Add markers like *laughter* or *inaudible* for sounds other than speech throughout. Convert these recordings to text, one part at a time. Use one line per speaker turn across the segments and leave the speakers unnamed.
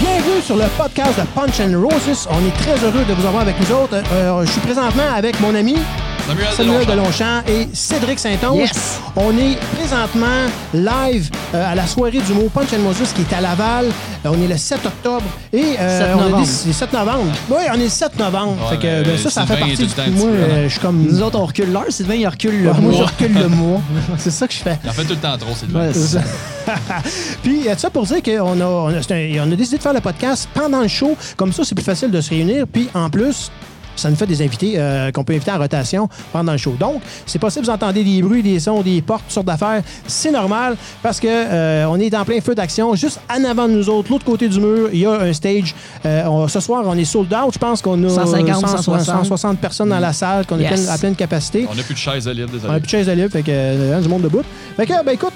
bienvenue sur le podcast de Punch and Roses. On est très heureux de vous avoir avec nous autres. Euh, je suis présentement avec mon ami
Samuel,
Samuel
Delonchamp.
Delonchamp et Cédric Saint-Onge.
Yes.
On est présentement live euh, à la soirée du mot Punch and Moses qui est à Laval. Euh, on est le 7 octobre et euh,
7
on a
novembre.
décidé- 7 novembre. Oui, on est le 7 novembre.
Ouais,
fait que,
mais
ben, ça, ça fait
Sylvain, il est
partie
tout le temps
du-
un petit
Moi,
peu hein. en
euh, je suis comme.
Nous autres, on recule l'heure, Sylvain, il recule le
Ah, *laughs* moi, je
mois.
recule
*laughs*
le mois. C'est ça que je fais.
T'en fais tout le temps trop, c'est le
Ouais, c'est ça.
*laughs* Puis, euh, tout ça pour dire qu'on a, on a, c'est un- on a décidé de faire le podcast pendant le show. Comme ça, c'est plus facile de se réunir. Puis, en plus, ça nous fait des invités euh, qu'on peut inviter en rotation pendant le show. Donc, c'est possible, vous entendez des bruits, des sons, des portes, toutes sortes d'affaires. C'est normal parce que euh, on est en plein feu d'action. Juste en avant de nous autres, l'autre côté du mur, il y a un stage. Euh, on- ce soir, on est sold out. Je pense qu'on a
150,
160, 160 personnes dans la salle, qu'on est
Yes.
pleine- à pleine capacité.
On n'a plus de chaise libre, désolé.
On a plus de chaise de libre, fait que euh, du monde debout. Fait que, ben écoute,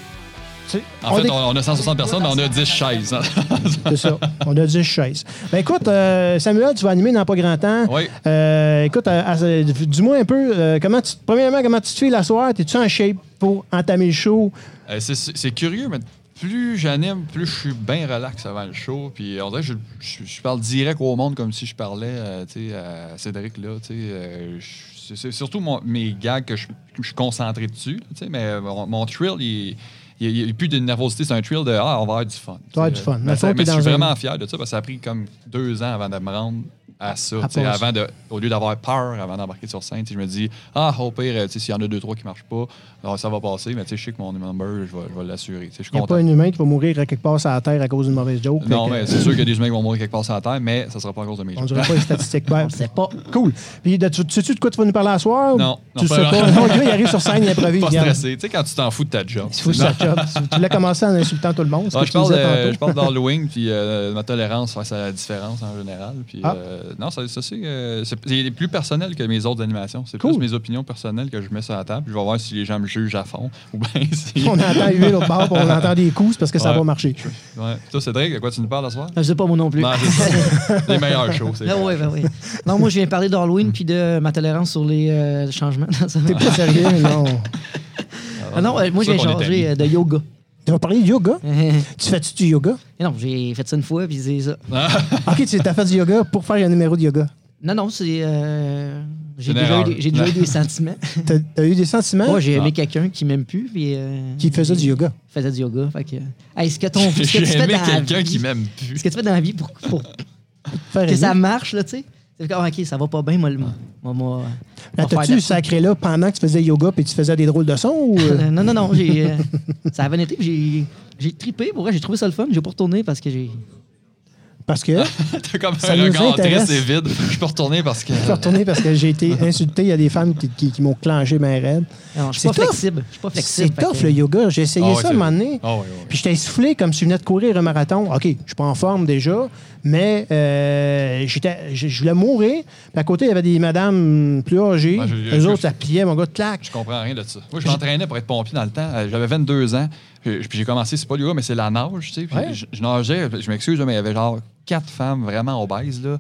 tu sais,
en
on
fait,
est-
on, on a 160 personnes, mais on a
*laughs*
10 chaises. Euh,
c'est ça. On a 10 chaises. Ben écoute, euh, Samuel, tu vas animer dans pas grand temps.
Oui.
Euh, écoute, euh, euh, dis-moi un peu, euh, comment tu, premièrement, comment tu te fais la soirée? T'es-tu en shape pour entamer le show?
Euh, c'est- c'est c'est curieux, mais plus j'anime, plus je suis bien relax avant le show. Puis on dirait que je, je- je parle direct au monde comme si je parlais euh, tu sais, à Cédric. Là, tu sais, euh, je- c'est- c'est surtout mon- mes gags que je, que je suis concentré dessus. tu sais, mais mon, mon thrill, il il n'y a, plus de nervosité, c'est un thrill de Ah, on va avoir du fun.
Tu vas avoir
Tu sais,
du fun.
euh,
Mais
Mais,
faut
ça-
que
mais
t'es
je suis
dans un-
vraiment fier de ça parce que ça a pris comme deux ans avant de me rendre à ça. tu sais,
part ça.
avant de, au lieu d'avoir peur avant d'embarquer sur scène, tu sais, je me dis Ah, au pire, euh, tu sais, s'il y en a deux, trois qui ne marchent pas, alors ça va passer, mais tu sais, je sais que mon number, je vais, je vais l'assurer. Tu sais, Je suis
Il n'y a
content.
pas un humain qui va mourir à quelque part sur la terre à cause d'une mauvaise joke. Fait
Non,
que,
mais c'est sûr qu'il y a des humains qui vont mourir quelque part sur la terre, mais ça ne sera pas à cause de mes
On
jokes.
dirait pas les statistiques claires.
C'est pas.
Cool. Puis, de- tu tu sais-tu de quoi tu vas nous parler à soir? ou
Non, non,
Tu
pas
sais
vraiment.
pas. Non, le gars, il arrive sur scène, il improvise.
Pas
regarde.
stressé. Tu sais, quand tu t'en fous de ta job.
Il faut que ça chope. Tu l'as commencé en insultant tout le monde. c'est
Ah,
ce que
je,
tu
parle
disais
de-
tantôt.
je
*laughs*
parle d'Halloween puis euh, ma tolérance face à la différence en général. Puis,
Ah.
euh, non, ça, ça, c'est, euh, c'est c'est plus personnel que mes autres animations. C'est
Cool.
plus mes opinions personnelles que je mets sur la table. puis Je vais voir si les gens me jugent à fond
*laughs*
ou bien si.
on entend huer l'autre bord, puis on entend des coups, c'est parce que ça
Ouais.
va marcher.
Ouais. Toi, Cédric, de quoi tu nous parles ce soir?
*laughs* Je sais pas moi non plus.
Non, c'est
*laughs*
ça. les meilleurs shows. c'est
Ah
les
ouais,
meilleurs
ben *laughs* oui. Non, moi, je viens parler d'Halloween puis de ma tolérance sur les euh, changements.
T'es pas sérieux, non.
shows.
Ah non, euh, moi, je
C'est
viens
ça qu'on est
changer
amis.
euh, de yoga. *laughs*
Tu vas parler de yoga?
Euh,
Tu fais-tu du
*laughs*
yoga?
non, j'ai fait ça une fois puis c'est ça.
Ok, tu t'as fait du yoga pour faire un numéro de yoga.
Non, non, c'est. euh, j'ai
C'est une
déjà, eu
erreur.
des- j'ai déjà
*laughs*
eu des sentiments.
T'as t'as eu des sentiments
Moi, j'ai aimé
Ah.
quelqu'un qui m'aime plus puis. euh,
qui faisait du yoga.
Hein? faisait du yoga. Fait que. Hey, ce que ton. ce que tu
Ah, J'ai
fais
aimé
dans la
quelqu'un
vie-
qui m'aime
Ce
plus. *laughs*
que tu fais dans la vie pour, *laughs* pour
Faire
que
aimer.
ça marche, là, tu sais. C'est comme, ok, ça va pas bien, moi,
Ah.
le- moi, moi, moi,
Là,
moi, faire
T'as-tu
de-
sacré là pendant que tu faisais yoga puis tu faisais des drôles de sons? Ou... euh?
*laughs* Euh, non, non, non,
*laughs*
j'ai, euh, ça avait été, puis j'ai, j'ai trippé, pour vrai, j'ai trouvé ça le fun, j'ai pas retourné parce que j'ai...
Parce que
T'as comme
Ça
un
nous
regard
intéresse.
triste et vide. Je peux retourner parce que.
je suis retourné parce que j'ai
*laughs*
été insulté. Il y a des femmes qui, qui- qui m'ont clenché ma raide.
Non, je
C'est
suis pas
tough.
flexible, je suis pas flexible.
C'est
fait que-
tough le yoga. J'ai essayé
Ah ouais,
ça à un
c'est-
moment donné.
Ah ouais, ouais, ouais.
Puis j'étais essoufflé comme si je venais de courir un marathon. OK, je suis pas en forme déjà, mais euh, j'étais- je je voulais mourir. Puis à côté, il y avait des madames plus âgées.
Ouais, Ben, je- je-
Eux
je-
autres, ça pliait, mon gars, clac.
Je comprends rien de ça. Moi, je m'entraînais pour être pompier dans le temps. Euh, J'avais 22 ans. Euh, Puis j'ai commencé, c'est pas du yoga, mais c'est la nage, tu sais. Puis
Ouais.
je, je nageais, je m'excuse, mais il y avait genre quatre femmes vraiment obèses, là.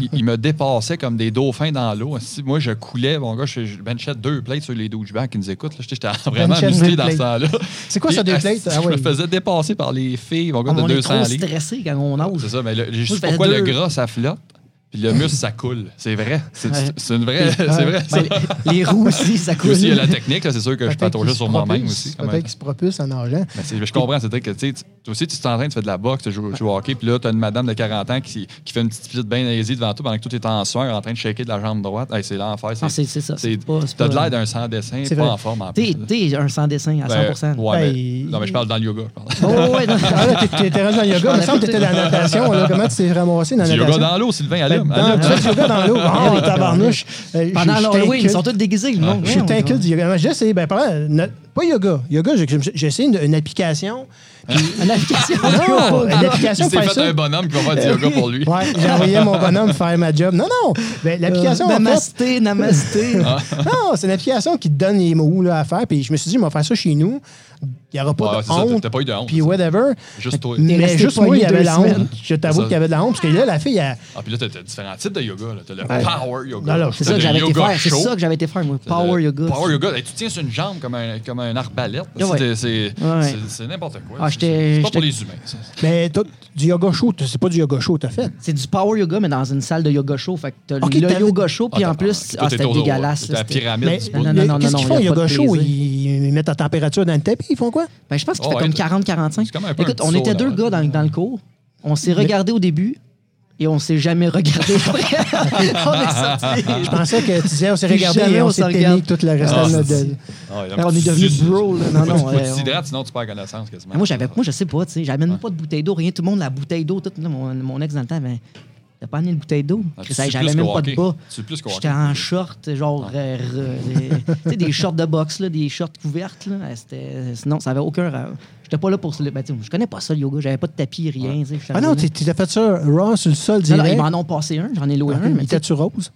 Ils, ils me dépassaient comme des dauphins dans l'eau. Si Moi, je coulais, mon gars, je, je benchais deux plates sur les douchebags qui nous écoutent. là. J'étais j'étais vraiment
Benchais deux
musclé dans
plates.
ce temps-là.
C'est quoi
Puis,
ça, deux
asti,
plates? Ah
Je
oui.
me faisais dépasser par les filles, mon gars,
Ah,
de
mais on est
200
trop
livres.
stressé quand on nage.
C'est ça, mais le, je sais
faisais
pourquoi le
deux.
gras, ça flotte, puis le muscle, ça coule. C'est vrai. C'est
Ouais.
c'est une vraie. C'est vrai, ça.
Ben, les, les roues aussi, ça
Puis
coule.
aussi, il y a la technique, là, c'est sûr que je
Peut-être
pataugeais
qu'ils
sur
se
moi-même
propulsent,
aussi. comment-
Peut-être qu'ils se propulsent en nageant.
Mais c'est- je comprends, c'est-à-dire que tu sais, tu- toi aussi, tu t'entraînes, tu fais de la boxe, tu joues, tu joues au hockey, puis là, tu as une madame de 40 ans qui, qui fait une petite visite bien aisée devant toi pendant que tout est en sueur, en train de shaker de la jambe droite. Hey, c'est l'enfer.
Ah, c'est- c'est ça, c'est pas- c'est
T'as de
pas-
l'air d'un sans-dessin,
C'est
pas
vrai.
en forme en
T'es,
plus.
t'es un sans-dessin à 100%.
Ben, ouais,
Ben,
mais-
il-
Non, mais je parle dans le yoga.
*laughs*
Je parle.
Oh, ouais, non,
Ah là, t'es- t'es rendu dans le yoga. Il me semble que t'étais dans la natation. là. Comment tu t'es ramassé dans la
Du yoga
natation?
dans l'eau, Sylvain,
Ben,
allume.
dans-
allume.
Tu fais du yoga
*laughs*
dans l'eau. Oh, tabarnouche. Euh, je-
pendant
je
l'Halloween, ils
t'inquiète.
sont tous déguisés, le monde.
Je suis
Ouais, on-
inquiet du yoga. J'ai essayé, ben, par exemple, no- pas yoga. Yoga, j'ai- j'ai j'ai essayé une, une application.
*laughs* Une application.
Non, une
Il
application
s'est
pour
fait
ça.
un bonhomme qui va faire du
Ben
yoga pour lui.
Ouais, j'ai envoyé mon bonhomme faire ma job. Non, non. Ben,
Euh,
l'application, en fait,
*laughs*
Namasté, namasté.
Ah,
*laughs* non, c'est une application qui te donne les mots là, à faire. Puis je me suis dit, je vais faire ça chez nous. Il n'y aura pas
Ouais,
de
c'est ça, t'as-
honte.
t'as pas eu de honte.
Puis whatever.
Juste
*laughs*
toi.
T'es
Mais
resté
juste moi, il y
poigné
avait
deux
la
semaines.
honte. Je t'avoue
C'est ça.
qu'il y avait de la honte. Parce que là, la fille, elle.
Ah, puis là, t'as t'as différents types de yoga. là. T'as le power yoga.
Non, non,
C'est
T'as
ça que
le
j'avais été
yoga
faire. C'est
chaud.
ça que j'avais été faire, moi. Power
Le
yoga.
Power yoga. Hey, tu tiens sur une jambe comme un, comme une arbalète.
Ah ouais.
C'est- C'est
Ouais.
c'est- c'est n'importe quoi.
Ah,
C'est-
j'étais-
c'est pas pour
j'étais-
les humains. ça.
Mais toi, du yoga chaud, c'est pas du yoga chaud, t'as fait.
C'est du power yoga, mais dans une salle de yoga show. Fait que t'as
Ok,
le
t'avais-
yoga show, puis
Ah,
en
t'as-
plus,
toi,
ah,
t'es
c'était
au-
dégueulasse.
t'es à
là,
la
c'était-
pyramide
Mais,
du bout.
Non, non,
mais
non,
qu'est-ce
non,
qu'ils
non,
font,
y a
yoga
pas de
chaud?
plaisir.
Ils, ils mettent la température dans le tapis, ils font quoi?
Ben, je pense que tu
Ah
fais
ouais,
comme
t'as-
40-45.
c'est quand même un peu
Écoute,
un
on
saut
était deux
dans-
gars dans, dans le cours. On s'est regardés au début et on s'est
*laughs*
jamais regardé après. on est sortis.
Je pensais que tu disais, on s'est
Plus
regardé
jamais
et on
on
s'est
se
tenu
regarde.
tout le reste
Ah,
de notre...
c'est-
Ah, il y a-
Ouais, on est devenus
Tu-
bro, là. Non,
faut-
non,
faut
ouais,
que
on-
tu t'hydrates, sinon tu perds connaissance quasiment.
Mais moi, j'avais, moi, je sais pas, tu sais, j'amène pas de bouteille d'eau, rien. Tout le monde, la bouteille d'eau, tout. là, mon, mon ex dans le temps, ben, t'as pas amené une bouteille d'eau.
Ah, tu
Ça,
sues
j'avais
plus
même
qu'au
pas de
hockey.
bas.
Tu sues plus qu'au
J'étais
hockey. Ah.
en short, genre, euh, euh, euh, tu sais, des shorts de boxe, là, des shorts couvertes, là. Euh, C'était, sinon, ça avait aucun. rêve. J'étais pas là pour. se- Ben, tu sais, je connais pas ça, le yoga. J'avais pas de tapis, rien. tu sais, je suis
Ah non,
arrivé
tu
là.
t'es fait ça raw sur le sol
Non, non,
direct.
ils m'en ont passé un, j'en ai loué un.
Il
Mais tu sais,
était-tu rose?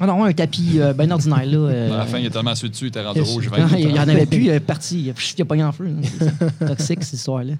Ah non, un tapis euh, ben ordinaire, là. euh,
À
*laughs*
la fin, il est tellement sué dessus, il était rendu
Yes.
rouge.
non,
*laughs*
il y en
28 ans.
avait plus, il est parti. Il a- pfff, il a pogné en feu. là. C'est Toxique, cette histoire-là.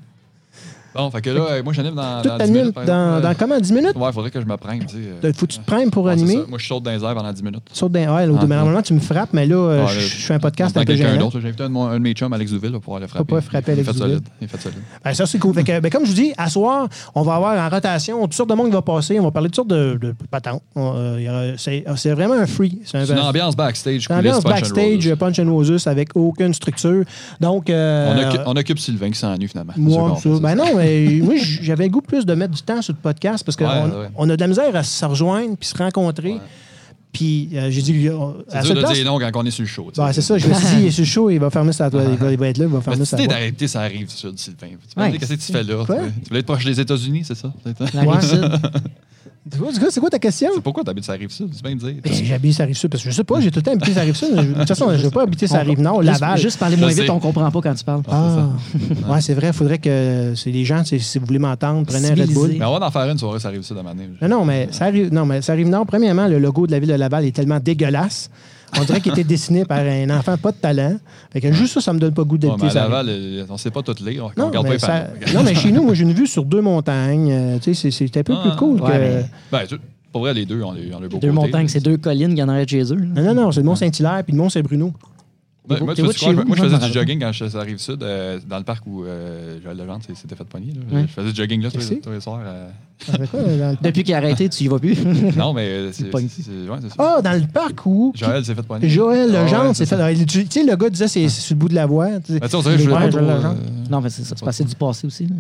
Bon, fait que là, euh, moi, j'anime dans.
Tout
dans 10
t'animes
minutes, par
dans,
exemple.
dans comment? 10 minutes?
Ouais, faudrait que je me prenne, tu sais. euh,
Faut que tu te prennes pour
ouais, c'est
animer?
ça. Moi, je saute dans les airs pendant 10 minutes.
Saute d'un ouais, là,
Ah,
normalement, tu me frappes, mais là, euh,
Ah,
je
là,
je fais un podcast
on
un
prend
peu
quelqu'un
gênant.
d'autre. J'ai invité un de, mon- un de mes chums, Alex Douville, pour pouvoir le frapper.
pas frapper
Il est
Alex
fait
Douville.
solide. Il est fait solide.
Ben, ça, c'est cool. Fait que, ben, comme je vous dis, à soir, on va avoir en rotation toutes sortes de monde qui va passer. On va parler de toutes sortes de, de patentes. On, euh, il y aura- C'est c'est vraiment un free. C'est un-
C'est une ambiance backstage.
ben, c'est une
coulisses,
ambiance
punch and
backstage
rollers.
euh, Punch and Roses avec aucune structure. Donc, euh,
On, occu- on occupe Sylvain qui s'ennuie finalement.
moi,
C'est sûr qu'on
ça,
fait ça.
ben non, mais moi, j- j'avais le goût plus de mettre du temps sur le podcast parce qu'on
Ouais, ouais.
on a de la misère à se rejoindre puis se rencontrer. Puis euh, j'ai dit, euh, à
C'est
cette
dur de
place-
dire non quand on est sur le show. tu sais.
Ben, c'est ça, je me suis dit, il est sur le show, il va fermer sa toile, il va, il va être là, il va fermer
Mais
sa
si t'es
boîte.
d'arrêter, ça arrive, ça, du Sylvain. ben, Tu
Ouais,
m'as dit, qu'est-ce que tu fais là?
Quoi?
tu sais? Tu voulais être proche des États-Unis, c'est ça? C'est
La rive sud.
C'est quoi- c'est quoi- c'est quoi ta question?
c'est pourquoi t'habites sur la rive sud? Tu viens de dire.
Ben, J'habite sur la rive sud parce que je sais pas, j'ai tout le temps habité sur la rive sud. mais je- De toute façon, je veux pas habiter sur la rive nord,
Juste-
Laval.
Juste, parler moins
Je
vite,
sais.
on comprend pas quand tu parles.
Ah, ouais, c'est vrai, faudrait que c'est les gens, c'est- si vous voulez m'entendre, prenez un Red Bull.
Civilisé.
Mais on va en faire une soirée sur la rive sud à Mané.
Non, non, mais ça arrive, non, mais ça arrive nord. Premièrement, le logo de la ville de Laval est tellement dégueulasse. On dirait qu'il était dessiné par un enfant pas de talent. Fait que juste ça, ça me donne pas goût
Ouais, mais
d'habiter
à
sur la rive.
Laval, euh, on sait pas tout lire. On
Non,
regarde pas
mais
les
ça-
panneaux.
non, mais chez nous, moi, j'ai une vue sur deux montagnes. euh, tu sais, c'est- c'est un peu plus
Ah,
cool
ouais,
que.
mais-
Ben, tu- pour vrai, les deux, on les on les beau
Ah. Deux
côté.
montagnes, c'est deux collines qu'il y en aurait de chez eux. là.
Non, non, non, c'est le Mont-Saint-Hilaire puis le Mont-Saint-Bruno.
Ben, moi,
T'es
tu
où
vois,
de
tu vois,
chez vous,
moi, je
moi,
faisais
je me
du jogging quand je suis arrive sud, dans le parc où euh, Joël Legendre s'est- s'était fait pogner. là.
Ouais.
Je faisais du jogging là tous
Merci.
les, tous les soirs.
*laughs*
euh.
Ça fait quoi, dans le-
Depuis qu'il a arrêté, tu
*laughs*
y vas plus.
Non, mais euh, c'est
pogne.
c'est- c'est- ouais, c'est ça.
Ah, dans le parc où
Joël s'est fait pogner.
Joël Legendre
Ah ouais,
s'est
c'est
fait.
ça.
Ah, il- Tu tu sais, le gars disait c'est c'est sur le bout de la voie. tu sais.
Ben, tu sais, on dirait que je voulais
Ouais,
pas
Joël
trop, euh,
Legendre.
non, mais c'est ça. C'est passé du passé aussi. là.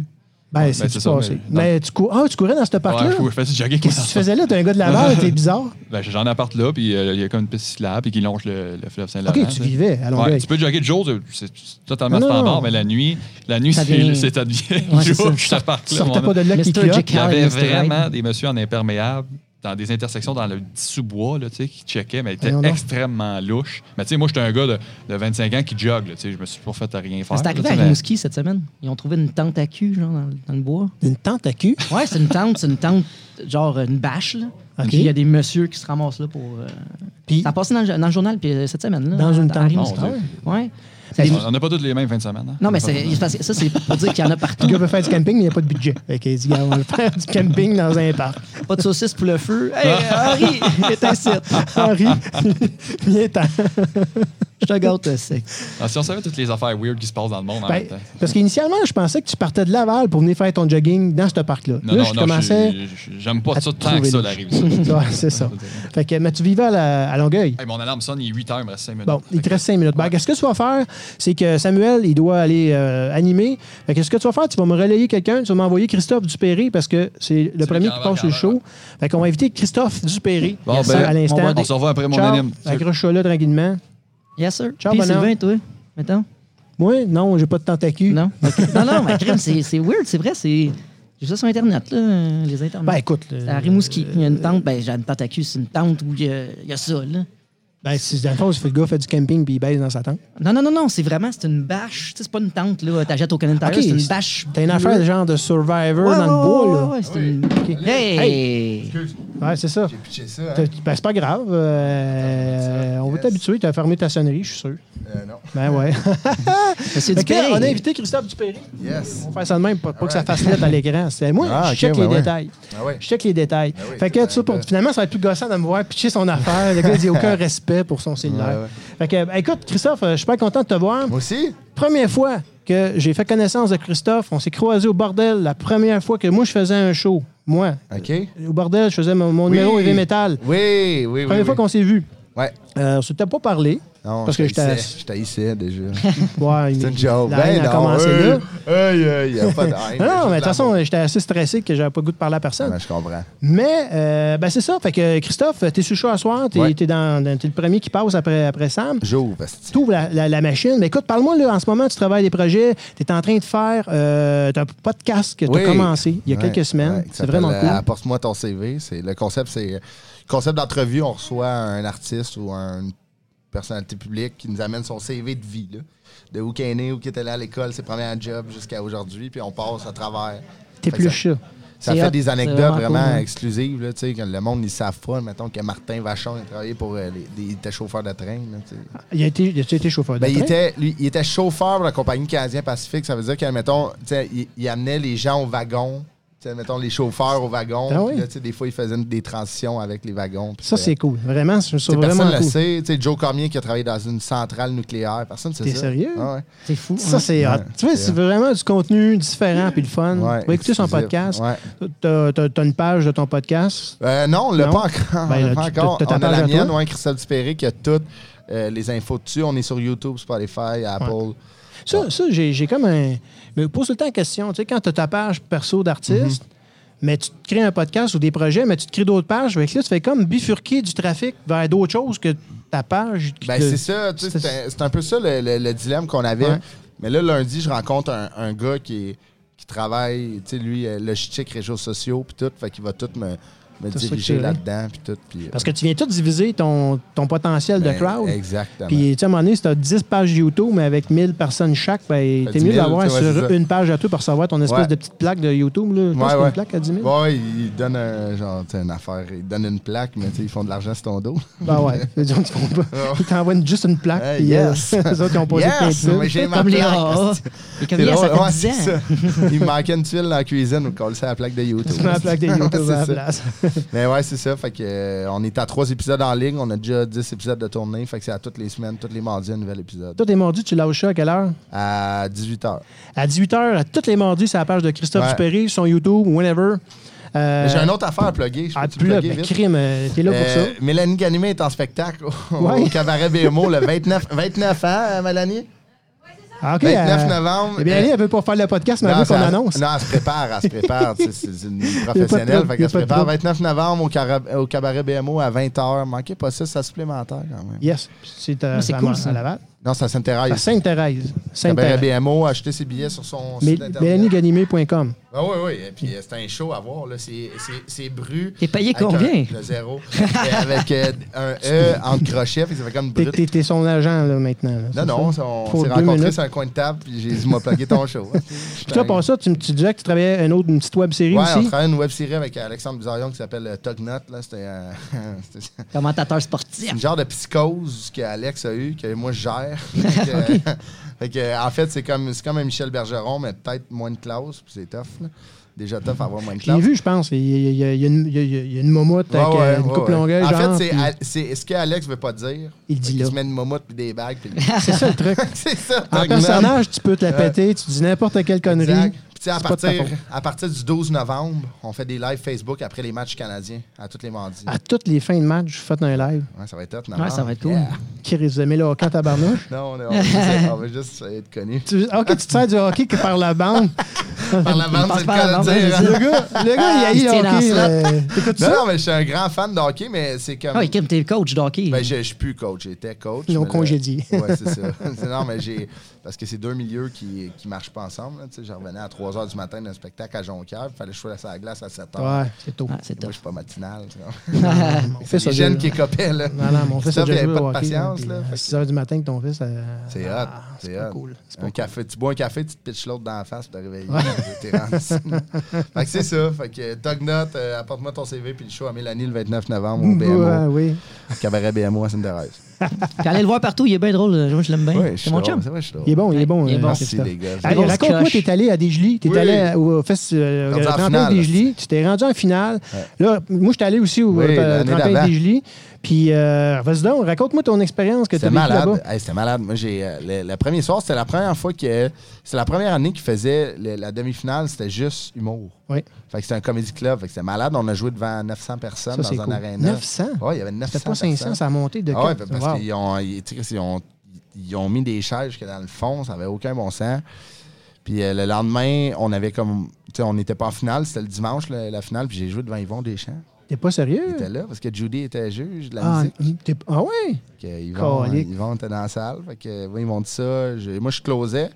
Ben,
ben,
c'est
c'est
du
ça,
passé.
mais-
Mais, tu, cou- ah, tu courais dans ce parc-là?
Ouais, je- je faisais du jogging.
Qu'est-ce que tu faisais là? T'es un gars de
*laughs*
Laval, t'es bizarre.
Ben, j'ai- j'en appart là, puis euh, il y a comme une piste cyclable, puis qui longe le, le fleuve Saint-Laurent.
Ok, tu
sais.
vivais à Longueuil.
Ouais, tu peux jogger de jour, c'est- c'est totalement
Non, non,
standard,
non.
mais la nuit, la nuit,
Ça
c'est
devient-
c'est- ça devient
Ouais, c'est ça.
louche, ce
Tu
parc-là.
sortais
mon
pas de là
Mr.
qui cloque.
Jack.
Il y avait
Carl, Mr. Hyde.
vraiment des messieurs en imperméable dans des intersections dans le sous-bois là, tu sais, qui checkaient, mais ils étaient
Voyons donc.
extrêmement louches. Mais tu sais, moi, j'étais un gars de, de 25 ans qui jog. Là, tu sais, je me suis pas fait à rien faire.
C'est
là,
arrivé
tu
à
sais, mais-
Rimouski cette semaine. Ils ont trouvé une tente à cul, genre, dans, dans le bois.
Une tente à cul.
Ouais, c'est une tente, c'est une tente, genre une bâche, là.
Ok.
Puis il y a des messieurs qui se ramassent là pour. euh,
Puis,
Ça a passé dans le, dans le journal, puis euh, cette semaine, là.
Dans une
à
tente.
Rimouski.
Ah, ouais.
Ouais. C'est des-
On n'a pas tous les mêmes fins de semaine. hein.
Non, mais c'est c'est parce que ça, c'est pour dire qu'il y en a partout.
le gars veut faire du camping, mais il n'y a pas de budget. Fait qu'il dit, gars, on va faire du camping dans un parc.
Pas de saucisse pour le feu. Hey,
Ah.
euh,
*laughs*
Henri, éteins ça.
Henri, *laughs* viens-t'en.
Je te gâte, c'est.
Ah, si on savait toutes les affaires weird qui se passent dans le monde en
Ben,
même temps.
parce qu'initialement, je pensais que tu partais de Laval pour venir faire ton jogging dans ce parc-là.
Non,
là,
non,
je
non,
commençais.
je- je- j'aime pas
à
ça
te
tant que ça,
trouver
la rive.
*laughs* Ouais, c'est ça. Fait que, mais tu vivais à, la- à Longueuil.
Hey, mon alarme sonne, il est 8 h, il me reste 5 minutes.
Bon, il te
Fait que-
reste 5 minutes. Ben, qu'est-ce que tu vas faire? C'est que Samuel, il doit aller euh, animer. Fait que ce que tu vas faire, tu vas me relayer quelqu'un, tu vas m'envoyer Christophe Dupéré parce que c'est le premier qui
qui embarque
passe sur le
en heure,
show. Fait qu'on va inviter Christophe Dupéré
Bon,
Yes,
ben,
sir, à
on
l'instant.
va
On se revoit après mon
Ciao.
anime.
Accroche-toi là tranquillement.
Yes, sir.
Ciao,
Puis
bonhomme.
Sylvain, toi, mettons.
Moi, non, j'ai pas de tentacule.
Non. Ok. non, non, mais crime, c'est c'est weird, c'est vrai. c'est... J'ai ça sur Internet, là, euh, les Internet.
Ben, écoute,
C'est à
euh,
Rimouski. Il y a une tente, ben, j'ai une tente à cul, c'est une tente où il y, a- il y a ça, là.
Ben, c'est dans le fond, c'est le gars fait du camping puis il baise dans sa tente.
Non, non, non, non, c'est vraiment, c'est une bâche. Tu sais, c'est pas une tente, là, t'achètes au Canada,
Ok,
c'est une
c'est-
bâche.
T'as une affaire de genre de survivor
bleue. Ouais,
dans le
ouais,
bois, là.
ouais, ouais, c'est une- Hey!
Ouais, c'est ça.
J'ai pitché ça, hein?
T'as- Ben, c'est pas grave. euh, on va
Yes.
t'habituer. T'as fermé ta sonnerie, je suis sûr.
Euh, non.
Ben ouais.
Monsieur
Fait que,
Dupé.
on a invité Christophe Dupéry.
Yes.
On va faire ça de même, pas, pas que ça fasse net à l'écran. C'est moi,
Ah,
je
ok,
check
ben
les
ouais.
détails.
Ah ouais.
Je check les détails.
Ben oui,
fait que
ben,
tout ça pour-
ben.
finalement, ça va être plus gossant de me voir pitcher son affaire. Le gars, il dit aucun respect pour son cellulaire.
Ouais,
Fait
ouais.
que, euh, écoute, Christophe, euh, je suis pas content de te voir.
Moi aussi?
Première fois que j'ai fait connaissance de Christophe, on s'est croisés au bordel. La première fois que moi, je faisais un show. Moi.
OK.
Au bordel, je faisais mon, mon numéro EV Metal.
Oui, oui, oui.
Première
oui.
fois qu'on s'est vu.
Ouais.
Euh, on s'était pas parlé.
Non,
parce que
je
j'étais.
t'haïssais. Je t'haïssais déjà.
*laughs* Ouais,
*laughs* C'est
mais
une joke.
la haine
Ben
a
non,
commencé
hey,
là.
hey, hey, y a
*laughs*
pas de haine,
Non,
juste
mais de toute façon,
l'amour.
j'étais assez stressé que j'avais pas le goût de parler à personne.
Ben, je comprends.
Mais, euh, ben c'est ça. Fait que, Christophe, t'es sur le show à soir. T'es
Ouais.
t'es dans- dans- t'es le premier qui passe après, après Sam.
J'ouvre, asti.
Tu ouvres la, la- la machine. Mais écoute, parle-moi, là, en ce moment, tu travailles des projets. Tu es en train de faire euh, t'as un podcast que tu as
Oui.
commencé il y a
Ouais,
quelques semaines.
ouais, qui
c'est vraiment
s'appelle,
cool.
euh, Apporte-moi ton CV. C'est, le concept, c'est le concept d'entrevue. On reçoit un artiste ou un- une personnalité publique qui nous amène son CV de vie, là. de où qu'il est né, où qu'il est allé à l'école, ses premiers jobs jusqu'à aujourd'hui, puis on passe à travers.
T'es
Fait
plus
que ça-
chat.
Ça
C'est
fait
hot,
des
c'est
anecdotes
vraiment
vraiment,
cool, hein.
exclusives, là, tu sais, que le monde, ils savent pas, mettons, que Martin Vachon, il travaillait pour, euh, les- des- il était chauffeur de train, là, tu sais.
Il a été, il a été chauffeur de
Ben, il,
train.
était, lui, il était chauffeur pour la compagnie canadienne Pacifique. Ça veut dire que, mettons, tu sais, il, il amenait les gens au wagon. Tu sais, mettons, les chauffeurs au wagon.
Ah oui.
Puis là, tu sais, des fois, il faisait des transitions avec les wagons. Puis
Ça, c'est cool. Vraiment, je trouve ça
Tu sais, euh, Personne
vraiment
ne le
cool.
sait. Tu sais, Joe Cormier qui a travaillé dans une centrale nucléaire. Personne ne sait ça.
T'es sérieux?
Ah ouais.
C'est fou.
Ça,
hein. *laughs*
c'est hot.
Ouais,
Tu vois,
c'est
c'est vraiment du contenu différent puis le fun.
Ouais,
tu vas écouter son
exclusif.
podcast.
Ouais.
T'as as, une page de ton podcast.
Euh, non, on l'a
Non?
pas
Ben,
encore. on
là,
l'a pas
tu-
encore.
t'as ta
On a
page à
la mienne,
toi?
ouais, Christelle Dupéré, qui a toutes euh, les infos dessus. On est sur YouTube, Spotify, Apple.
Ça, ça j'ai j'ai comme un. Mais pose tout le temps la question. Tu sais, quand tu as ta page perso d'artiste,
Mm-hmm.
mais tu te crées un podcast ou des projets, mais tu te crées d'autres pages, fait que là, tu fais comme bifurquer du trafic vers d'autres choses que ta page. qui
Ben,
te-
c'est ça, tu sais,
c'est-
c'est un- c'est un peu ça le, le- le dilemme qu'on avait.
Ouais.
Mais là, lundi, je rencontre un, un gars qui, est- qui travaille, tu sais, lui, euh, logistique, réseaux sociaux, puis tout, fait qu'il va tout me, me
Tout
diriger
structurer.
là-dedans, puis tout. puis, euh,
Parce que tu viens tout diviser ton, ton potentiel
ben,
de crowd.
Exactement.
Puis, tu sais, à un moment donné, si tu as 10 pages YouTube, mais avec 1000 personnes chaque, ben,
Fait
t'es
10
mieux
000,
d'avoir
tu vois, c'est
sur
ça.
une page à tout pour recevoir ton espèce
Ouais.
de petite plaque de YouTube. Là. Je pense
Ouais,
qu'il y a
ouais.
une plaque à 10 000.
Ouais, il donne un, genre, tu sais, une affaire, il donne une plaque, mais tu sais, ils font de l'argent sur
*laughs*
ton dos.
Ben ouais, les gens ne font pas. Ils t'envoient juste une plaque.
Hey,
puis, *laughs*
yes.
euh, les autres, ils ont posé plein de
Yes,
trucs.
mais j'ai ma
Comme
*laughs*
les
Ah,
plaque.
AA.
oh.
*laughs*
Et ah, comme
C'est
yeah,
drôle,
ça fait
ouais, c'est
10 ans.
ça. Il me manquait une tuile dans la cuisine, on colle ça à la
*laughs*
plaque de YouTube.
Tu mets la
*laughs*
plaque de YouTube
C'est
à la
ça.
place.
Mais ouais, c'est ça. Fait que, euh, on est à trois épisodes en ligne. On a déjà 10 épisodes de tournée. Fait que c'est à toutes les semaines, toutes les mardis, un nouvel épisode.
Toi, t'es mordu, tu lâches ça à quelle heure?
À 18h.
À 18h, à tous les mardis, c'est la page de Christophe
Ouais.
Dupéré, sur YouTube, whenever. Euh,
J'ai une autre affaire à plugger. Je
ah,
peux-tu
plus là,
plugger
ben,
vite?
crime, euh, t'es là pour
Euh,
ça.
Mélanie Ganimé est en spectacle
*laughs*
au,
Ouais.
au Cabaret BMO le 29, 29 ans, hein, Mélanie?
Ah, ok,
29
euh,
novembre.
Eh bien,
euh,
elle, elle veut pas faire le podcast, mais elle veut qu'on
ça-
annonce.
Non, elle se prépare, elle se prépare. tu sais, c'est
*laughs*
une
Il y a pas de
professionnelle.
trouble,
Fait
il y a
qu'elle se
pas de
prépare
trouble.
29 novembre au, cara- au Cabaret BMO à 20h. Manquez pas ça, ça supplémentaire quand même.
Yes, c'est euh,
Ah, c'est
à-
cool,
à
ça.
Laval.
Non, ça
À
s'intéresse.
Sainte-Thérèse.
Cabaret
Sainte-Thérèse.
BMO, achetez ses billets sur son
Mé-
site internet.
MélanieGanimé.com.
Ah oui, oui. Et puis, euh, c'est un show à voir. là. C'est- c'est- C'est bru.
T'es payé
avec un-
combien?
Le zéro. Et avec euh, un E en crochet. Puis ça fait comme
T'es-
brut.
T'es t'es son agent, là, maintenant. là,
Non,
c'est
non,
ça?
on
Faut
s'est
deux
rencontrés
minutes.
sur un coin de table. Puis j'ai dit, m'a plugué ton show.
*laughs* Puis toi, pour ça, tu, me- tu disais que tu travaillais une, autre, une petite web-série
Ouais, on
aussi.
travaille une web série avec Alexandre Bizarion qui s'appelle euh, Tognot. là. C'était euh, *laughs* c'était
Commentateur sportif.
une genre de psychose que Alex a eu, que moi
*laughs*
je gère. Fait que, euh, *laughs* fait que, en fait, c'est comme, c'est comme un Michel Bergeron, mais peut-être moins de classe, puis c'est tough. là. Déjà tough à avoir moins de
Je l'ai
classe.
vu, je pense. Il y a, il y a- il y a une, il y a- il y a une momoute
Ouais,
avec
ouais,
euh, une
ouais,
coupe
ouais.
longueur.
En
genre,
fait, c'est
puis
Al- c'est ce que Alex veut pas dire.
Il dit
Fait qu'il
là.
se met une mamoute puis des bagues.
*laughs*
puis-
C'est ça le
*laughs*
truc.
c'est ça,
En
Tognot.
personnage, tu peux te la péter, tu dis n'importe quelle connerie.
Exact. Puis, tu sais, à
C'est pas de ta
partir,
faute.
à partir du 12 novembre, on fait des lives Facebook après les matchs canadiens, à tous les mardis.
À toutes les fins de match, je fais un live.
Ouais, ça va être top,
Ouais, ça va être cool.
Chris, mais là, quand tabarnouche.
Non, on, est- on va juste- on va juste être connu.
Tu, ok, tu te sers du hockey que par la bande.
Par la bande,
passe
c'est le
par la
cas
bande,
de dire.
c'est
hein.
Le gars, le gars
Ah, Il
il a
se
eu
tient
le
dans
hockey.
la slot.
euh, T'écoutes
Non,
ça?
non, mais je suis un grand fan de hockey, mais c'est comme.
Ah oui, Kim, t'es coach d'hockey.
Ben, je je suis plus coach, j'étais coach.
Ils l'ont
mais là-
congédié.
Ouais, c'est ça. *laughs* C'est- non, mais j'ai. Parce que c'est deux milieux qui ne marchent pas ensemble. là, tu sais, je revenais à 3 h du matin d'un spectacle à Jonquière. Il fallait que je sois à la glace à 7 h.
Ouais, c'est tôt.
Ah, c'est
Moi,
top.
je suis pas matinal. tu vois.
On fait
C'est
ça
*laughs* les jeunes
déjà.
qui écopaient, là.
Non, non, mon fils a
Ça,
déjà
il
joué
avait pas
au
de
hockey. là,
patience,
puis,
là.
euh,
Fait
À
que
6 h du matin que ton fils. euh,
C'est hot.
ah,
c'est
pas
hot.
cool. C'est
Un
pas
café, tu bois un café, tu te pitches l'autre dans la face pour te réveiller.
*laughs*
T'es rendu. fait que c'est ça. Fait que euh, Tognot, apporte-moi ton CV puis le show à Mélanie le 29 novembre au
cool.
BMO,
Ouais, oui.
cabaret BMO à Sainte-Thérèse.
Puis allez le voir partout, il est bien drôle. euh, Moi, je l'aime bien.
Hein?
Ouais, je suis
c'est mon
drôle,
chum.
C'est vrai, je suis drôle.
Il est bon, il est bon.
Il est
euh,
bon.
c'est
Merci,
ça.
les gars.
Allez,
Allez,
Grosse
raconte-moi,
coche.
t'es allé à Desjolies, t'es
Oui.
allé au festival
Rendu en
Tremplin
finale,
de Desjolies, tu t'es rendu en finale. Là, moi, j'étais allé aussi au
Oui,
euh,
l'année
Tremplin de
d'avant.
Desjolies. Puis, euh, vas-y donc, raconte-moi ton expérience que t'as
C'était
vécue là-bas.
malade. Hey, c'était malade. Moi, j'ai euh, le, le premier soir, c'était la première fois que. C'était la première année qu'ils faisaient le- la demi-finale, c'était juste humour.
Oui.
Fait que c'était un comédie club. Fait que c'était malade. On a joué devant 900 personnes
Ça,
dans
c'est
un
cool.
aréna.
900?
Ouais, il y avait 900.
C'était pas 500,
personnes.
ça a monté de
Ah ouais,
quatre.
parce
Wow.
qu'ils ont, ils- tu sais, ils ont- ils ont mis des chaises que dans le fond, ça n'avait aucun bon sens. Puis euh, le lendemain, on avait comme. Tu sais, on n'était pas en finale, c'était le dimanche, le- la finale, puis j'ai joué devant Yvon Deschamps.
T'es pas sérieux?
Il était là parce que Judy était juge de la
Ah,
musique.
hum, t'es- ah ouais?
Fait que Yvon,
Calique.
euh, Yvon était dans la salle. Fait que, euh, ils m'ont dit ça. Je- moi, je closais.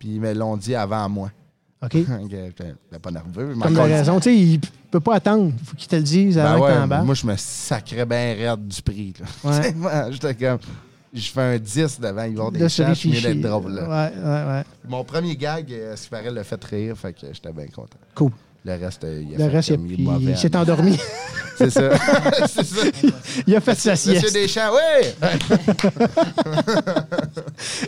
Puis ils me l'ont dit avant moi. *laughs*
OK.
Fait que J'étais j'étais pas nerveux. mais
Comme la
encore-
raison, tu sais, il peut pas attendre. Faut qu'il te le dise
Ben
avant que
ouais,
t'embarques.
moi, je me sacrais bien raide du prix. là. *laughs*
Ouais.
Tu sais, moi, J'étais comme. Je fais un 10 devant Yvon
Là, sur
Deschamps.
les
Je suis mieux
fichiers.
d'être drôle. là.
Ouais, ouais, ouais.
Mon premier gag, euh, ce qui paraît, l'a fait rire. Fait que j'étais bien content.
Cool.
Le reste, euh, il a
Le
fait
reste, il,
comme,
a-
est mauvais,
il
*laughs*
s'est
là.
endormi. *laughs*
C'est ça. *laughs* C'est ça.
il a fait sa sieste.
Monsieur Deschamps, oui!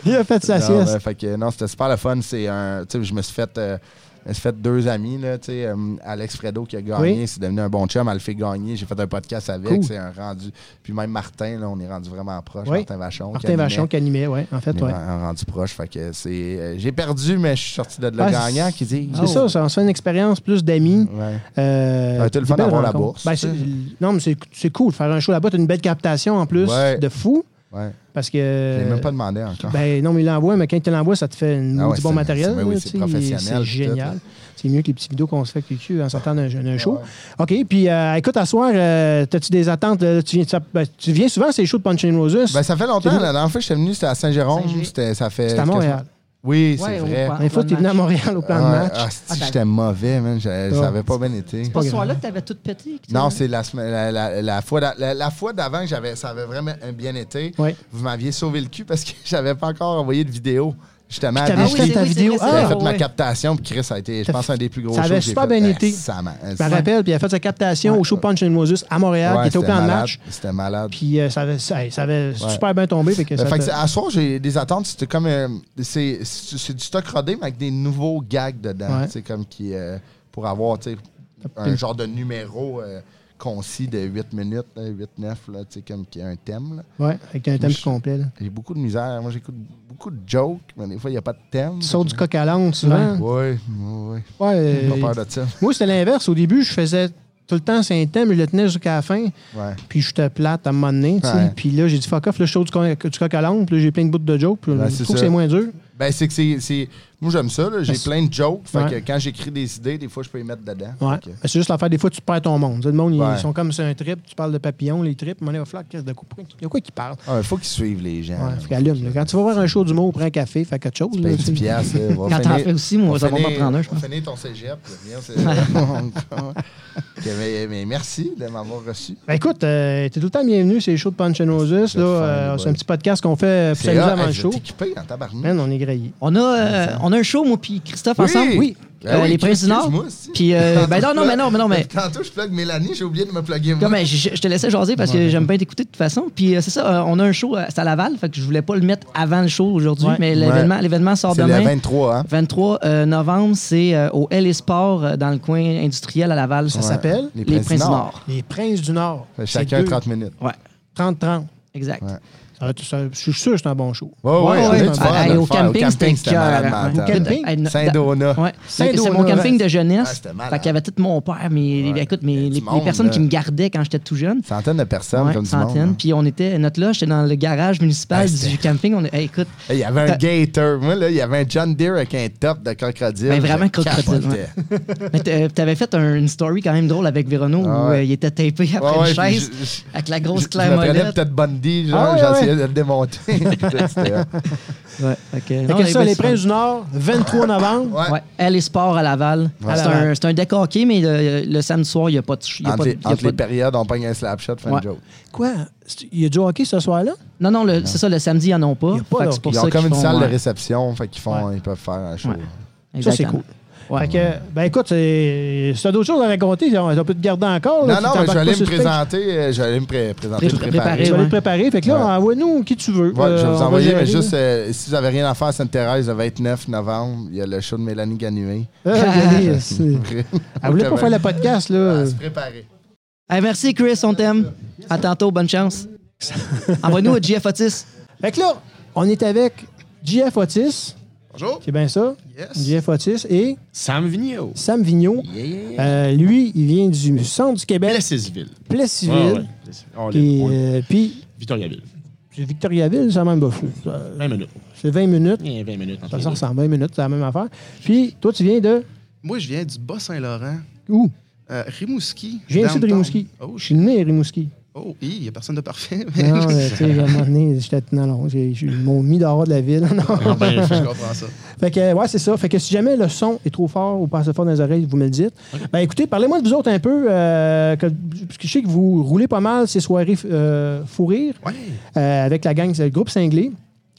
Il a fait sa
Non,
sieste.
ben, fait que, non, c'était super le fun. C'est un, tu sais, je me suis fait, euh, je me suis fait deux amis là. tu sais, euh, Alex Fredo qui a gagné, c'est devenu un bon chum. Elle le fait gagner. J'ai fait un podcast avec.
Cool.
C'est un rendu. Puis même Martin, là, on est rendu vraiment proche.
Oui.
Martin Vachon. qui
Martin
animait.
Vachon qui animait, ouais, en fait,
On est
ouais.
ren- rendu proche. Fait que c'est, euh, j'ai perdu, mais je suis sorti de là
Ah,
gagnant. Qui dit. oh. Mm.
C'est ça, ça en fait une expérience plus d'amis.
Ouais.
Euh,
Ça a été Ah, le
des
fun
belles
d'avoir la
rencontres.
bourse.
Ben, c'est- non, mais c'est c'est cool. Faire un show là-bas, t'as une belle captation en plus
Ouais.
de fou.
Ouais.
Parce que.
J'ai même pas demandé encore.
Euh, Ben non, mais il l'envoie, mais quand il te l'envoie, ça te fait une-
Ah ouais,
du bon
c'est-
matériel.
c'est- ben oui,
là,
c'est
tu sais,
professionnel,
C'est
puis
génial.
tout, Ah
C'est mieux que les petites vidéos qu'on se fait avec YouTube en sortant d'un d'un show. OK, puis euh, écoute, à soir, euh, t'as-tu des attentes? euh, tu, viens, tu- ben, tu viens souvent à ces shows de Punch and Roses?
Ben, ça fait longtemps.
C'est-
La dernière fois que j'étais venu, c'était à Saint-Jérôme.
Saint-Gé.
C'était, ça fait.
c'est à Montréal.
Oui,
Ouais,
c'est
au
vrai.
parc.
Une fois,
Plan de
t'es venu à
match.
Montréal au plan de
Ah,
match.
ah, si,
Ah, ben-
j'étais mauvais, man. Je-
Ah.
Ça avait pas bien
Pas
été.
Pas
ce
grave.
soir-là, t'avais tout pété. que tu-
Non, c'est la, semaine- la, la, la fois d'a- la, la fois d'avant que j'avais, ça avait vraiment bien été.
Ouais.
Vous m'aviez sauvé le cul parce que *laughs* j'avais pas encore envoyé de vidéo. Justement,
Puis t'avais
Ah
avant
oui,
acheté
c'est-
ta
oui, c'est
vidéo.
vrai, c'est
Ah!
j'avais
vrai.
fait ma
ouais.
captation, puis Chris a été, je
Ça
pense,
fait-
un des plus gros
ça
shows
avait
que j'ai
super
fait.
bien
Eh,
été.
Ça m'a-
Je me rappelle, puis il a fait sa captation au show Punch and Moses à Montréal,
Ouais,
qui était au
c'était
plan de
malade,
match.
C'était malade.
Puis euh, ça avait, ça, ça avait super bien tombé. Fait que
Euh,
ça
fait que
te-
c'est- à soir, j'ai des attentes. C'était comme. euh, c'est c'est- c'est du stock rodé, mais avec des nouveaux gags dedans.
Ouais.
C'est comme qui. euh, pour avoir, tu sais, un genre de numéro euh, concis de 8 minutes, 8-9, là, tu sais, comme qui a un thème, là.
Ouais, avec un thème
Je-
complet. là.
J'ai beaucoup de misère. Moi, j'écoute beaucoup de jokes, mais des fois, il n'y a pas de thème.
Tu sautes du coq à l'âne souvent.
Oui, oui,
Ouais,
oui.
euh,
Pas peur de ça.
Moi, c'était l'inverse. Au début, je faisais tout le temps saint thème, je le tenais jusqu'à la fin,
Ouais.
puis j'étais plate à un moment donné. tu sais.
Ouais.
Puis là, j'ai dit fuck off, là, je saute du coq du coq à l'âne, puis là, j'ai plein de bouts de jokes, puis
Ouais,
je
c'est
trouve que
ça.
c'est moins dur.
Ben, c'est que c'est. c'est- Moi, j'aime ça, là. J'ai
Ben, c'est-
plein de jokes. Fait
Ouais.
que quand j'écris des idées, des fois, je peux y mettre dedans.
Ouais.
Fait que-
Mais C'est juste l'affaire, des fois, tu perds ton monde. Tu sais, Le monde,
Ouais.
ils sont comme sur un trip, tu parles de papillons, les trips, mon va falloir de quoi il y a quoi qui parle?
Ah, il faut qu'ils suivent les gens.
Ouais,
là.
fait qu'allume, là. Quand tu vas voir un show d'humour, prends un café, fais quelque chose. là,
Ben,
tu sais.
10 piastres, là, on va
Quand t'en
finir-
fais aussi, moi,
on
ça va
finir-
m'en prendre un, je
on
pense.
finir ton cégep. là. Viens,
*laughs*
c'est- Ok, mais, mais merci de m'avoir reçu.
Ben, écoute, euh, t'es tout le temps bienvenu, c'est les shows de Punch and Roses. là,
C'est le fun,
euh,
ouais.
c'est un petit podcast qu'on fait pour s'amuser
là,
avant
hey,
le
vous
show.
êtes équipé en tabarnak.
Man, on est grillé.
On a, euh, on a un show, moi, puis Christophe,
Oui.
ensemble. Oui.
Ben
Euh,
oui,
les Princes du Nord.
excuse-moi aussi.
Puis,
*laughs*
euh, ben
Tantôt,
non, non,
je
mais non, mais non, mais.
Tantôt, je plug Mélanie, j'ai oublié de me plugger moi.
Comme, euh, je, je te laissais jaser parce que j'aime bien t'écouter de toute façon. Puis euh, c'est ça, euh, on a un show, euh, c'est à Laval, fait que je voulais pas le mettre avant le show aujourd'hui,
Ouais.
mais l'événement l'événement sort
C'est le
demain.
23, hein?
23 euh, novembre, c'est euh, au L Sport euh, dans le coin industriel à Laval. Ça
Ouais.
s'appelle
Les,
Les
Princes du
Princes
Nord.
Les Princes du Nord.
Chacun 30 minutes.
Ouais,
30-30.
exact.
Ouais.
Ça va être- ça- Je suis sûr que c'est un bon show.
Oh,
ouais,
ouais,
ouais.
ouais, tu vas
Ah,
en
hey, au
le faire.
camping, c'était
malade
cœur, hein.
mental.
Au camping?
Hey, no-
Saint-Donat.
Ouais.
Saint-Donat.
C'est mon camping de
Ah,
jeunesse.
c'était malade.
fait qu'il y avait tout mon père, mais
Ouais.
écoute,
Il y
mais
a
les,
du
les
monde,
personnes
là.
qui me gardaient quand j'étais tout jeune.
Centaines de personnes
Ouais,
comme du monde.
centaines.
hein.
Puis on était, notre loge, c'était dans le garage municipal
Ah, c'était-
du camping. On, hey, écoute,
Hey, Il y avait un
T'as-
gator. Moi, là, il y avait un John Deere avec un top de crocodile.
Ben, vraiment
Je
crocodile,
capotais.
ouais. mais t'a- euh, t'avais fait un- une story quand même drôle avec Vérono
Ah
où
ouais.
euh, il était tapé après
Ouais, ouais,
une chaise
puis je- je-
avec la
Je,
grosse
je me
Claire
prenais
Molette.
peut-être Bundy, genre,
Ah ouais,
j'essayais
ouais.
de le
*laughs*
démonter. C'était-
Ouais, fait que,
Fait
non,
que
on
ça,
avait
les
du
Princes
fun.
du Nord, 23 novembre.
Ouais.
Ouais, elle est sport à Laval.
Ouais.
C'est
À Laval.
un, c'est un deck hockey, mais le, le samedi soir, il n'y a pas de. il y a
entre
pas de-
les,
il y a
entre
pas
les
de-
périodes, on pogne un slap shot, fin
Ouais.
de joke.
Quoi? C'est- Il y a du hockey ce soir-là?
Non, non, le- c'est ça, le samedi, ils n'en ont pas.
Il y a pas
Fait que
de-
c'est pour
Ils
ça
ont comme
qu'ils
une
font,
salle de
ouais,
Ah
réception, fait qu'ils font, ils peuvent faire un show.
Ouais.
Ça, c'est
exactement.
cool.
Ouais.
Fait que, ben écoute, c'est- si t'as d'autres choses à raconter, on, on peut te garder encore. là,
Non,
tu
non,
t'embarques
mais
pas
j'allais
sur
me
le stage.
présenter, euh, j'allais me pré- présenter,
Pré-
me préparer.
Tu
préparer,
vas
ouais.
les préparer. Fait que là,
Ouais.
envoie-nous qui tu veux.
Ouais, je vais
Euh,
vous
on va
envoyer,
gérer,
mais
là. *laughs*
juste euh, si vous avez rien à faire à Sainte-Thérèse le 29 novembre, il y a le show de Mélanie Ganuet.
Ah, regardez, c'est- Elle voulait
*laughs*
pas
Ok,
faire
ben,
le podcast, là.
à se préparer.
Hey, merci, Chris, on t'aime. À tantôt, bonne *laughs* chance. Envoie-nous au GF Otis.
Fait que là, on est avec JF Otis.
Bonjour.
C'est bien ça?
Yes.
JF Otis et
Sam Vigneault.
Sam Vigneault.
Yeah, yeah, yeah.
Euh, lui, il vient du centre du Québec,
Plessisville. Ouais, ouais.
Plessisville.
Plessis- on
Puis,
l'est- on l'est.
euh, puis
Victoriaville.
c'est Victoriaville, c'est la même bafou. Euh,
20 minutes.
C'est 20 minutes.
Eh, 20 minutes. entre
Ça
les
se
deux.
ressemble, 20 minutes, c'est la même affaire. Puis, toi, tu viens de
Moi, je viens du Bas-Saint-Laurent.
où?
Euh, Rimouski.
Je viens aussi de
downtown.
Rimouski.
Oh,
Je
je
suis né à
*laughs*
Rimouski.
Oh, il n'y a personne de parfait. mais
Non,
*laughs*
euh, tu sais, à un moment donné, j'étais... Non, non, j'ai- j'ai- ils m'ont mis dehors de la ville. *laughs* Non.
Ah, ben, *laughs*
je comprends ça.
Fait que, euh, ouais, c'est ça. Fait que si jamais le son est trop fort ou pas assez fort dans les oreilles, vous me le dites. Ben écoutez, parlez-moi de vous autres un peu, euh, que- parce que je sais que vous roulez pas mal ces soirées euh, fou rire
Ouais.
euh, avec la gang, c'est le groupe Cinglé.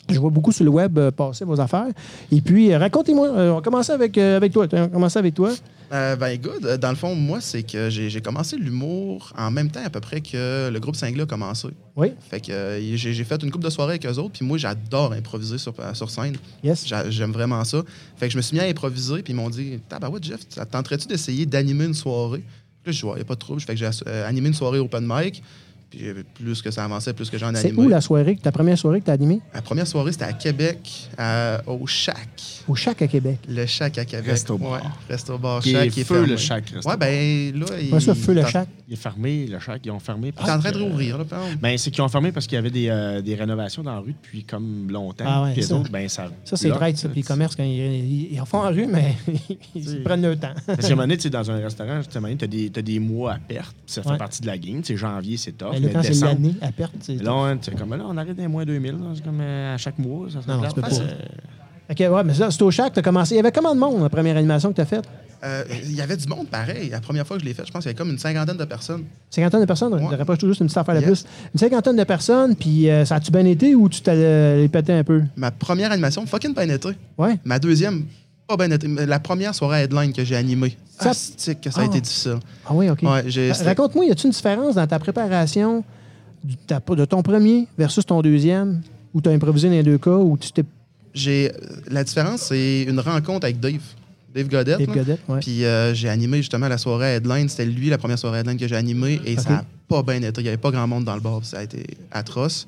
Je vois beaucoup sur le web euh, passer vos affaires. Et puis, euh, racontez-moi, euh, on va commencer avec, euh, avec toi. On va commencer avec toi.
Euh, ben, good. Euh, Dans le fond, moi, c'est que j'ai j'ai commencé l'humour en même temps à peu près que le groupe Singla a commencé.
Oui,
Fait que euh, j'ai j'ai fait une coupe de soirée avec eux autres, puis moi, j'adore improviser sur, euh, sur scène.
yes.
J'a- J'aime vraiment ça. Fait que je me suis mis à improviser, puis ils m'ont dit Tabarouette, Jeff, ça te tenterait-tu d'essayer d'animer une soirée Puis Là, je vois, il n'y a pas de trouble. Fait que j'ai ass- euh, animé une soirée open mic, puis euh, plus que ça avançait, plus que j'en
C'est
animais.
où la soirée, que- ta première soirée que tu as animée?
La première soirée, c'était à Québec, à- au Shack.
Au Chac à Québec.
Le Shack à Québec.
Resto bar.
Ouais, Resto bar.
Qui est
Shack,
feu,
fermé.
le Shack, resto
Ouais,
bar.
ben là, il.
Moi, ça, feu le
t'en-
Chac.
Il est fermé, le chac, ils ont fermé.
Ah,
T'es en train de rouvrir, là, par exemple.
Ben, c'est qu'ils ont fermé parce qu'il y avait des, euh, des rénovations dans la rue depuis comme longtemps.
Ah ouais,
Puis les
ça.
autres, ben, ça.
Ça, c'est
bloque,
vrai, ça. Puis les
tu sais.
commerces, quand ils, ils en font en rue, mais *laughs* ils prennent leur temps. *laughs*
Parce qu'à un moment donné, tu sais, dans un restaurant, tu as, des mois à perte. Ça fait
Ouais.
partie de la game. Tu sais, janvier, c'est top.
Mais là,
mais
quand c'est
décembre,
l'année à perte, c'est.
Mais Là, on, tu sais, comme, là, on arrête des moins 2000. là, C'est comme euh, à chaque mois. Ça, ça
Non, non,
clair.
tu peux
Ah,
pas.
c'est-
OK, ouais, mais ça, c'est au Shack, t'as commencé. Il y avait comment de monde, la première animation que t'as faite?
Euh, Il y avait du monde pareil. La première fois que je l'ai fait, je pense qu'il y avait comme une cinquantaine de personnes.
Cinquantaine de personnes,
Ouais.
t'aurais pas juste une petite affaire de
Yes.
plus. Une cinquantaine de personnes, puis euh, ça a-tu bien été ou tu t'allais les péter un peu?
Ma première animation, fucking bien été.
Ouais.
Ma deuxième, pas bien été. La première soirée headline que j'ai animée.
Ça-
Ça, que ça a
Ah.
été difficile.
Ah oui, OK.
Ouais, j'ai-
Ra-
c'était-
Raconte-moi, y a-tu une différence dans ta préparation du- ta- de ton premier versus ton deuxième, où t'as improvisé dans les deux cas, où tu t'es
J'ai euh, la différence, c'est une rencontre avec Dave, Dave Godette.
t'es
là.
godette? Ouais.
Puis euh, j'ai animé justement la soirée à Headline. C'était lui la première soirée à Headline que j'ai animée et
Ok.
ça a pas bien été. Il n'y avait pas grand monde dans le bar. puis Ça a été atroce.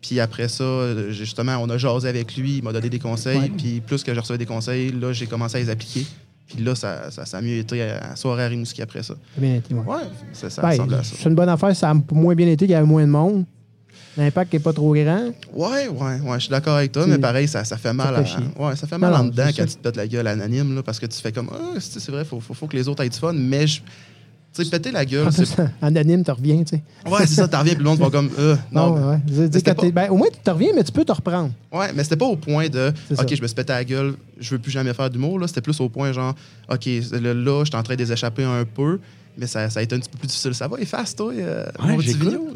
Puis après ça, euh, j'ai- justement, on a jasé avec lui. Il m'a donné des conseils.
Ouais.
Puis plus que je recevais des conseils, là, j'ai commencé à les appliquer. Puis là, ça, ça, ça a mieux été à la soirée à Rimouski après ça.
T'as bien été, ouais.
Ouais, ça, ça
Ben,
ressemble à ça.
c'est une bonne affaire, ça a moins bien été qu'il y avait moins de monde. L'impact n'est pas trop grand.
Ouais, ouais, ouais, je suis d'accord avec toi,
C'est-
mais pareil, ça, ça fait mal.
fait
à-
chier.
ouais, ça fait mal
Non,
en
non,
dedans
c'est ça.
quand tu te pètes la gueule anonyme, là, parce que tu fais comme, ah, c'est c'est vrai, faut, faut, faut que les autres aient du fun, mais je. Tu sais, péter la
*laughs*
gueule,
En
Ah, c'est.
plus, anonyme, tu reviens, tu sais.
Ouais, c'est ça, t'en reviens, puis l'autre va comme, euh, non.
ouais, ouais. Dis- dis
c'était
que t'es- ben, au moins, tu te reviens, mais tu peux te reprendre. *coughs*
Ouais, mais c'était pas au point de,
C'est ça.
OK, je me suis pété la gueule, je veux plus jamais faire d'humour, là. C'était plus au point, genre, OK, le- là, je suis en train de les échapper un peu, mais ça, ça a été un petit peu plus difficile. Ça va, efface, toi, euh, mon petit
j'écoute.
vidéo.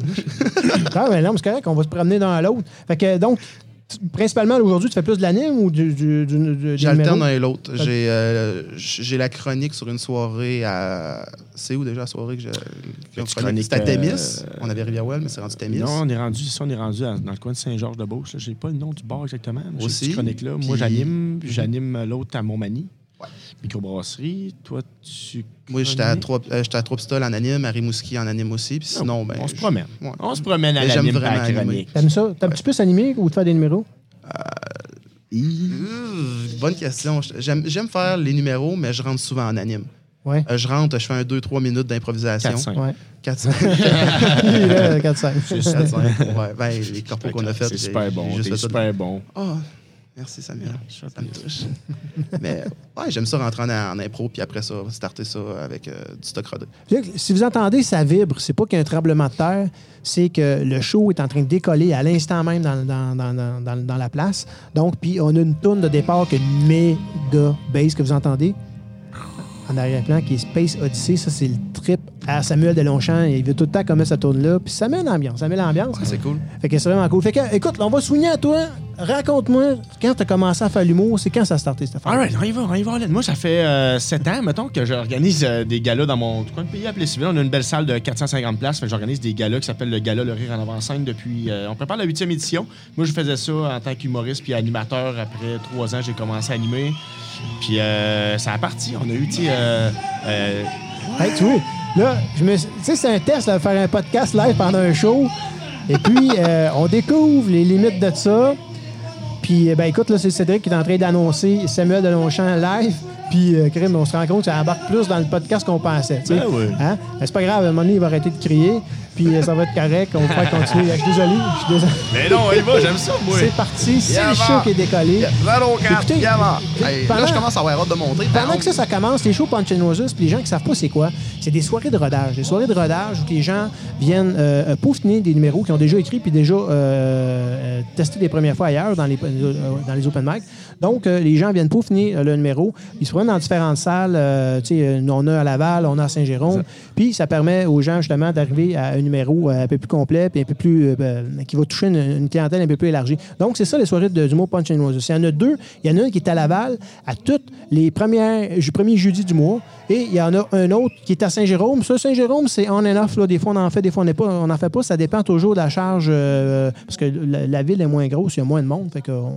Ah, mais non, mais c'est correct, on va se promener dans l'autre. Fait que donc, t- principalement aujourd'hui, tu fais plus de l'anime ou du, du, du, du- des
J'alterne
numéros?
l'un et l'autre.
T'as-
J'ai euh, j'ai la chronique sur une soirée à. C'est où déjà la soirée que j'ai.
Petite chronique,
C'était à Témis.
euh,
On avait Rivière-Well, mais c'est rendu Témis.
Non, on est rendu, ça, on est rendu à- dans le coin de Saint-Georges-de-Beauce. là. J'ai pas le nom du bar exactement. mais j'ai
Aussi.
cette chronique-là. Moi,
Puis-
j'anime. puis J'anime l'autre à Montmagny.
Ouais.
Microbrasserie. Toi, tu.
Moi, j'étais à Trois- euh, j'étais à Trois-Pistoles en anime, à Rimouski en anime aussi. Puis sinon, ben.
Ah, on se
je-
promène.
Ouais.
On se promène à
Mais j'aime
l'anime à la
vraiment
chronique.
T'aimes ça? T'aimes-tu plus animé ou te faire des numéros?
Euh, Bonne question. J'aime j'aime faire les numéros, mais je rentre souvent en anime.
Ouais.
Euh, je rentre, je fais un 2-3 minutes d'improvisation.
4-5.
Ouais.
4-5.
*laughs*
Puis, euh, là, 4-5.
Ouais, ben, les corpos qu'on a fait.
C'est super bon. C'est super bon.
Ah,
Oh, merci Samuel.
je
ça me touche.
*laughs*
Mais ouais, j'aime ça rentrer en, en impro, puis après ça, starter ça avec euh, du stock rodé.
Là, Si vous entendez, ça vibre. C'est pas qu'il y a un tremblement de terre, c'est que le show est en train de décoller à l'instant même dans, dans- dans- dans- dans- dans la place. Donc, puis on a une tourne de départ qui est une méga base que vous entendez en arrière-plan qui est Space Odyssey. Ça, c'est le trip à Samuel Delonchamp. Il veut tout le temps comment ça tourne là. Puis ça met l'ambiance. Ça met l'ambiance.
Ouais, c'est cool.
Fait que c'est vraiment cool. Fait que, écoute, on va souligner à toi. Raconte-moi, quand t'as commencé à faire l'humour, c'est quand ça a starté cette affaire?
All right, on y va, on y va, Alain. Moi, ça fait 7 ans, mettons, que j'organise euh, des galas dans mon coin de pays appelé Civil. On a une belle salle de 450 places. Fait que J'organise des galas qui s'appellent le Gala Le Rire en avant-scène depuis. euh, on prépare la 8 édition. Moi, je faisais ça en tant qu'humoriste puis animateur. Après 3 ans, j'ai commencé à animer. Puis euh, ça a parti. On a eu, tu sais, euh, euh,
Hey, tu vois, là, je me... tu sais, c'est un test, là, de faire un podcast live pendant un show. Et puis, *laughs* euh, on découvre les limites de ça. Puis, euh, ben écoute, là, c'est Cédric qui est en train d'annoncer Samuel Delonchamp live. Puis, euh, crime, on se rend compte que ça embarque plus dans le podcast qu'on pensait. tu sais.
Ben oui.
Hein? Mais c'est pas grave, à un moment donné, il va arrêter de crier. Puis, euh, ça va être correct. On
*laughs*
va pouvoir continuer. Je suis désolé. Je suis désolé.
Mais non, on y va, j'aime ça, moi.
C'est parti. C'est
Yeah,
le
va.
show qui est décollé.
Allons,
Écoutez, écoutez,
Hey,
pendant-
Là, je commence à avoir hâte de monter.
pendant que ça, ça commence, les shows Punch and Roses, puis les gens qui savent pas c'est quoi, c'est des soirées de rodage. Des soirées de rodage où les gens viennent euh, euh, peaufiner des numéros qu'ils ont déjà écrits puis déjà euh, euh, testés des premières fois ailleurs dans les, euh, dans les open mic. Donc, euh, les gens viennent peaufiner euh, le numéro. Ils se promènent dans différentes salles. euh, tu sais, euh, on a à Laval, on a à Saint-Jérôme. Puis, ça permet aux gens, justement, d'arriver à un numéro euh, un peu plus complet puis un peu plus... euh, euh, qui va toucher une, une clientèle un peu plus élargie. Donc, c'est ça, les soirées de- d'humour Punch and Roses. Il y en a deux. Il y en a une qui est à Laval à toutes les premières, ju- premiers jeudis du mois. Et il y en a un autre qui est à Saint-Jérôme. Ça, Saint-Jérôme, c'est on and off. Là. Des fois, on en fait, des fois, on n'est pas- on n'en fait pas. Ça dépend toujours de la charge euh, parce que la, la ville est moins grosse, il y a moins de monde. Fait qu'on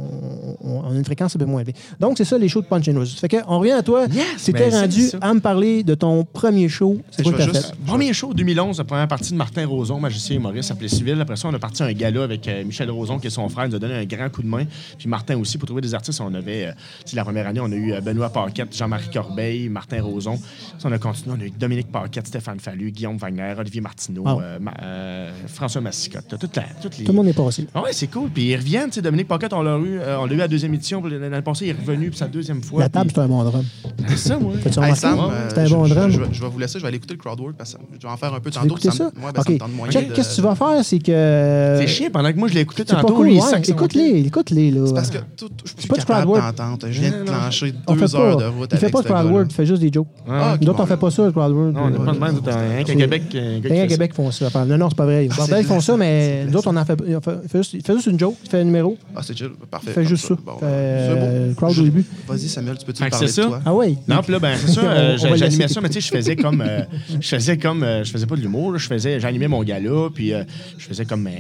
on- on a une fréquence un peu moins élevée. Donc, c'est ça, les shows de Punch and Roses. Fait qu'on revient à toi.
Yes,
C'était
ben, c'est
rendu
ça.
à me parler de ton premier show. C'est quoi
Je
que
vais
t'as
juste-
fait?
Premier show 2011, la première partie de Martin Roson, magicien et Maurice, appelé Civil. Après ça, on a parti un gala avec euh, Michel Roson, qui est son frère, il nous a donné un grand coup de main. Puis Martin aussi, pour trouver des artistes, on avait, euh, tu sais, la première année, on a eu euh, Benoît Paquette, Jean-Marie Corbeil, Martin Roson. Puis on a continué, on a eu Dominique Paquette, Stéphane Fallu, Guillaume Wagner, Olivier Martineau,
Wow.
euh, Ma- euh, François Massicotte. Toute la- toutes les...
Tout le monde est passé.
Ah ouais, c'est cool. Puis ils reviennent, tu sais, Dominique Paquette, on l'a eu, euh, on l'a eu à la deuxième édition. Puis L'année passée, il est revenu, puis sa deuxième fois.
La table,
puis-
c'est un bon drame.
c'est ça, moi.
Fais-tu
Hey,
remarquer?
Sam, euh,
C'était un
je-
bon
je,
drame.
Je, vais- je vais vous laisser, je vais aller écouter le crowdwork parce que je vais en faire un peu
Tu veux
tantôt.
écouter
ça
ça?
me- ouais, ben, ça me
OK.
tente moins
Check,
de-
qu'est-ce que tu vas faire, c'est que...
C'est chiant, pendant que moi, je l'ai écouté
Euh, C'est pas
tantôt.
cool, ouais.
il sac son
Écoute-les, écoute-les, là.
C'est parce que tout, je suis plus
pas du
capable
crowdwork.
d'entendre. Je viens de clencher
On fait
deux
pas,
heures de route
il fait
avec
pas de
ce gars-là.
crowdword, il fait juste des jokes.
Ah,
ok,
D'autres,
bon,
on fait pas ça, le crowdword.
Non, on n'est pas de même. Rien qu'à
C'est-
Québec,
euh,
un gars qui
Rien
fait
à
ça.
Québec font ça. la part. Non, non, c'est pas vrai. Les bordels
Ah, c'est
font
blessant.
ça, mais
C'est
nous autres, on en fait, on fait- fait juste, il fait juste une joke, il fait un numéro,
Ah, c'est chill. Parfait.
il fait
comme
juste ça.
Bon,
Fait,
c'est beau.
euh, crowd
Je-
au début.
Vas-y, Samuel, tu peux-tu
Fait
me
que
parler
c'est
de
ça.
toi?
Ah ouais.
Non, puis là, ben, c'est ça,
On-
euh,
on va
j'a-
le
j'animais
laisser
ça, mais tu sais, je faisais comme. euh, je faisais comme. euh, je faisais pas de l'humour, là, je faisais. J'animais mon gala, puis euh, je faisais comme euh,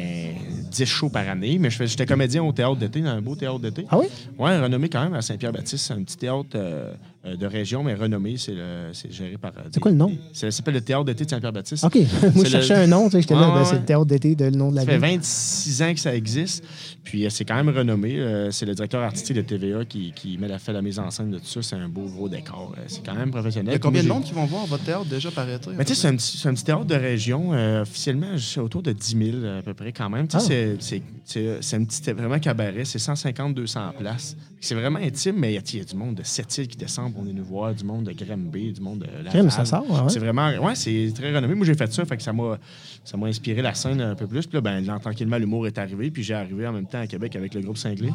10 shows par année, mais je fais- j'étais comédien au théâtre d'été, dans un beau théâtre d'été.
Ah oui?
Ouais, renommé quand même à Saint-Pierre-Baptiste, c'est un petit théâtre euh, euh, de région, mais renommé, c'est le- c'est géré par. euh,
C'est quoi le nom?
Ça s'appelle le théâtre d'été de Saint-Pierre-Baptiste.
OK. *laughs* Moi, je
C'est le-
cherchais un nom, tu sais, j'étais là,
Ouais,
ben,
ouais,
c'est le
ouais.
théâtre d'été, de- le nom de la
Ça fait
ville.
26 ans que ça existe. Puis euh, c'est quand même renommé. Euh, c'est le directeur artistique de TVA qui, qui met la, fait la mise en scène de tout ça. C'est un beau gros décor. Euh, c'est quand même
Il
professionnel.
y a combien de
Puis moi,
monde
j'ai-
qui vont voir votre théâtre déjà paraître?
Mais tu sais, c'est un, petit- c'est un petit théâtre de région. Euh, officiellement, c'est autour de 10 000 à peu près quand même. Tu sais,
Ah.
c'est- c'est- c'est c'est un petit vraiment cabaret. C'est 150-200 places. C'est vraiment intime, mais il y a- il y, a du monde de Sept-Îles qui descend pour venir nous voir, du monde de Granby, du monde de Laval.
Crime, ça sort, ah ouais?
C'est vraiment... Ouais, c'est très renommé. Moi, j'ai fait ça, fait que ça m'a ça m'a inspiré la scène un peu plus. Puis là, ben, là, tranquillement, l'humour est arrivé. Puis j'ai arrivé en même temps à Québec avec le groupe Cinglé.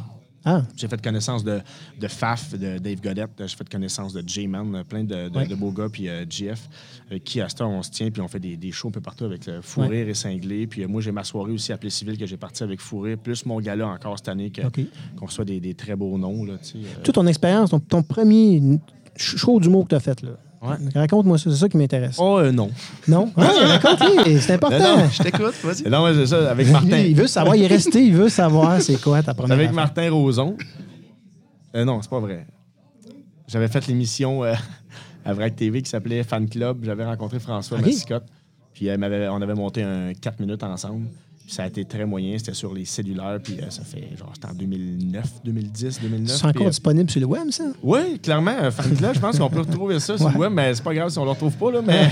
Ah,
J'ai fait connaissance de, de Faf, de Dave Godette, j'ai fait connaissance de J-Man, euh, plein de, de,
Ouais.
de beaux gars, puis euh, GF, avec qui à ce temps on se tient, puis on fait des, des shows un peu partout avec euh, Fou
Ouais.
Rire et Cinglé. Puis euh, moi, j'ai ma soirée aussi appelée Civil que j'ai parti avec Fou Rire, plus mon gala encore cette année, que-
OK.
qu'on reçoit des, des très beaux noms. Là, tu sais, euh.
toute ton expérience, ton, ton premier show d'humour que tu as fait, là.
Ouais.
Raconte-moi ça, c'est ça qui m'intéresse.
Oh, euh, non.
Non? Ah, Ouais, raconte-le, c'est important.
non,
*laughs* Je t'écoute, vas-y.
Non, mais c'est ça, avec Martin.
Lui, il veut savoir, il est resté, il veut savoir c'est quoi ta première
Avec
affaire.
Martin Roson. Euh, non, c'est pas vrai. J'avais fait l'émission euh, *laughs* à Vrac TV qui s'appelait Fan Club. J'avais rencontré François
Ok.
Massicotte. Puis elle m'avait- on avait monté un 4 minutes ensemble. Puis ça a été très moyen. C'était sur les cellulaires. Puis euh, ça fait genre, c'était en 2009, 2010, 2009.
C'est encore
Puis, euh,
disponible sur le web, ça?
oui, clairement, euh, Fan Club, je pense qu'on peut retrouver ça sur le web, mais c'est pas grave si on le retrouve pas. Là,
*laughs*
mais,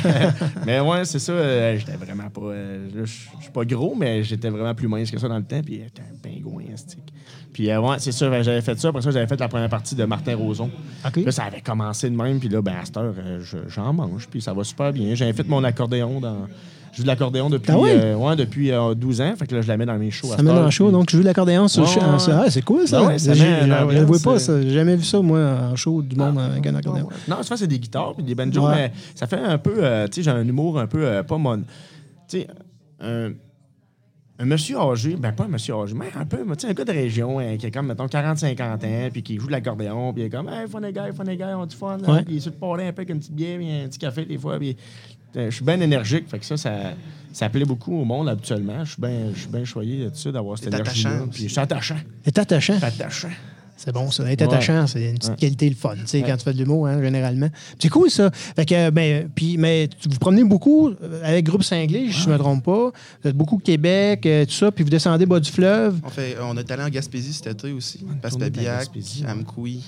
mais ouais, c'est ça. euh, j'étais vraiment pas. euh, là, je je suis pas gros, mais j'étais vraiment plus mince que ça dans le temps. Puis j'étais un euh, pingouin, stick. Puis euh, ouais, c'est sûr, ben, j'avais fait ça. Après ça, j'avais fait la première partie de Martin Roson.
OK.
Là, ça avait commencé de même. Puis là, ben, à cette heure, euh, je- j'en mange. Puis ça va super bien. J'avais fait mon accordéon dans. Je joue de l'accordéon depuis,
Ah oui?
euh, ouais, depuis euh, 12 ans. Fait que là, je la mets dans mes shows. à
Ça
cette
met dans
heure,
le show,
puis-
donc je joue de l'accordéon sur
Ouais,
le show.
ouais.
Ah, ça- ah, c'est cool ça.
Ben ouais, Ah, ça
J'ai-
met
je
l'ambiance,
ne vois pas
euh,
ça. J'ai jamais vu ça, moi, en show du monde avec un accordéon.
Non, souvent, c'est des guitares puis des banjos,
Ouais.
mais ça fait un peu. euh, tu sais, j'ai un humour un peu euh, pas mon. Tu sais, un, un monsieur âgé, ben pas un monsieur âgé, mais un peu, tu sais, un gars de région hein, qui est comme, mettons, 40-50 ans, puis qui joue de l'accordéon, puis il est comme, hey, funny guy, funny guy, on du fun, là.
Ouais.
puis il est sur le parler un peu avec une petite bière, puis un petit café des fois, puis. euh, Je suis bien énergique, fait que ça, ça, ça plaît beaucoup au monde habituellement. Je suis bien je suis bien choyé là-dessus d'avoir cette
T'es
énergie-là.
attachant
Puis
aussi.
je suis attachant.
Est attachant.
T'es attachant.
C'est bon, ça. Être
Ouais.
attachant, c'est une petite qualité, le fun, tu sais, quand tu fais de l'humour, hein, généralement. Puis C'est cool, ça. Fait que, euh, ben, puis, mais tu- vous promenez beaucoup euh, avec Groupe Cinglé, si je ne me trompe pas. Vous êtes beaucoup au Québec, euh, tout ça, puis vous descendez bas du fleuve.
On, fait, euh, on est allé en Gaspésie cet été aussi.
par
Passpabiac,
Gaspésie, ouais.
Amkoui.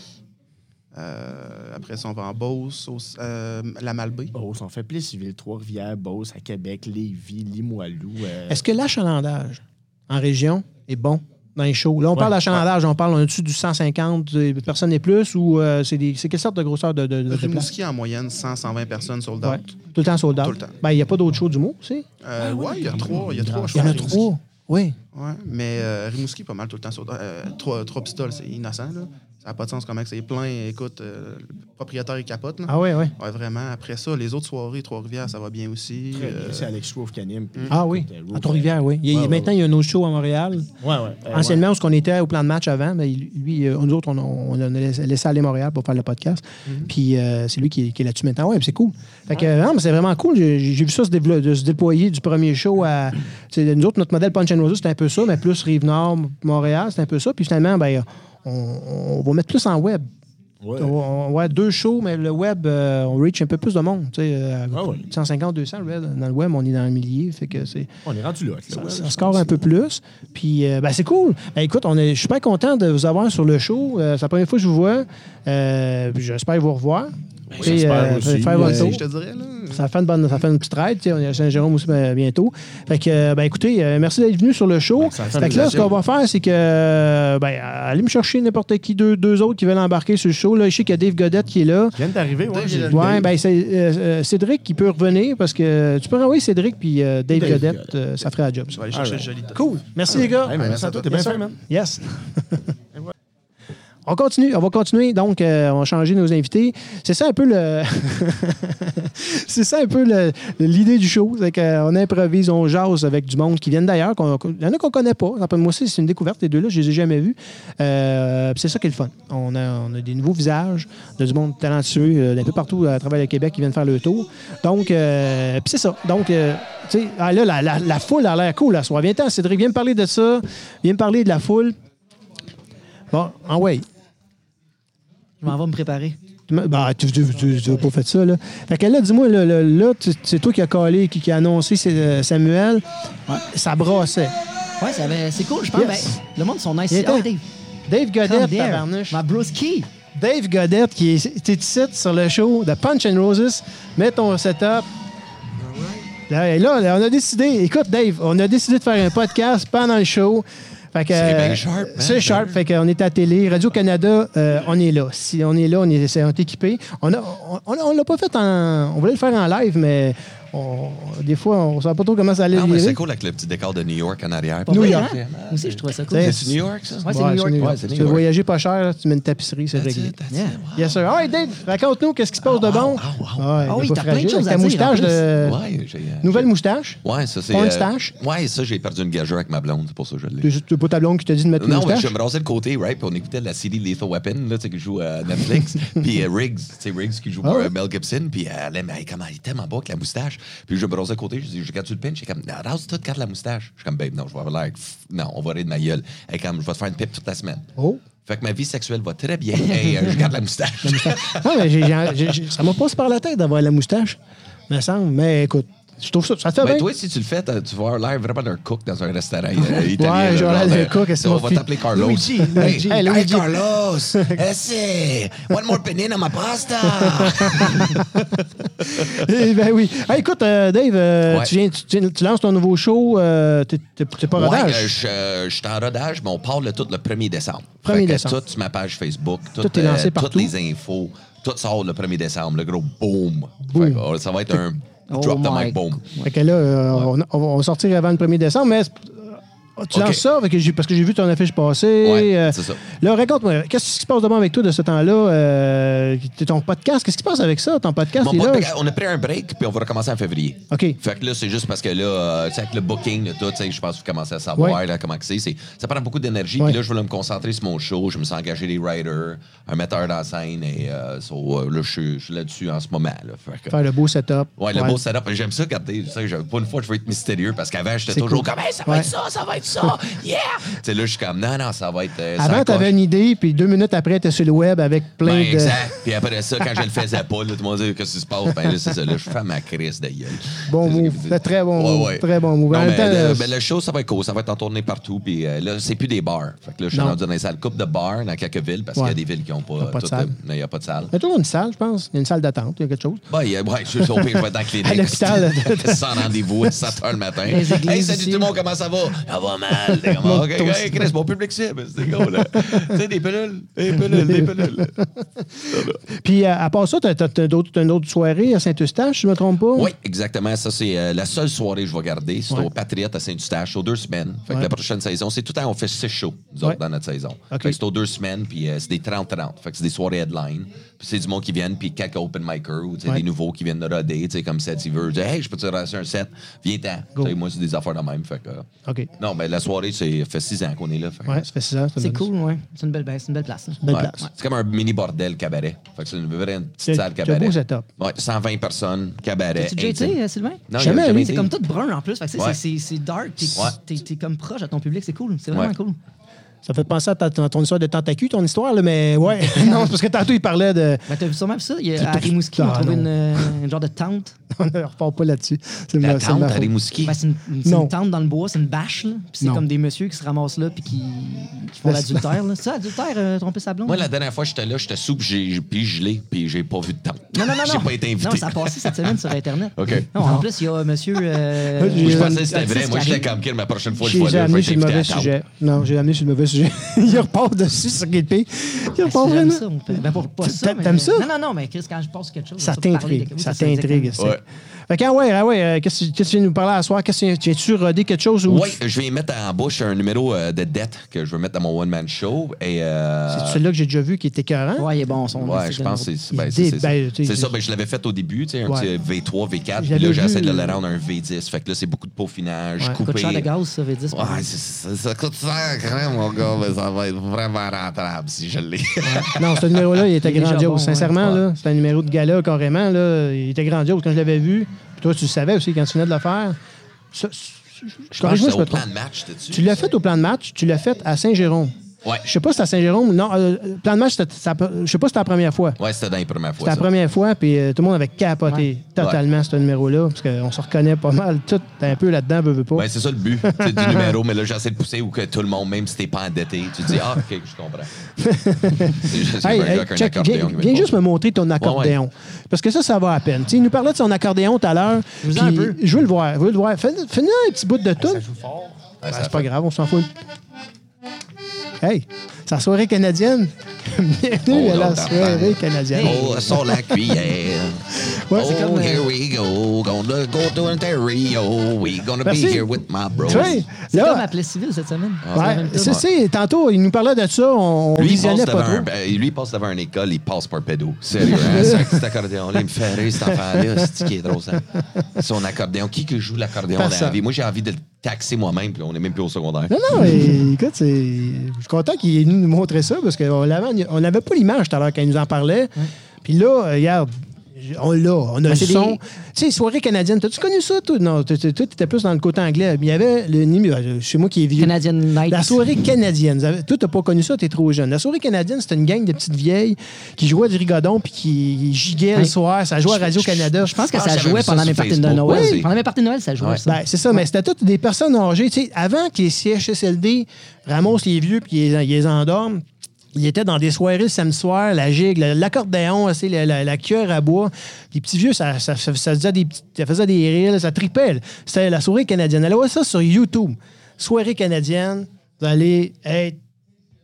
Euh, après ça, on va en Beauce, au- euh, la Malbaie.
Beauce, on fait Plessisville, Trois-Rivières, Beauce, à Québec, Lévis, Limoilou. euh,
Est-ce que l'achalandage en région est bon dans les shows? Là, on parle d'achalandage, on parle en dessus du 150 personnes et plus, ou euh, c'est des- c'est quelle sorte de grosseur de, de, de- de place?
Rimouski, en moyenne, 100-120 personnes sur le
Ouais. Ah
date.
Tout le temps sold out.
Tout le temps.
Ben, il n'y a pas d'autres shows d'humour, tu sais? Ah,
Euh, ouais, il y a trois, il y a trois
Il y en
choses
a
à Rimouski.
trois. Oui.
Ouais, mais euh, Rimouski, pas mal tout le temps sur. euh, trois, trois pistoles, c'est innocent, là. Ça n'a pas de sens comment que c'est plein. Écoute, euh, le propriétaire, il capote, là.
Ah oui, oui.
Ouais, vraiment. Après ça, les autres soirées, Trois-Rivières, ça va bien aussi.
Très bien,
Euh,
C'est Alex Schroff qui anime. puis
Ah oui,
écoute, euh, Roof,
à Trois-Rivières, oui. Il y a-
Ouais, ouais,
maintenant, il y a un autre show à Montréal.
euh, Ouais, ouais. euh,
Anciennement, où ce qu'on était au plan de match avant, mais il- lui, euh, nous autres, on, on, on a laissé laissé aller Montréal pour faire le podcast.
Mhm.
Puis euh, c'est lui qui, est- qui est là-dessus maintenant. Ouais, puis c'est cool. Fait que, euh, non, mais c'est vraiment cool. J'ai j'ai vu ça se, dévelop- de se déployer du premier show à. c'est- Nous autres, notre modèle Punch and Roses, c'était un peu ça, mais plus Rive-Nord, Montréal, c'était un peu ça. Puis finalement, ben, on, on va mettre plus en web.
ouais.
On- on- ouais, deux shows, mais le web, euh, on reach un peu plus de monde. tu sais, euh,
Ah ouais.
150, 200, le web, dans le web, on est dans le millier. Fait que c'est
On est rendu là.
ça, ça score Ah, un peu plus. Puis, euh, ben, c'est cool. Ben, écoute, on est, je suis super content de vous avoir sur le show. Euh, c'est la première fois que je vous vois. Euh, puis j'espère vous revoir.
Ben,
Puis, euh,
j'espère aussi.
faire
Ouais,
votre tour.
euh, je te dirais, là.
Ça fait une bonne, ça fait une petite ride. Tu sais, On est à Saint-Jérôme aussi ben, bientôt. Fait que, euh, ben, écoutez, euh, merci d'être venu sur le
Ben,
show.
ça
fait
fait
que là, ce
plaisir.
qu'on va faire, c'est que, euh, ben, allez me chercher n'importe qui, deux, deux autres qui veulent embarquer sur le show. Là, je sais qu'il y a Dave Godette qui est là.
Viens d'arriver, ouais.
Dave,
j'ai-
il a-
Ouais, ben c'est euh, euh, Cédric qui peut revenir parce que tu peux renvoyer Cédric puis euh, Dave,
Dave
Godette,
Godette.
euh, ça ferait la job. ça.
Je vais aller chercher
Alright.
le joli. tas.
Cool. Merci les gars.
Hey, mais Merci à toi, t'es bien fait, man.
Yes. *laughs* On continue, on va continuer. Donc, euh, on va changer nos invités. C'est ça un peu le. *laughs* c'est ça un peu le- l'idée du show. C'est qu'on improvise, on jase avec du monde qui viennent d'ailleurs. qu'on- qu'on- Il y en a qu'on connaît pas. Ça peut- Moi aussi, c'est une découverte. Les deux-là, je les ai jamais vus. Euh, puis c'est ça qui est le fun. On a, on a des nouveaux visages de du monde talentueux euh, d'un peu partout à travers le Québec qui viennent faire le tour. Donc, euh, puis c'est ça. Donc, euh, tu sais, ah, là, la, la- la foule a l'air cool la soirée. Viens-t'en, Cédric, viens me parler de ça. Viens me parler de la foule. Bon, ah en way.
Je m'en vais me préparer.
Tu m'as- Bah, tu n'as pas fait ça, là. Fait que là, dis-moi, là, là, là, tu- c'est toi qui as collé, qui, qui a annoncé c'est, euh, Samuel. Ça brassait.
Ouais, ça avait- c'est cool, je pense.
Yes.
ben, le monde sont nice.
Il
Ah,
était-
Dave,
Dave
come
Godette,
there.
tabarnouche.
Ma broski.
Dave Godette, qui est t'es ici sur le show de Punch and Roses. Mets ton setup. Là, et là, là, on a décidé, écoute, Dave, on a décidé de faire un podcast pendant le show. Fait que,
C'est bien
euh,
sharp,
hein,
man.
C'est sharp. Fait qu'on est à télé. Radio-Canada, euh, on est là. Si on est là, on est, on est équipé. On a, on, on l'a pas fait en. On voulait le faire en live, mais on- des fois, on ne savait pas trop comment ça allait
Non, Ah, mais
virer.
c'est cool avec le petit décor de New York en arrière.
New
Ouais,
York. Ah,
hein? Moi aussi, je trouvais ça cool.
C'est-
C'est New York, ça?
Ouais, c'est
Ouais,
New York.
Ouais, c'est
Tu
New
veux
York.
voyager pas cher, là, tu mets une tapisserie, c'est réglé.
Yeah.
Yes, sir. All right, Dave, raconte-nous qu'est-ce qui se passe de bon. Ah
Ah oui,
t'as
t'as plein de choses à
ta
dire, en
moustache
plus.
de...
Ouais, j'ai. euh,
Nouvelle
j'ai-
moustache.
Ouais, ça, c'est.
Pas une
euh,
stache?
Ouais, ça, j'ai perdu une gageure avec ma blonde, c'est pour ça que je l'ai.
Tu C'est pas ta blonde qui t'a dit de mettre une
Non, mais
moustache?
je me rasais le côté, right? Puis on écoutait la série Lethal Weapon, là, tu sais, qui joue à
*laughs*
Netflix. puis euh, Riggs, tu sais, Riggs qui joue
Ah ouais?
euh, Mel Gibson. Puis elle aime, hey, comment il est tellement beau avec la moustache. Puis je me rasais le côté, je dis, je garde-tu le pinch? Elle est comme, rase-toi, garde la moustache. Je suis comme, babe, non, je vais avoir l'air. pff, Non, on va rire de ma gueule. Elle est comme, je vais te faire une pipe toute la semaine.
Oh.
Fait que ma vie sexuelle va très bien. et euh, je garde la moustache.
*laughs* Non, mais j'ai- j'ai- j'ai- ça m'a passé par la tête d'avoir la moustache, me semble. Mais écoute, Je trouve ça. Ça te fait
Ben,
bien?
toi, si tu le fais, t'as- tu vas avoir l'air vraiment d'un cook dans un restaurant
*laughs*
euh, italien.
Ouais,
là,
j'ai
genre
l'air d'un
de-
cook, est-ce
On
qu'on
va
fit-
t'appeler Carlos.
Luigi,
Hey,
Luigi.
hey,
Hey, Luigi. *laughs*
Carlos! eh, si! One more penine on my pasta!
*laughs* Eh ben oui. Hey, écoute, euh, Dave, euh,
Ouais.
tu, viens- tu- tu- tu lances ton nouveau show. euh, t'es- t'es t'es *laughs* pas
Ouais,
rodage.
euh, je, euh, je suis en rodage, mais on part le tout le 1er décembre.
1er
Fait que
décembre.
Tout sur ma page Facebook, tout, euh,
Tout est lancé partout.
toutes les infos, tout sort le 1er décembre, le gros boom.
Boom.
Fait que, oh, ça va être un
Oh
drop de
my
mic boom.
Fait que là, euh, on, on va- on va sortir avant le 1er décembre, mais c'est- euh, tu
Ok.
lances ça fait que j'ai- parce que j'ai vu ton affiche passer.
Ouais,
euh,
c'est ça.
Là, raconte-moi, qu'est-ce qui se passe demain avec toi de ce temps-là? Euh, t'es ton podcast, qu'est-ce qui se passe avec ça? Ton podcast,
Mon
il est là.
podcast- on a pris un break, puis on va recommencer en février.
OK.
Fait que là, c'est juste parce que là, euh, tu sais, avec le booking, le tout, tu sais, je pense que vous commencez à savoir
Ouais.
là, comment que c'est. c'est- Ça prend beaucoup d'énergie.
Ouais.
Puis là, je voulais me concentrer sur mon show. Je me suis engagé des writers, un metteur en scène. Et euh, so, euh, là, je suis- je suis là-dessus en ce moment. Là. Fait que-
Faire le beau setup.
Ouais, le beau setup. J'aime ça quand t'es. Tu sais, je- pas une fois, je veux être mystérieux parce qu'avant, j'étais
C'est
toujours
cool.
comme, hey, ça va
Ouais.
être ça, ça va être ça. yeah! Tu sais, là, je suis comme, non, non, ça va être. euh, ça
Avant,
coche.
t'avais une idée, puis deux minutes après, t'es sur le web avec plein
Ben,
de.
exact. Puis après ça, quand je le faisais pas, là, tout le monde disait, qu'est-ce qui se passe? Ben là, c'est ça, là, je fais ma crise de gueule.
Bon
C'est ça que
move.
je dis.
C'est très bon move. Très bon move.
Non,
En
mais
même temps,
le,
euh,
ben, le show, ça va être cool. Ça va être en tournée partout. Puis euh, là, c'est plus des bars. Fait que là, je suis
Non.
rendu dans les salles. Coupe de bars dans quelques villes parce
Ouais.
qu'il y a des villes qui n'ont pas.
T'as pas de
toutes,
salle.
euh, Il n'y a pas de salle.
Il y a toujours une salle, je pense. Il y a une salle d'attente, il y a quelque chose.
Ben, il y a- ouais, je suis au pire, je vais être dans la clinique.
À l'hôpital.
*laughs* Sans rendez-vous à 7 h le matin.
Les églises
Hey, salut
aussi.
tout le monde, comment ça va? Ça va mal. T'es comme, OK,
Ton-
hey, Chris, mon public cible. C'est cool, là. Tu sais, des pilules, des
*laughs*
pilules, des pilules.
Puis, euh, à part ça, t'as, t'as- t'as d'autres- t'as une autre soirée à Saint-Eustache, si je me trompe pas?
Oui, exactement. Ça, c'est euh, la seule soirée que je vais garder. C'est
Ouais.
au Patriote à Saint-Eustache, aux deux semaines. Fait que
Ouais.
la prochaine saison, c'est tout le temps, on fait six shows, nous
Ouais.
autres, dans notre saison.
OK.
Fait que c'est aux deux semaines, puis euh, c'est des 30-30. Fait que c'est des soirées headline. Puis c'est du monde qui viennent, puis quelques open micers ou tu sais,
Ouais.
des nouveaux qui viennent de roder, tu sais, comme set, ils veulent. Hey, je peux te lancer un set, viens-t'en.
Go.
Tu sais, Moi, c'est des affaires de même. Fait que, euh,
OK.
Non, mais la soirée, c'est ça fait six ans qu'on est là. Fait que,
Ouais, ça fait six ans.
C'est cool, ouais. C'est une belle, ben, c'est une belle place. là.
Belle
Ouais.
place.
C'est comme un mini bordel cabaret. Fait que c'est une vraie une
C'est-
petite salle
c'est un
cabaret.
beau setup.
Ouais, 120 personnes, cabaret.
T'as-tu déjà
intime.
été, euh, Sylvain?
Non,
Jamais,
jamais,
oui.
C'est
été.
comme tout brun en plus. Fait que c'est-
Ouais.
c'est- C'est dark. T'es
Ouais.
t'es- t'es comme proche à ton public. C'est cool. C'est vraiment
Ouais.
cool.
Ça fait penser à ta- ton, ton histoire de tentacule, ton histoire, là, mais ouais. *laughs* non, c'est parce que tantôt, il parlait de. *laughs*
Ben, t'as vu sûrement vu ça? Il y
Tout-
a, à
tout-
Rimouski, on a
Ah,
trouvé
non.
une, euh, une genre de tente.
On ne repart pas là-dessus. C'est
La
ma- c'est ma
tente à
faute.
Rimouski.
Ben, c'est une, une- c'est
Non.
une tente dans le bois, c'est une bâche. là. Puis c'est
Non. Ben,
comme des messieurs qui se ramassent là puis qui, qui font
Mais-
l'adultère. là. C'est ça, adultère, euh, tromper sa blonde?
Moi, la dernière fois, j'étais là, j'étais soupe, j'ai puis gelé, puis j'ai pas vu de temps.
Non, non, non.
*laughs* J'ai
non.
pas été invité.
Non, ça a passé cette semaine sur Internet.
*laughs* OK.
Non, en plus, il y a euh, monsieur. euh,
Moi,
Je
j'ai-
pensais que c'était
Artiste
vrai. Moi,
qui
j'étais
arrive.
comme Kim, la prochaine fois, je
J'ai
vois
j'ai
là, je vais
amené
être
sur le
invité à
mauvais
la table.
sujet. Non, j'ai amené sur le mauvais sujet. *laughs* il repart dessus sur Guilpé. Il repart
Si j'aime
vraiment.
Ah, ça, on peut- ben, pour- pas
T'a-
ça. mais-
t'aimes ça?
Non, non, non, mais Chris, quand je pense quelque chose.
Ça
je peux parler de-
t'intrigue.
oui,
Ça
c'est
t'intrigue.
exactement.
c'est-
Ouais.
Fait que, ah ouais, ah ouais, euh, qu'est-ce que qu'est-ce que tu viens de nous parler à soir? Qu'est-ce que tu viens tu rodé quelque chose? ou
Oui, je vais mettre en bouche un numéro euh, de dette que je veux mettre dans mon one-man show. Et, euh,
C'est celui-là que j'ai déjà vu qui était écœurant.
Ouais, il est bon, son.
Ouais, je pense que c'est ben, c'est-
Des-
c'est ça.
ben, tu sais,
C'est
je-
ça, ben, je l'avais fait au début, tu sais, un
Ouais.
petit V3, V4,
Je
puis là,
l'avais
j'essaie
vu.
de le rendre un V10. Fait que là, c'est beaucoup de peaufinage,
Ouais.
coupé.
Coûte cher de gaz, ça, V10. par
Ouais,
exemple.
c'est- c'est- ça coûte cher quand même, mon gars, mais ça va être vraiment rentable si je l'ai.
Non, ce numéro-là, il était
Il est déjà
grandiose.
bon, hein. ouais.
Sincèrement,
Ouais.
là, c'était un numéro de gala carrément. Là. Il était grandiose quand je l'avais vu. Puis toi, tu le savais aussi quand tu venais de le faire. Ça, je- je-
Je pense que
corrige-moi
c'était
si je me
au
trompe.
plan de match, t'as-tu?
Tu l'as fait au plan de match, tu l'as fait à Saint-Jérôme.
Ouais.
Je sais pas si c'est à Saint-Jérôme. Non, euh, le plan de match, c'était- ça- je sais pas si c'était la première fois.
Ouais, c'était dans les premières fois.
C'était la
ça.
première fois, puis euh, tout le monde avait capoté
Ouais.
totalement ce numéro-là, parce qu'on se reconnaît pas mal. Tout est un peu là-dedans, veut, veut pas.
Ben, c'est ça le but tu sais, du numéro, mais là, j'essaie de pousser où que tout le monde, même si t'es pas endetté, tu dis Ah, ok,
*laughs*
je comprends. c'est juste c'est
Hey,
un
hey,
gars qui a un
check,
accordéon
viens,
qui
viens
met
juste
pas.
me montrer ton accordéon. Parce que ça, ça va à peine. Tu sais, il nous parlait de son accordéon tout à l'heure.
Joue-en
puis
un peu.
Je veux le voir. Je veux le voir. Fais- Fais-nous un petit bout de tout.
Ouais, ça
c'est
fait-
pas grave, on s'en fout. Hey, sa soirée canadienne. *laughs* Bienvenue
Oh,
à la
non,
soirée
t'entends.
canadienne.
Oh, sort la cuillère.
Ouais,
oh,
c'est comme, euh,
here we go. Gonna go to Ontario. We gonna
Merci.
be here with my bros.
Tu sais,
C'est comme
là,
appelé civil cette semaine.
ouais,
C'est la même
c'est,
chose.
c'est- tantôt, il nous parlait de ça, on, on
Lui il, passe
visionnait
devant
pas trop.
un, euh, lui, il passe devant une école, il passe par pédo.
*laughs*
Sérieux, hein? C'est cet accordéon-là, il me fait rire, cet enfant-là. C'est qui est drôle, ça. Son accordéon. Qui que joue l'accordéon dans la
Personne.
vie? Moi, j'ai envie de le taxer moi-même, puis on est même plus au secondaire.
Non, non, mais écoute, c'est... je suis content qu'il ait venu nous montrer ça parce qu'on n'avait pas l'image tout à l'heure quand il nous en parlait. Puis là, euh, regarde, on l'a, on a le
Ben, c'est
son.
des-
Tu sais, soirée canadienne, t'as-tu connu ça, toi? Non, t- t- toi, t'étais plus dans le côté anglais. Mais il y avait le Nimi- euh, chez moi qui est vieux.
Canadian Night.
La soirée canadienne. Vous avez- Toi, t'as pas connu ça, t'es trop jeune. La soirée canadienne, c'était une gang de petites vieilles qui jouaient du rigodon puis qui giguaient le
Ouais.
soir. Ça jouait à Radio-Canada.
Je pense que
Ah,
ça
j'avais
jouait
vu ça
pendant
sur
mes parties de
Facebook,
Noël.
ouais.
Pendant mes parties de Noël, ça jouait
Ouais.
ça.
Ben, c'est ça, mais c'était toutes des personnes âgées. Tu sais, avant que les CHSLD ramassent les vieux puis ils les- ils les endorment, ils étaient dans des soirées le samedi soir, la gigue, le- l'accordéon, tu sais, la, la, la cuillère à bois. Les petits vieux, ça, ça, ça- ça faisait, des, petits- ça faisait des reels, ça tripait. là. C'était la soirée canadienne. Allez voir ça sur YouTube. Soirée canadienne, vous allez être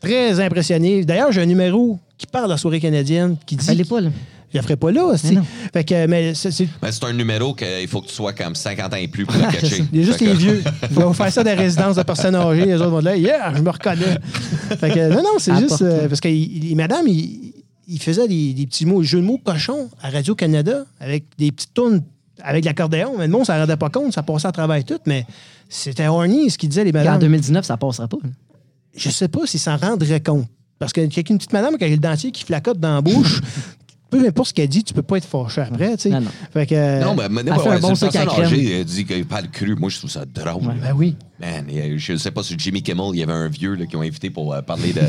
très impressionnés. D'ailleurs, j'ai un numéro qui parle de la soirée canadienne qui dit...
Fallait pas, là.
Je la ferai pas là, aussi.
non.
Fait que, mais c'est- c'est
Mais c'est un numéro qu'il faut que tu sois comme 50 ans et plus pour le
c'est
catcher.
ça.
Ah, Il y a juste
Fait que-
les vieux. Ils vont faire ça dans la résidence de personnes âgées. Les autres vont être là, yeah, je me reconnais. Fait que, non, non, c'est
Apporte.
juste. euh, parce que il- il- madame, il, il faisait des, des petits mots, jeux de mots cochons à Radio-Canada avec des petites tunes avec l'accordéon. Mais le monde, ça ne rendait pas compte. Ça passait à travers tout. Mais c'était horny ce qu'ils disaient, les
En
madames.
2019, ça passera pas.
Je sais pas s'ils s'en rendraient compte. Parce que quelqu'un, une petite madame qui a le dentier qui flacote dans la bouche. *laughs* Peu importe ce qu'elle dit, tu peux pas être fâché après, tu sais.
Non, non.
Fait que, euh,
Non, mais mais
Elle
ouais,
fait un
ouais,
bon
c'est
sucre à
une personne
la crème.
âgée, elle dit qu'elle parle cru. Moi, je trouve ça drôle.
Ouais.
Ben oui.
Man, il y a- je ne sais pas sur Jimmy Kimmel, il y avait un vieux là, qui ont invité pour euh, parler de.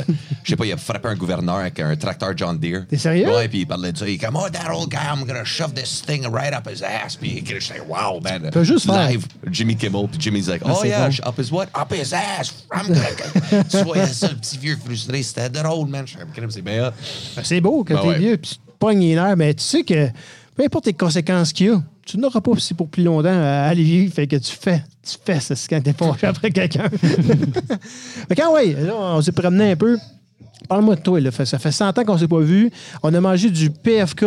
Je sais pas, il a frappé un gouverneur avec un tracteur John Deere.
T'es sérieux?
Ouais, puis il parlait de ça. Il est comme, oh, that old guy, I'm gonna shove this thing right up his ass. Puis je suis wow, man.
peux juste faire-
Live, Jimmy Kimmel. Puis Jimmy's like, oh
c'est
yeah,
bon.
sh- up his what? Up his ass. I'm gonna. tu voyais ça, le petit vieux frustré. C'était drôle, man. Je suis comme, crème, c'est bien hot.
Ben, c'est beau quand
Ben
t'es
ouais.
vieux, puis tu te pognes les nerfs, mais tu sais que peu importe les conséquences qu'il y a, tu n'auras pas aussi pour plus longtemps à aller vivre. Fait que tu fais, tu fais ça c'est quand t'es fâché *laughs* après quelqu'un. Mais quand ouais, là, on s'est promené un peu. Parle-moi de toi, là. Fait- Ça fait 100 ans qu'on s'est pas vu. On a mangé du PFK,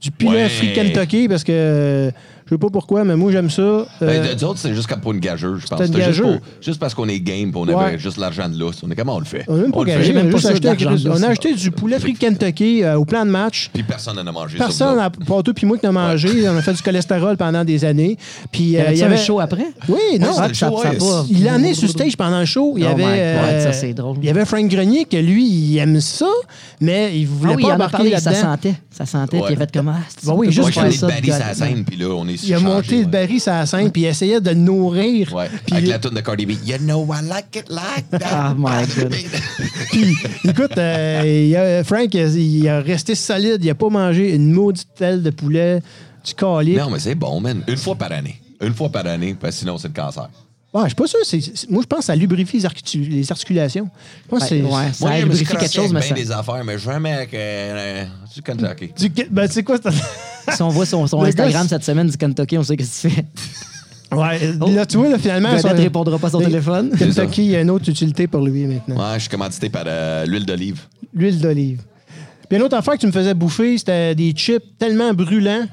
du Pilaf
Ouais.
Free Kentucky, parce que euh, je sais pas pourquoi, mais moi j'aime ça. Euh,
Ben, de- D'autres, c'est juste comme pour une gageure, je pense.
une
C'était juste,
gageure.
pour- juste parce qu'on est game et on
Ouais.
avait juste l'argent de lousse. On est comment on le fait?
Euh, on a même pas
le fait.
gagné, on a
même pas
juste
ça
acheté
d'argent,
quelque chose.
là,
On a
ça.
acheté du poulet Free Kentucky euh, au plan de match.
Puis personne n'en a mangé. sauf
Personne,
nous
à part toi puis moi, qui n'a mangé. On a fait du cholestérol pendant des années. Puis
Il y
euh,
avait un show après? Ah,
Oui, non.
c'était le
ça,
show,
ça
ouais.
va.
il en est sur stage pendant le show. Il y
Oh
avait,
my God,
euh,
ça, c'est drôle.
Il y avait Frank Grenier que lui, il aime ça, mais il
Ah
voulait
oui, il
pas
en a
embarquer
parlé, ça
là-dedans.
sentait. Ça sentait,
Ouais.
puis il a fait comment?
Bah oui,
autres.
juste
Moi,
faire
j'allais
ça,
de Barry
gars,
sa scène, puis là, on est
Il a
changé,
monté
ouais.
le Barry sa scène, puis il essayait de le nourrir.
Ouais,
Puis
avec
il-
la tune de Cardi B. You know I like it like that.
Ah, my God.
Puis, écoute, euh, il a- Frank, il il a resté solide. Il a pas mangé une maudite telle de poulet, du calier.
non, mais c'est bon, man. Une fois par année. Une fois par année, parce que sinon, c'est le cancer.
Ouais, Ah, je suis pas sûr. c'est- c'est- moi, je pense que ça lubrifie les, articu- les articulations. Je pense que c'est-
Ben, Ouais, ça
je me suis
lubrifie quelque
crossé
chose, mais
avec
ça.
bien des affaires, mais jamais avec euh, euh, du Kentucky.
Du, ben, tu sais quoi, c'est-
Si on voit son, son
Le
Instagram
gars,
cette semaine du Kentucky, on sait qu'est-ce qu'il fait.
*laughs* Ouais,
Oh.
là, tu vois, là, finalement.
Vedette
ça-
répondra pas à son
Le-
téléphone.
Kentucky, il y a une autre utilité pour lui maintenant.
Ouais, je suis commandité par euh, l'huile d'olive.
L'huile d'olive. Puis une autre affaire que tu me faisais bouffer, c'était des chips tellement brûlants.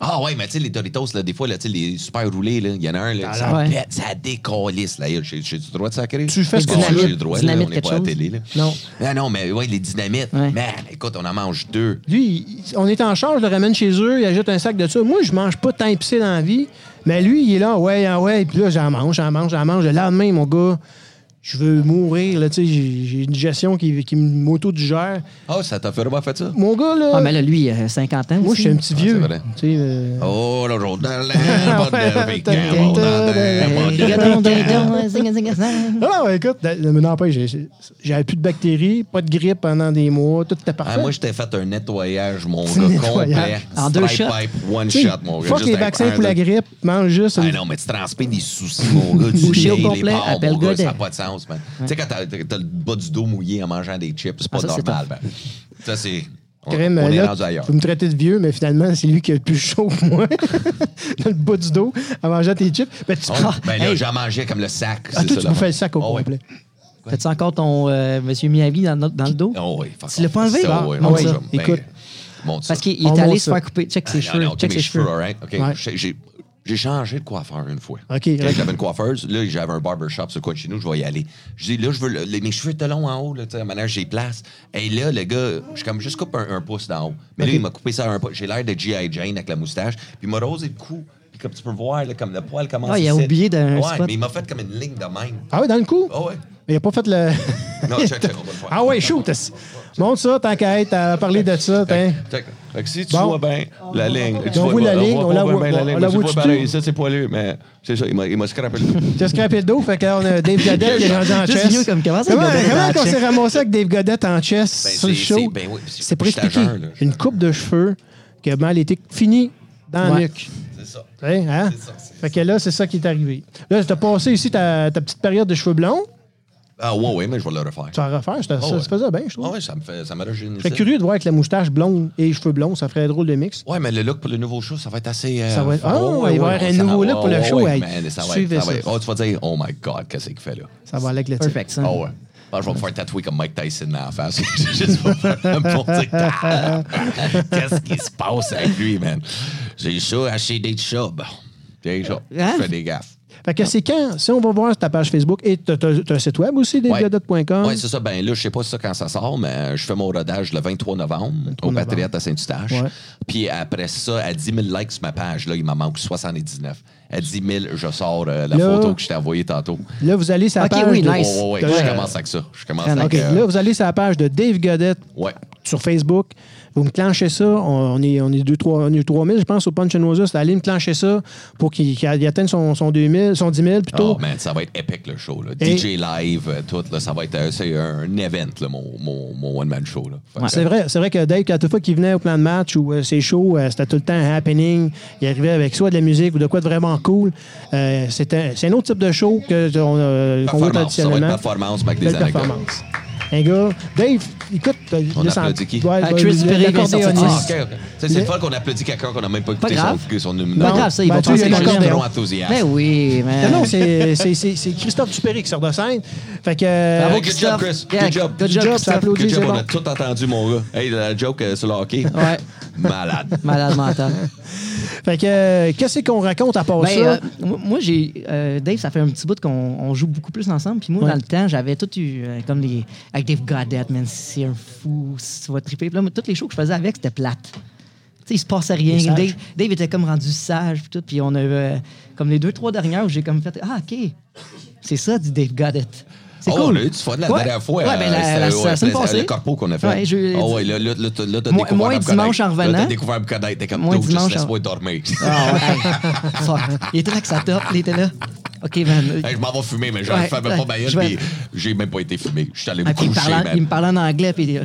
Ah ouais, mais tu sais, les Doritos, là, des fois, là, tu sais, les super roulés, là, il y en a un,
Ah,
là, ça
ouais.
pète, ça décalisse. Là, j'ai j'ai du droit de sacrer.
Tu fais ce que tu veux.
J'ai le droit, là,
Dynamite
on n'est
quelque
pas à la
chose.
télé. Là.
Non.
Ah non, mais ouais, les dynamites.
Ouais.
Man, écoute, on en mange deux.
Lui, il- on est en charge, je le ramène chez eux, il ajoute un sac de ça. Moi, je mange pas tant épicé dans la vie, mais lui, il est là, ouais, ah ouais, puis là, j'en mange, j'en mange, j'en mange. Le lendemain, mon gars, je veux mourir, là, tu sais, j'ai j'ai une digestion qui, qui m'auto-digère.
Ah, ça t'a fait vraiment fait ça?
Mon gars, là,
Ah, mais là, lui, euh, 50 ans.
moi, je suis un petit
Ouais,
vieux.
Ah, c'est vrai.
tu sais, euh,
Oh, le jour
*laughs*
de l'an, pas de week-end, on
Euh, *laughs*
entend, pas de-
petit.
Non, non, écoute, d'a- mais n'empêche, j'ai- j'ai- j'avais plus de bactéries, pas de grippe pendant des mois, tout était
Ah,
parfait.
moi, je t'ai fait un
*laughs*
nettoyage, mon
Petit
gars,
nettoyage.
complet.
En deux
Spray
shots.
Pipe, one
Tu sais,
shot, mon gars.
fuck
Juste
les
avec
vaccins
un,
pour la
deux.
grippe, mange juste.
Ah non, mais tu transpires des soucis, mon gars. Du
Boucher au
nez, les
complet,
pores, mon
appelle
gars, Ça
Godet.
n'a pas de sens, man. Tu sais, quand t'as t'as- t'as le bas du dos mouillé en mangeant des chips, c'est pas
Ah, ça, c'est
normal, man. Ça, c'est. On,
Crème,
on est
là,
rendu ailleurs.
vous me traitez de vieux, mais finalement, c'est lui qui a le plus chaud que moi. *laughs* Dans le bas du dos, en mangeant tes chips. Ben, tu
On- ben là, j'en mangeais comme le sac.
Ah,
c'est
toi,
ça,
tu
là.
bouffais le sac au
Ah, ouais.
complet.
T'as-tu encore ton euh, Monsieur Miyabi dans, notre- dans le dos?
Oh, oui, fuck
Tu l'as
off.
pas enlevé?
Ça,
Ah,
ouais,
ah,
montre
ouais.
ça. Ben,
Écoute.
montre ça.
Parce qu'il
On
est allé
monte
se
ça.
faire couper. Check ses
Ah, non,
cheveux.
non, ok,
Check
mes
ses cheveux.
cheveux, all right. Ok,
Ouais.
j'ai- j'ai- J'ai changé de coiffeur une fois.
Ok,
Quand
ok.
J'avais une coiffeuse. Là, j'avais un barbershop sur le coin de chez nous. Je vais y aller. Je dis, là, je veux. le- le- mes cheveux étaient longs en haut, là, tu sais, à manière, j'ai place. Et là, le gars, je suis comme juste coupe un, un pouce d'en haut. Mais là, il m'a coupé ça à un pouce. J'ai l'air de G.I. Jane avec la moustache. Puis il m'a rosé le cou. Puis Puis comme tu peux voir, là, comme le poil commence
Ah, il a
ici.
oublié d'un
Ouais,
spot.
mais il m'a fait comme une ligne de même.
Ah oui, dans le coup?
Ah ouais.
Il a pas fait le.
*laughs* Non,
*laughs*
check, check, on va le voir.
ah ouais, shoot! Montre ça, tant qu'à être à parler de
*laughs*
ça. t'in.
Check. Fait que si tu
Hein? Bon.
vois bien la ligne, tu
On
vois
voit la
pas,
ligne, on la
pas
voit-
bien
on la
mais tu
voit
vois
du
pareil,
tout.
ça c'est poilu, mais c'est ça, il m'a, il m'a scrappé le.
Tu as scrapé le dos, fait qu'on a Dave Godet qui est rendu en
Juste
chess.
mieux comme comment ça, Godette est en
on
chess?
s'est ramassé avec Dave Godet en chess
Ben,
sur le
c'est-
show?
c'est- ben oui, puis
c'est pour
j'étais à
expliquer
jeun, là, j'étais
une
à
coupe de cheveux qui a mal été finie dans
Ouais.
le nuque.
*laughs* C'est ça.
Tu sais, Hein?
C'est ça, c'est
Fait que là, c'est ça qui est arrivé. Là, t'as passé ici ta, ta petite période de cheveux blonds.
Ah ouais, ouais, mais je vais le refaire.
Tu vas en refaire. c'était- ça,
ouais.
se faisait bien, je trouve.
Ah ouais, ça me fait, ça me régénère.
Je serais curieux de voir avec la moustache blonde et les cheveux blonds. Ça ferait un drôle de mix.
Ouais, mais le look pour le nouveau show, ça va être assez. euh,
Ça va être- Ah, il
ouais,
va
ouais,
y avoir
ouais,
un
ça
nouveau
va-
look pour le
ouais,
show,
ouais,
hey.
man, ça va être-
Suivez
ça va
ça.
être- Oh, tu vas dire, oh my god, qu'est-ce qu'il fait là?
Ça va aller avec le titre.
Perfect, ça.
Ah ouais. Ah, je vais me faire tatouer comme Mike Tyson dans la face. *laughs* Je juste vais faire un bon
*laughs*
tic-tac. Qu'est-ce qui se passe avec lui, man? J'ai ça acheté des chubs. Des chubs.
Hein?
Je fais des gaffes.
Fait que c'est quand? Si on va voir ta page Facebook et t'as t'as- t'as un site web aussi, davegodet.com.
Oui, c'est ça. Ben là, je sais pas ça quand ça sort, mais euh, je fais mon rodage le 23 novembre au
novembre.
Patriote à Saint-Eustache.
Ouais.
Puis après ça, à 10 000 likes sur ma page, là, il m'en manque 79. À 10 000, je sors euh, la
Là-
photo que je t'ai envoyée tantôt.
Là, vous allez sur la
Ok,
page.
oui,
de-
nice.
Oh, ouais,
de-
ouais, je
euh,
commence avec ça. Je commence
Ah,
avec.
OK.
euh,
Là, vous allez sur la page de Dave Godet
ouais.
sur Facebook. Vous me clenchez ça. On on est, on est 2 3, 000, je pense, au Punch and Moses. Allez me clencher ça pour qu'il qu'il atteigne son, son 2000, son 10 000 plutôt.
Oh man, ça va être épique le show. Là.
Et-
DJ live, euh, tout, là, ça va être euh, c'est un event, là, mon, mon, mon one-man show. Là. Fait que-
C'est vrai, c'est vrai que Dave, à toute fois qu'il venait au plan de match ou euh, ses shows, euh, c'était tout le temps un happening. Il arrivait avec soit de la musique ou de quoi de vraiment cool. Euh, c'était- c'est un autre type de show que euh, qu'on voit
Performance, ça va être
traditionnellement.
performance avec des
Belle
anecdotes.
performance. Un gars, Dave, écoute, euh,
On
là, ça-
applaudit qui?
Ouais,
Ah,
ouais,
Chris Perry,
l'accordéonéiste.
Vincent
Ah,
Yes.
ok, ok. Tu sais, C'est le fun qu'on applaudit quelqu'un qu'on n'a même pas
Pas
écouté
grave.
son, son
Pas
Non.
grave, ça, ils
Ben,
vont
tu sais,
penser
il y a
que
l'accordéon.
j'aime.
trop enthousiaste.
Mais Ben oui,
Non,
mais.
Ah non, c'est- c'est c'est- c'est Christophe Dupéry qui sort de scène. Fait que. euh,
Bravo,
Bravo,
good job,
Christophe.
Chris.
Yeah,
Good job.
good job,
Good job,
Christophe.
ça applaudit,
Good job,
c'est
on
bon.
a tout entendu, mon gars. Hey, la joke euh, sur le hockey.
*laughs* Ouais,
Malade.
malade mental.
Fait que, euh, qu'est-ce qu'on raconte à part
Ben,
ça?
euh, moi, moi, j'ai. euh, Dave, ça fait un petit bout qu'on on joue beaucoup plus ensemble. Puis moi,
Ouais.
dans le temps, j'avais tout eu. euh, comme les. Avec Dave Goddard, man, c'est un fou, si tu vas triper. Puis là, moi, toutes les shows que je faisais avec, c'était plate. Tu sais, il se passait rien.
Il est sage.
Dave, Dave était comme rendu sage, puis tout. Puis on a. euh, comme les deux, trois dernières où j'ai comme fait. Ah, OK. C'est ça, du Dave Goddard. C'est
Oh,
cool.
on a eu du fun la
Ouais.
dernière fois. euh,
Ouais, ben, la-
c'était-
la- la semaine
c'était
passée.
Le corpo qu'on a fait.
Ouais, je-
oh, ouais, là, là, là, t'as- là, t'as
Moi-
découvert
moi,
à me
dimanche,
connaître.
en
Là,
revenant.
t'as découvert à me connaître. T'es comme
Moi,
dude, juste
dimanche, en-
laisse-moi dormir.
Ah, ouais. Fuck. Il était là que ça top, il était là. OK, man.
Hey, Ben, je m'en vais fumer, mais je
Ouais,
ne ferme pas
ouais,
ma
je vais-
gueule, puis j'ai même pas été fumé. Je suis allé me
Ah, puis il, me
coucher,
parlait, il me
man.
parlait en anglais, puis euh,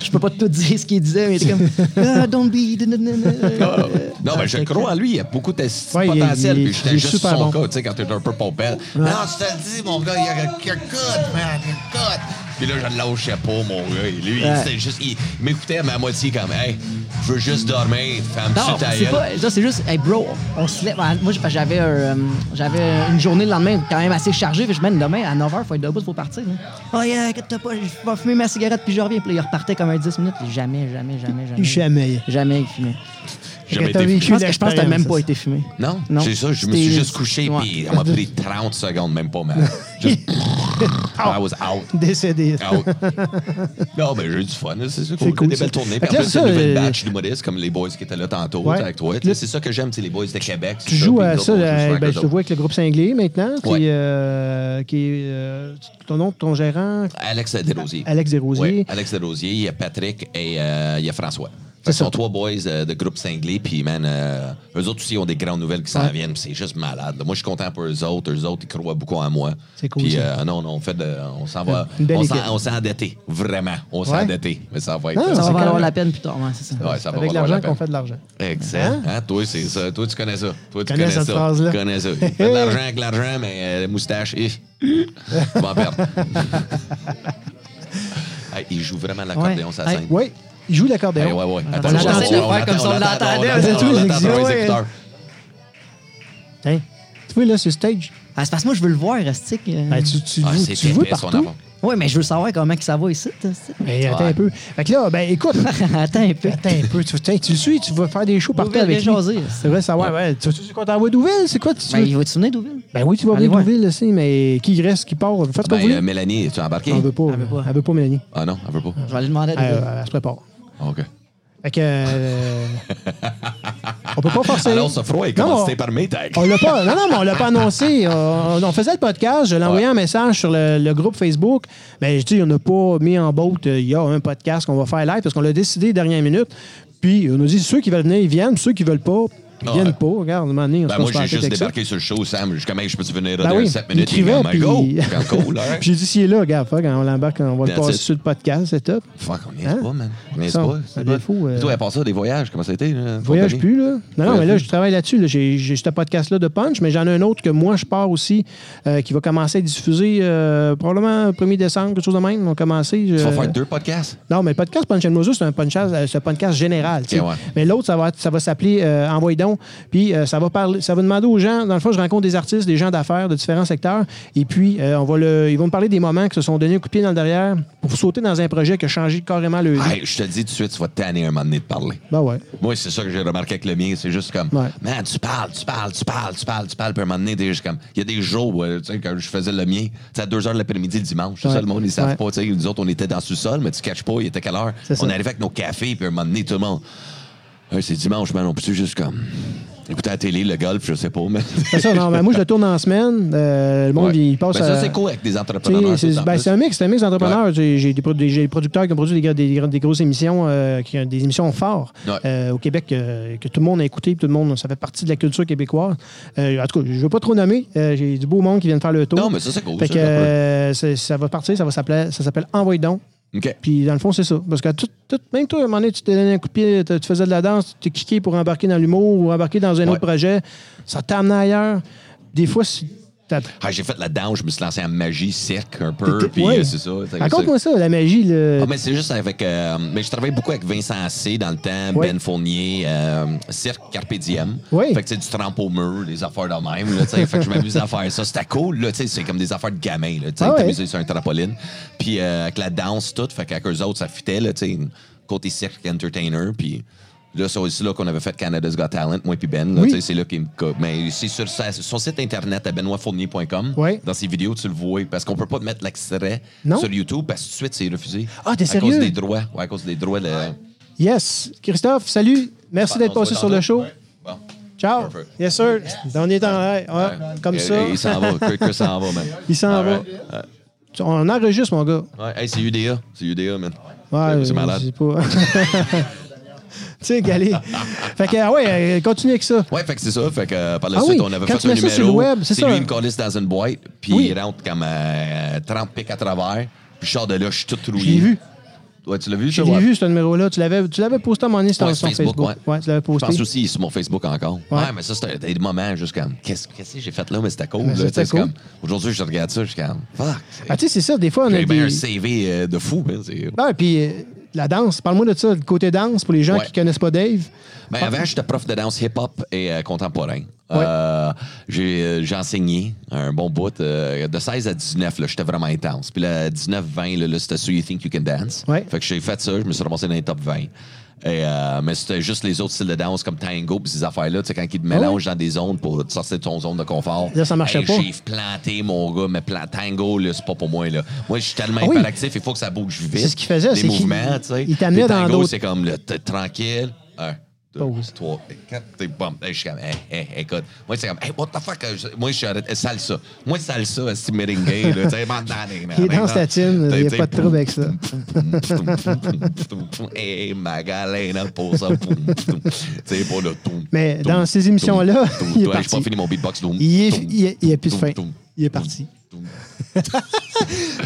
je peux pas tout dire ce qu'il disait, mais il était
*laughs*
comme Ah, Don't be. da, da, da, da.
Ah, Non, mais je crois en lui, il a beaucoup de
Ouais, il est-
potentiel.
il est-
Puis
il
j'étais
est
juste
super
son
bon.
cas, tu sais, quand t'es un peu pompette. Non, je te le dis, mon gars, il y a il y a good, man, il y a good. Puis là, je le lâchais pas, mon gars. Et Lui,
Ouais.
il, c'était juste, il m'écoutait à ma moitié comme, hey, je veux juste dormir,
Non,
femme-tu ta
c'est
gueule.
pas. ça, c'est juste, hey bro, on se lève. Ah, Moi, j'avais un, euh, j'avais une journée le lendemain quand même assez chargée. Puis je mène demain à 9h, faut être debout, faut partir. hein. Oh, yeah, inquiète-toi pas, je vais fumer ma cigarette, puis je reviens. Puis là, il repartait comme un 10 minutes. puis jamais, jamais, jamais, jamais.
Jamais.
Jamais il fumait.
Fait
J'ai jamais
que t'as
été
vécu
Je pense que je pense que t'as même pas *laughs*
l'expérience.
été fumé.
Non, c'est ça, je me suis
C'était-
juste couché,
Ouais.
puis on m'a pris 30 secondes, même
*laughs*
pas, man. Juste, I was out.
Décédé.
Ah oui. *laughs* non, mais j'ai eu du fun. là, C'est ça qu'on
cool,
cool, des
ça.
belles tournées.
Fait
Puis
que
en
là,
plus,
ça,
c'est une nouvelle
euh,
batch d'humoristes comme les boys qui étaient là tantôt
Ouais.
t'sais, avec toi.
Le-
t'sais, C'est ça que j'aime, c'est les boys de Québec.
Tu joues à ça, euh,
Je
ben, je te vois avec le groupe Cinglé maintenant, qui,
Ouais.
euh, qui est euh, ton nom, ton gérant,
Alex Desrosiers.
Alex Desrosiers.
Ouais, Alex Desrosiers, il y a Patrick et euh, il y a François.
C'est
Ce sont
ça.
trois boys euh, de groupe cinglé, puis man, euh, eux autres aussi ont des grandes nouvelles qui s'en viennent, puis c'est juste malade. là. Moi, je suis content pour eux autres, eux autres, ils croient beaucoup en moi.
C'est cool,
Puis
ça.
euh, non, non, on fait de, on s'en va,
Une belle
on s'en-
équipe.
on s'est endetté, vraiment, on s'est
Ouais.
endetté, mais ça va être.
Ah, c'est
euh,
Ça va
quand
valoir
même-
la peine plus tard, ouais, c'est ça.
Ouais, ça
C'est
va
avec
valoir la
l'argent
peine.
qu'on fait de l'argent.
Excellent. Hein? Toi, c'est ça. Toi, tu connais ça. Toi, tu
Connais
connais,
cette
ça.
phrase-là.
Tu connais ça. Il fait de l'argent avec l'argent, mais euh, la moustache,
*laughs*
eh, tu vas en perdre. *laughs* Hey, il joue vraiment l'accordéon,
Ouais.
sa scène.
Oui, il joue l'accordéon.
Hey, ouais, ouais. Attends,
On
on
attendait de
l'entend,
faire comme si on
l'entend,
l'entendait,
l'entend,
c'est tout,
l'entend,
j'ai dit,
l'entend,
ouais.
écouteurs.
Tiens. Tu vois, là, sur stage,
Ah, c'est parce que moi, je veux le voir, Rustic. euh.
ben, tu, tu,
Ah,
le vois-
c'est
tu le vois
épais, son
partout. Ah,
avant.
Ouais, mais je veux savoir comment que ça va ici. t'as- *laughs*
Ben, attends un peu. Fait que là, ben, écoute,
Attends un peu.
attends un peu. Tu, tiens, tu le suis, tu vas faire des shows partout
Deauville,
avec
viens
lui.
jaser.
C'est vrai, ça, ouais. ouais. Tu veux qu'on t'envoie Douville? C'est quoi? Tu,
Ben, il va te souvenir d'Ouville?
Ben oui, tu vas
Allez
venir
voir.
Douville, aussi, mais qui reste, qui part? Faites ce que vous
Ben,
voulez.
euh, Mélanie, tu as embarqué?
Elle veut pas.
Elle veut pas.
Elle veut pas, Mélanie.
Ah non, elle veut pas.
Euh,
Je vais aller demander à
Elle,
Deauville.
elle se prépare.
Ah, OK.
Fait que.
*laughs*
euh, on peut pas forcer.
Alors, ce froid est
Non, Ah,
commencé
on-
par mes tags.
On l'a pas. Non, non, mais on l'a pas annoncé. On, on faisait le podcast. Je l'ai envoyé un message sur le, le groupe Facebook. Mais je dis, on n'a pas mis en botte. euh, Il y a un podcast qu'on va faire live parce qu'on l'a décidé dernière minute. Puis on nous dit ceux qui veulent venir, ils viennent. Ceux qui veulent pas, ils
Ouais.
viennent pas. Regarde, à un moment donné, on
Ben
se
moi,
passe pas la
j'ai
tête
juste
avec ça.
débarqué sur le show, Sam. Jusqu'à même, je peux-tu venir là
Ben
dans
oui,
7
il
minutes?
écrivait,
go, go. *laughs*
puis-
Quand cool, hein?
*laughs* J'ai dit, s'il est là, regarde, fuck, on l'embarque, on va le
That's
passer
it.
sur le podcast, c'est top.
Fuck, on n'y
Hein?
pas, man. On n'y
Ça,
pas.
à
C'est pas.
défaut, euh,
Toi, à part ça, des voyages, comment ça a été? euh, là,
Voyage
Fontenay?
plus, là. Non, non,
Voyage
mais là,
plus.
je travaille là-dessus. là. J'ai j'ai ce podcast-là de Punch, mais j'en ai un autre que moi, je pars aussi, euh, qui va commencer à diffuser euh, probablement le 1er décembre, quelque chose de même. On va commencer. je- euh,
Tu vas faire deux podcasts?
Non, mais le podcast Punch and Moses, c'est un podcast, euh, c'est un podcast général. tu sais.
Ok, ouais.
Mais l'autre, ça va, être- ça va s'appeler euh, Envoyez donc. Puis euh, ça va parler, ça va demander aux gens. Dans le fond, je rencontre des artistes, des gens d'affaires de différents secteurs. Et puis, euh, on va le, ils vont me parler des moments qui se sont donnés un coup de pied dans le derrière pour sauter dans un projet qui a changé carrément le.
Hey, je te le dis tout de suite, tu vas te tanner un moment donné de parler.
Ben ouais.
Moi, c'est ça que j'ai remarqué avec le mien. C'est juste comme,
Ouais.
man, tu parles, tu parles, tu parles, tu parles, tu parles. Puis à un moment donné, t'es juste comme, il y a des jours où, euh, tu sais, quand je faisais le mien, tu sais, à 2 h l'après-midi le dimanche, tout
Ouais.
ça, le monde, ils savent
Ouais.
pas. Tu sais, nous autres, on était dans le sous-sol, mais tu catches pas, il était quelle heure.
C'est ça.
On arrivait avec nos cafés, puis à un moment donné, tout le monde, Hey, c'est dimanche, man, on peut juste comme, écouter à la télé, le golf, je sais pas, mais.
C'est ça, non, mais moi, je le tourne en semaine. Euh, le monde,
Ouais.
il passe
Ben, ça,
à-
c'est cool avec des
Tu sais,
entrepreneurs.
c'est-
ça, en
ben,
plus.
c'est un mix, c'est un mix d'entrepreneurs. J'ai- J'ai des, pro- des- j'ai des producteurs qui ont produit des, gros- des gros- des grosses émissions, euh, qui ont des émissions fortes
Ouais.
euh, au Québec euh, que tout le monde a écouté, puis tout le monde, ça fait partie de la culture québécoise. Euh, en tout cas, je veux pas trop nommer. euh, J'ai du beau monde qui vient de faire le tour.
Non, mais ça, c'est cool.
Fait
ça,
que,
ça peut-
euh, c'est- ça va partir, ça va s'appeler- ça s'appelle Envoyez donc.
OK.
Puis dans le fond, c'est ça. Parce que tout, tout- même toi, à un moment donné, tu t'es donné un coup de pied, tu tu faisais de la danse, tu t'es kické pour embarquer dans l'humour ou embarquer dans un
Ouais.
autre projet. Ça t'amène ailleurs. Des fois, si t'as-
Ah, j'ai fait la danse, je me suis lancé en magie cirque un peu,
T'étais-
puis
ouais.
euh, c'est ça. c'est-
Raconte-moi ça, la magie. Là.
Ah, mais c'est juste avec. euh, mais je travaille beaucoup avec Vincent C dans le temps,
Ouais.
Ben Fournier, euh, Cirque Carpe Diem.
Oui.
Fait que c'est du trempe au mur, des affaires de même. Là, tu sais. fait que je m'amuse à faire ça. C'était cool, là. tu sais, C'est comme des affaires de gamin, là. tu sais,
Ah ouais.
T'amuser sur un trampoline. Puis euh, avec la danse, tout. Fait qu'avec eux autres, ça fitait, là. tu sais, Côté cirque entertainer. Puis. Là, c'est aussi là qu'on avait fait Canada's Got Talent, moi puis Ben. là,
Oui.
tu sais, C'est là qu'il me. co- Mais c'est sur sa- son site internet à benoitfournier.com.
Ouais.
Dans ses vidéos, tu le vois. Parce qu'on peut pas mettre l'extrait
Non.
sur YouTube parce que tout de suite, c'est refusé.
Ah, t'es
À
sérieux?
cause des droits. Ouais, à cause des droits. Le...
Yes. Christophe, salut.
Bah,
Merci d'être passé sur le show.
Bon.
Ciao.
Perfect.
Yes, sir. On est en ouais, Ah, Comme
Et-
ça.
et Il
*laughs*
s'en va. Que, que s'en va, man.
Il s'en
All
va.
right.
Tu- On enregistre, mon gars.
Ouais, hey, c'est UDA. C'est UDA, man.
Ouais,
c'est
je sais
malade.
pas. *laughs* tu sais,
*laughs*
galé. Fait que, ah ouais, euh, continue avec ça.
Ouais, fait que c'est ça. Fait que euh, par la
Ah
suite,
oui,
on avait
quand tu
fait un
mets ça
numéro.
sur le web, c'est ça.
lui, il me collisse dans une boîte, puis
Oui.
il rentre comme euh, 30 pics à travers. Puis je sors de là, je suis tout rouillé.
Je l'ai vu.
Ouais, tu l'as vu,
Je
ça?
l'ai
ouais?
vu, ce numéro-là. Tu l'avais tu l'avais posté à mon
Ouais,
Instagram
sur Facebook, ouais.
tu l'avais posté.
Je pense aussi sur mon Facebook encore.
Ouais.
Ouais, mais ça, c'était des moments juste comme, qu'est-ce qu'est-ce que j'ai fait là, mais c'était cool.
Mais
là,
c'était
tu sais, c'est
cool.
comme, Aujourd'hui, je regarde ça, je suis comme, fuck.
Ah, tu sais, c'est ça. Des fois, on a
J'ai bien un
des...
CV euh, de fou. hein, c'est-
Ah, puis euh, la danse. Parle-moi de ça, le côté danse, pour les gens
Ouais.
qui connaissent pas Dave.
Ben, avant, j'étais prof de danse hip-hop et euh, contemporain.
Ah. Ouais.
Euh, j'ai euh, j'ai enseigné un bon bout. euh, de 16 à 19, là, j'étais vraiment intense. Puis là, 19-20, là, là, c'était So You Think You Can Dance.
Ouais.
Fait que j'ai fait ça, je me suis ramassé dans les top 20. Et, euh, mais c'était juste les autres styles de danse comme tango pis ces affaires-là. Tu sais, quand ils te mélangent dans des zones pour te sortir de ton zone de confort.
Là, Ah ça marchait pas.
J'ai planté, mon gars, mais plan- tango, là, c'est pas pour moi. Là. Moi, je suis tellement
Ah oui.
hyperactif, il faut que ça bouge vite.
C'est ce qu'il faisait, c'est
Les
qu'il-
mouvements, tu sais.
il t'amenait
Puis
dans
tango,
d'autres-
c'est comme le t- tranquille. Un, deux,
Pause.
trois, quatre, t'es bon. Hey, Je suis comme, hey, hey, écoute. Moi, c'est comme, hey, what the fuck? euh, je- Moi, je suis arrêté. Salsa. Moi, salsa, c'est merengue. là, Tu sais, bandane, man.
Il est dans statine, il
T'sais,
n'y a
t'sais,
pas de trouble avec ça.
Hey, Magalena, pour ça. Tu sais, pour le tout.
Mais dans ces émissions-là, *laughs* il est
J'ai pas
parti.
fini mon beatbox. tout,
Il est,
tout,
il est- il est plus de
tout,
fin.
tout,
Il est
tout,
parti.
tout.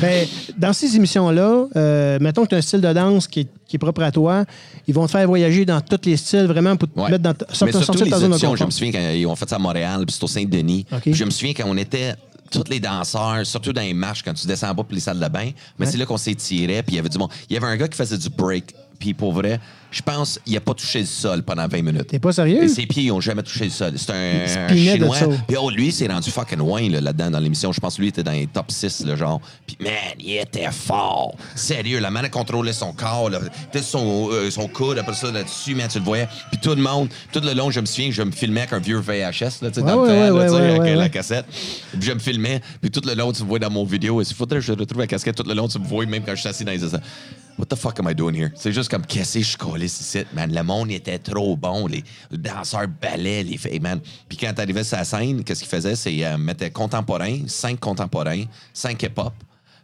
Ben, dans ces émissions-là, euh, mettons que tu as un style de danse qui est, qui est propre à toi, ils vont te faire voyager dans tous les styles vraiment pour te
Ouais.
mettre dans ta, sortir,
Mais surtout
sortir de
les
ta zone de
auditions,
confort.
je me souviens quand ils ont fait ça à Montréal, puis c'est au Saint-Denis.
OK.
Puis Je me souviens quand on était tous les danseurs, surtout dans les marches, quand tu descends en bas pour les salles de bain, mais c'est là qu'on s'étirait, puis il y avait du monde. Il y avait un gars qui faisait du break, puis pour vrai, je pense il a pas touché le sol pendant 20 minutes.
T'es pas sérieux?
Et ses pieds, ils ont jamais touché le sol.
se
C'est un, un
pinait de
Chinois.
ça.
Puis oh, lui, il s'est rendu fucking loin là, là-dedans dans l'émission. Je pense que lui était dans les top 6, le genre. Puis man, il était fort. Sérieux, la manière de contrôler son corps, là. Peut-être son, euh, son coude, après ça, là-dessus, mais tu le voyais. Puis tout le monde, tout le long, je me souviens, je me filmais avec un vieux VHS, là, tu
Ouais,
sais, dans le temps,
ouais,
là,
ouais,
tu sais,
ouais,
avec
ouais,
la
ouais.
cassette. Puis je me filmais. Puis tout le long, tu me vois dans mon vidéo. Et s'il faudrait que je retrouve la casquette, tout le long, tu me vois, même quand je suis assis dans les... What the fuck am I doing here? C'est juste comme, qu'est-ce que je suis collé câlisse ici, man. Le monde était trop bon. Les danseurs balaient, les filles, man. Puis quand t'arrivais sur la scène, qu'est-ce qu'ils faisaient? C'est euh, mettaient contemporain, cinq contemporains, cinq hip-hop.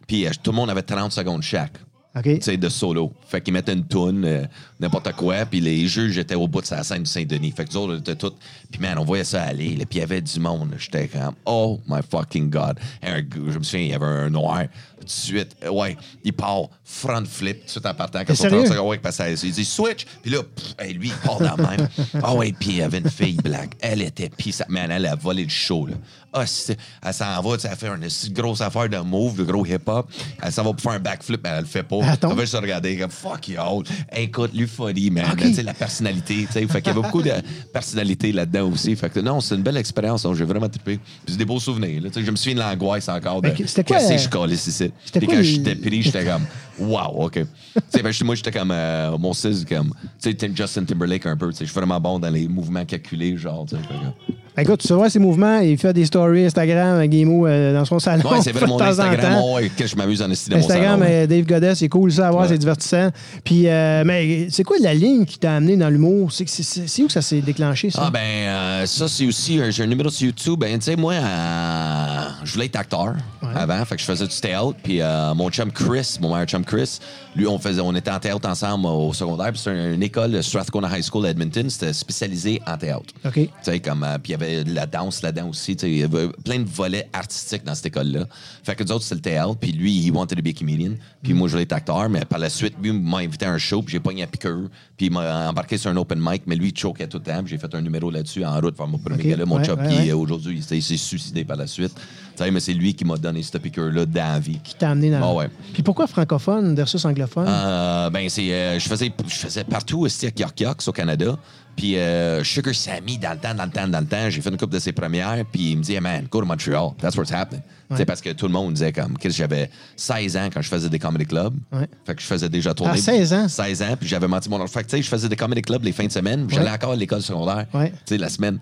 Puis euh, tout le monde avait 30 secondes chaque.
OK.
Tu sais, de solo. Fait qu'ils mettaient une toune, euh, n'importe quoi, puis les juges étaient au bout de sa scène du Saint-Denis. Fait que nous autres, on était tous... Puis man, on voyait ça aller, là, puis il y avait du monde. J'étais comme, oh my fucking God. Un gars, je me souviens, il y avait un noir. Tout de suite, euh, ouais, il part, front flip, tout de suite en partant. Quand
T'es
son
sérieux?
30 secondes, ouais, parce que ça- il dit switch, puis là, pff, hey, lui, il part dans le même. Ah ouais, puis il y avait une fille black. Elle était pisse. Man, elle a volé le show, là. Ah, c'est- elle s'en va, tu sais, elle fait une si grosse affaire de move, de gros hip-hop. Elle s'en va pour faire un backflip, mais elle le fait pas.
Elle tombe.
Elle va juste regarder comme fuck yo. Écoute, l'euphorie, man.
Ok.
Tu sais, la personnalité, tu sais. Fait qu'il y avait beaucoup de personnalité là-dedans aussi. Fait que non, c'est une belle expérience. donc J'ai vraiment trippé. Puis c'est des beaux souvenirs, là. Tu sais, je me souviens de l'angoisse encore. de
Mais que- c'était quoi,
Qu'est-ce que
euh,
je collais ici?
c'était
Puis
quoi
quand
les-
j'étais
*laughs*
pris, j'étais comme, wow, OK. tu sais, ben, j'étais- moi, j'étais comme, euh, mon sis, comme, tu sais, Tim- Justin Timberlake un peu, tu sais, je suis vraiment bon dans les mouvements calculés, genre, tu sais.
*laughs*
fait que-
Ben, Écoute, tu vois ses mouvements, il fait des stories Instagram avec Guimau euh, dans son salon.
Ouais, c'est vrai,
*laughs* de
mon
temps en
Instagram,
temps.
ouais, que je m'amuse en esti de mon
Instagram,
salon,
euh, Dave Godet, c'est cool ça à voir,
Ouais.
c'est divertissant. Puis, euh, mais c'est quoi la ligne qui t'a amené dans l'humour? C'est, c'est- c'est- c'est où que ça s'est déclenché, ça?
Ah ben euh, ça c'est aussi euh, j'ai un numéro sur YouTube ben tu sais moi euh, je voulais être acteur avant fait que je faisais du théâtre puis euh, mon chum Chris mon meilleur chum Chris lui on faisait on était en théâtre ensemble au secondaire puis c'est une école le Strathcona High School à Edmonton c'était spécialisé en théâtre
OK.
tu sais comme euh, puis il y avait de la danse là-dedans aussi tu sais il y avait plein de volets artistiques dans cette école là fait que nous autres c'était le théâtre puis lui il wanted to be a comedian puis moi je voulais être acteur mais par la suite lui m'a invité à un show puis j'ai pogné à piqueur puis il m'a embarqué sur un open mic mais lui il choquait tout le temps puis j'ai fait un numéro là-dessus en route vers mon premier
Ok,
gala mon
ouais,
chum
ouais,
qui
ouais.
euh, aujourd'hui il s'est- il s'est suicidé par la suite tu sais mais c'est lui qui m'a donné ce piqueur là dans la vie
Qui t'a amené dans.
Ah ouais.
Puis pourquoi francophone versus anglophone?
euh, ben, c'est. euh, je, faisais, je faisais partout aussi à York Yorks, au Canada. Puis euh, Sugar Sammy, dans le temps, dans le temps, dans le temps, j'ai fait une couple de ses premières. Puis il me dit, hey man, go to Montreal. That's what's happening. Tu sais, Parce que tout le monde disait, comme, Chris, j'avais 16 ans quand je faisais des comedy clubs.
Ouais.
Fait que je faisais déjà tourner.
16 ans?
16 ans, puis j'avais menti mon nom. Fait que, tu sais, je faisais des comedy clubs les fins de semaine. puis J'allais
Ouais.
encore à l'école secondaire.
Ouais.
Tu sais, la semaine.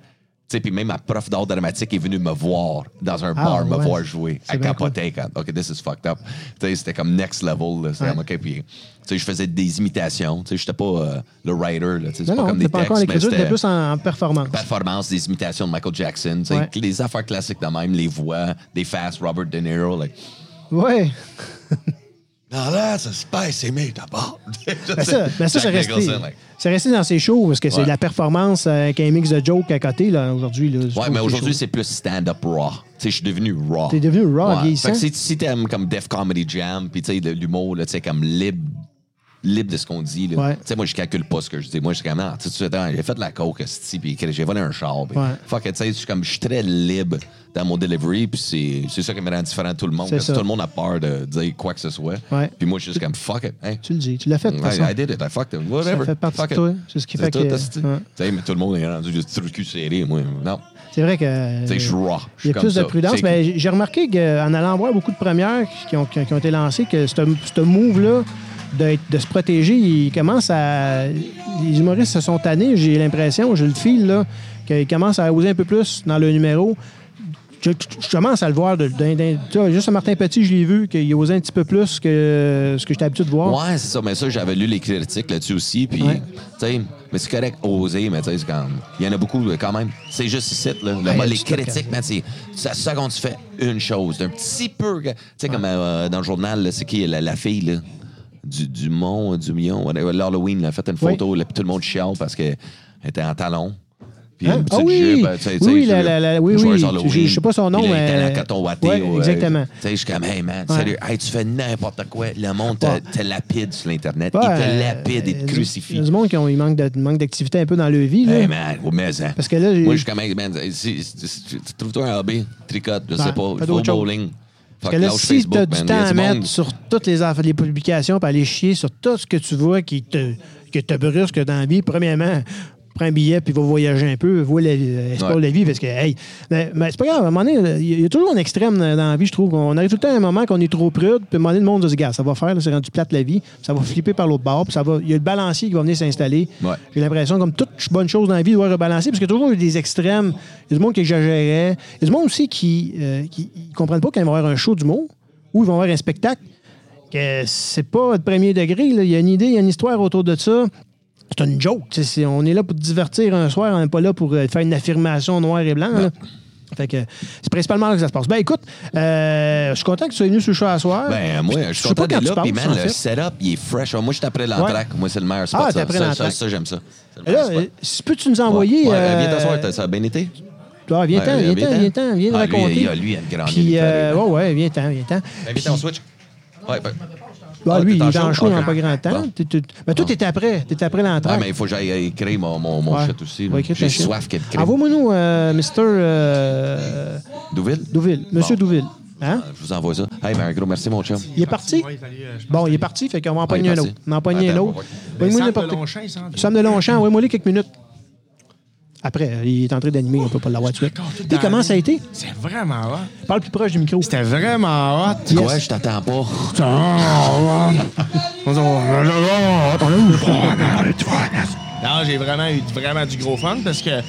Tu sais, puis même ma prof d'art dramatique est venue me voir dans un
Ah,
bar, me
ouais.
voir jouer.
C'est
Elle
bien cool.
capotait c'était comme, OK, this is fucked up. Tu sais, c'était comme next level. là. C'était
Ouais.
comme, OK, puis, tu sais, je faisais des imitations. Tu sais, j'étais pas euh, le writer, là. Tu sais, c'est
non,
pas
non,
comme
t'es
des
pas
textes,
encore en
mais
écriture, t'es
c'était
plus en, en performance.
performance, des imitations de Michael Jackson, tu sais,
Ouais.
les affaires classiques de même, les voix, des fast Robert De Niro, like, *laughs*
Ouais.
Now that's a spicy *laughs* meatball.
Ben ça, ben ça, c'est
Jack
resté.
Nicholson, like.
C'est resté dans ses shows parce que c'est
Ouais.
de la performance euh, avec un mix de jokes à côté là, aujourd'hui. Là,
Ouais, mais aujourd'hui, c'est plus stand-up raw. Tu sais, je suis devenu raw.
T'es devenu raw, vieillissant.
Fait que si- si t'aimes comme Def Comedy Jam, puis tu sais, de l'humour, là, tu sais, comme libre, libre de ce qu'on dit, là.
Ouais.
Tu sais, moi, je calcule pas ce que je dis. Moi, je suis comme, non, tu sais, tu sais, j'ai fait de la coke, esti, puis que j'ai volé un char. puis
Ouais.
Fuck, it, tu sais, je suis comme, je suis très libre dans mon delivery, puis c'est- c'est ça qui me rend différent de tout le monde.
C'est
Parce que
ça.
tout le monde a peur de dire quoi que ce soit.
Ouais.
Puis moi, je suis juste comme, fuck it, hein.
Tu le dis, tu l'as fait de toute façon.
I, I did it, I fucked it, whatever.
fait partie
Fuck
de
it.
toi, c'est ce qui fait
tout,
que-
esti.
Ouais.
Tu sais, mais tout le monde est rendu juste sur le cul serré, moi. Non.
C'est vrai que.
Tu sais, je suis raw. Je
Il
suis
y a
comme
plus de
ça.
prudence.
C'est-
Ben, j'ai- j'ai remarqué qu'en allant voir beaucoup de premières qui ont, qui ont- qui ont été lancées, que ce ce move-là d'être- de se protéger, il commence à. Les humoristes se sont tannés, j'ai l'impression, je le file, là, qu'ils commencent à oser un peu plus dans le numéro. Je, je- je commence à le voir. de- d'un- d'un- tu vois, juste à Martin Petit, je l'ai vu, qu'il osait un petit peu plus que ce que j'étais habitué de voir.
Ouais, c'est ça. Mais ça, j'avais lu les critiques là-dessus aussi. Puis,
Ouais.
tu sais, mais c'est correct, oser, mais tu sais, c'est quand Il y en a beaucoup euh, quand même. C'est juste ici, là. Le-
Ouais,
les
tu te
critiques,
casses.
mais tu sais, c'est la seconde, tu fais une chose, d'un petit peu. que- Tu sais, comme euh, dans le journal, là, c'est qui la, la fille, là? Du, du Mont, euh, du Mion, whatever, l'Halloween, elle a fait une
Oui.
photo, là, puis tout le monde chiale parce qu'elle était en talons. Puis
Hein?
une
Ah
petite
oui!
jupe, euh, tu sais, tu sais,
Oui,
tu
la-
sais,
la- la- oui,
une
oui,
joyeuse
je-
Halloween.
je sais pas son nom,
Puis là, il était
mais-
en coton ouaté,
Ouais,
ou, euh,
exactement.
tu sais, je suis comme, hey man,
Ouais.
sérieux, hey, tu fais n'importe quoi. Le monde te,
Ouais.
te lapide sur l'Internet.
Ouais,
il te
euh,
lapide, il
il y a
te
du-
crucifie.
Il y a du monde qui ont, il manque de- manque d'activité un peu dans leur vie. là.
Hey man, au maison.
Parce que là, j'ai-
Moi, je suis comme, hey man, si- si- si- tu- tu- trouve-toi un hobby, tricote, je
Ben,
sais pas,
fais
va au
d'autres choses.
bowling.
Parce que là, si tu as du temps à mettre sur toutes les, affaires- les publications, puis aller chier sur tout ce que tu vois qui te, que te brusque dans la vie, premièrement, prends un billet puis va voyager un peu, vois la, explore
Ouais.
la vie, parce que, hey, mais, mais c'est pas grave, à un moment donné, il y a- il y a toujours un extrême dans, dans la vie, je trouve. On arrive tout le temps à un moment qu'on est trop prude, puis à un moment donné, le monde se dit, gars, ça va faire, là, c'est rendu plate la vie, ça va flipper par l'autre bord, puis ça va, il y a le balancier qui va venir s'installer.
Ouais.
J'ai l'impression comme toute bonne chose dans la vie doit rebalancer parce qu'il y a toujours eu des extrêmes. Il y a du monde qui exagérait. Il y a du monde aussi qui ne comprennent pas quand ils vont avoir un show d'humour ou ils vont avoir un spectacle que c'est pas de premier degré. là. Il y a une idée, il y a une histoire autour de ça. c'est une joke. tu sais, c'est- on est là pour te divertir un soir, on n'est pas là pour euh, faire une affirmation noir et blanc. là. Fait que c'est principalement là que ça se passe. Ben écoute, euh, je suis content que tu sois venu sur le show à soir.
Ben, moi, je suis
sais pas
content
quand
d'être là.
tu
Puis,
passes,
man,
en fait.
le setup, il est fresh. Moi, je suis après l'entraque. Moi, c'est le meilleur spot.
Ah, t'es
ça.
après
Ça,
l'entraque.
Ça, ça, j'aime ça. C'est le
Et
meilleur
là,
spot.
euh, si peux-tu nous
Ouais.
envoyer.
Ouais,
euh,
viens t'asseoir. t'as- Ça a bien été?
ah, viens ten
Ouais,
viens ten viens
ten.
ten viens
Ah, lui,
raconter.
il y a- lui, il y a une grande
Puis,
idée,
euh,
lui.
ouais, ouais, viens ten viens ten
Ben, viens, on switch. Ouais, ben.
Bah,
Ah,
lui, il
t'es
est
en
en show,
show,
il n'a
ok.
pas grand temps.
Bon.
T'es- t'es- Mais toi, t'étais après. T'étais après l'entrée.
Ah, mais il faut que j'aille écrire mon, mon, mon shit aussi. là.
Ouais, écris
J'ai
ton shit.
soif qu'il crée.
Envoie-moi nous, euh, Mr. euh,
Douville?
Douville. Monsieur
Bon.
Douville. Hein?
Je vous envoie ça. Hey, mais un gros merci, mon chum.
Il est parti?
euh,
Bon, il est parti, fait qu'on va en pogner
Ah, il est
un
parti.
autre. On va en pogner un
Attends,
autre.
on
Oui, moi,
Sam de
n'importe-
Longchamp, il s'en vient.
Sam de Longchamp, oui, moi, quelques minutes. Après, il est en train d'animer, on peut pas l'avoir tout de
encore tout
suite. Puis,
dans
comment
la
ça a été?
C'est vraiment hot.
Parle plus proche du micro.
C'était vraiment hot. Ah,
Tu vois, je t'attends pas.
Non, j'ai vraiment eu vraiment du gros fun parce que, tu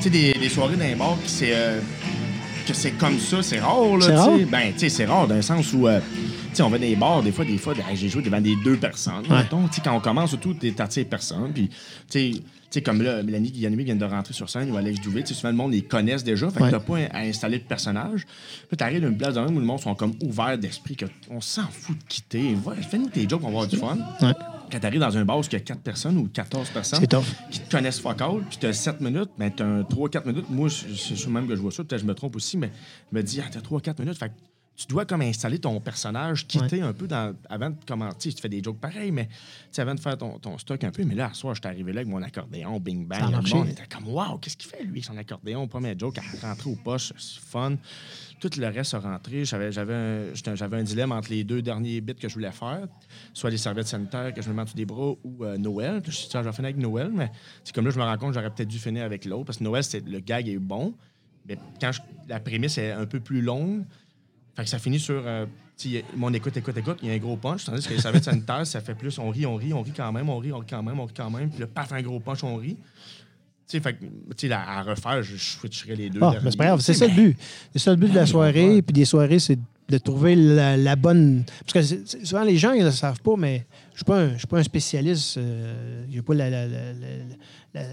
sais, des, des soirées d'un bar qui c'est. euh, que c'est comme ça, c'est rare, là,
C'est rare?
tu sais. Ben, tu sais, c'est rare dans le sens où. euh, tu sais, on va dans des bars, des fois, des fois, hey, j'ai joué devant des deux personnes. mettons. Tu sais, quand on commence, surtout, t'es tentées personnes. Puis, tu sais, tu sais, comme là, Mélanie Guillanemi vient de rentrer sur scène ou Alex Douvet, tu sais, souvent le monde, ils connaissent déjà. Fait
Ouais.
que t'as pas à installer de personnage. Là, t'arrives à une place dans même où le monde sont comme ouverts d'esprit, que on s'en fout de quitter. Va, finis tes jobs, on va avoir du fun.
Ouais.
Quand t'arrives dans un bar où il y a 4 personnes ou 14 personnes
C'est tough.
qui te connaissent fuck all, puis t'as 7 minutes, mais t'as un 3-4 minutes. Moi, je- c'est sûr même que je vois ça, peut-être que je me trompe aussi, mais je me dis, ah, t'as 3-4 minutes. Fait que tu dois comme installer ton personnage, quitter un peu dans, avant de commencer. Tu fais des jokes pareils, mais tu sais, avant de faire ton, ton stock un peu. Mais là, à soir, je suis arrivé là avec mon accordéon, bing bang.
Ça a
le
marché.
monde était comme, waouh, qu'est-ce qu'il fait, lui, son accordéon? Premier joke à rentrer aux poches, c'est fun. Tout le reste a rentré. J'avais, j'avais, un, j'étais- j'avais un dilemme entre les deux derniers bits que je voulais faire, soit les serviettes sanitaires que je me mets en dessous des bras ou euh, Noël. Je suis sûr, j'en finis avec Noël, mais c'est comme là, je me rends compte que j'aurais peut-être dû finir avec l'autre parce que Noël, c'est, le gag est bon, mais quand je- la prémisse est un peu plus longue, fait que ça finit sur euh, tu sais, mon écoute, écoute, écoute, il y a un gros punch, tandis que les serviettes sanitaires, ça fait plus on rit, on rit, on rit quand même, on rit, on rit quand même, on rit quand même, puis là, paf, un gros punch, on rit. Tu sais, fait que, tu sais, là, à refaire, je switcherais les deux.
Ah, mais c'est pas grave, c'est ça le but. C'est ça le but de la soirée. Puis des soirées, c'est de trouver la, la bonne. Parce que c'est- c'est- souvent, les gens, ils ne le savent pas, mais je ne suis, pas un- je suis pas un spécialiste. euh, j'ai pas la- la- la- la- la- la-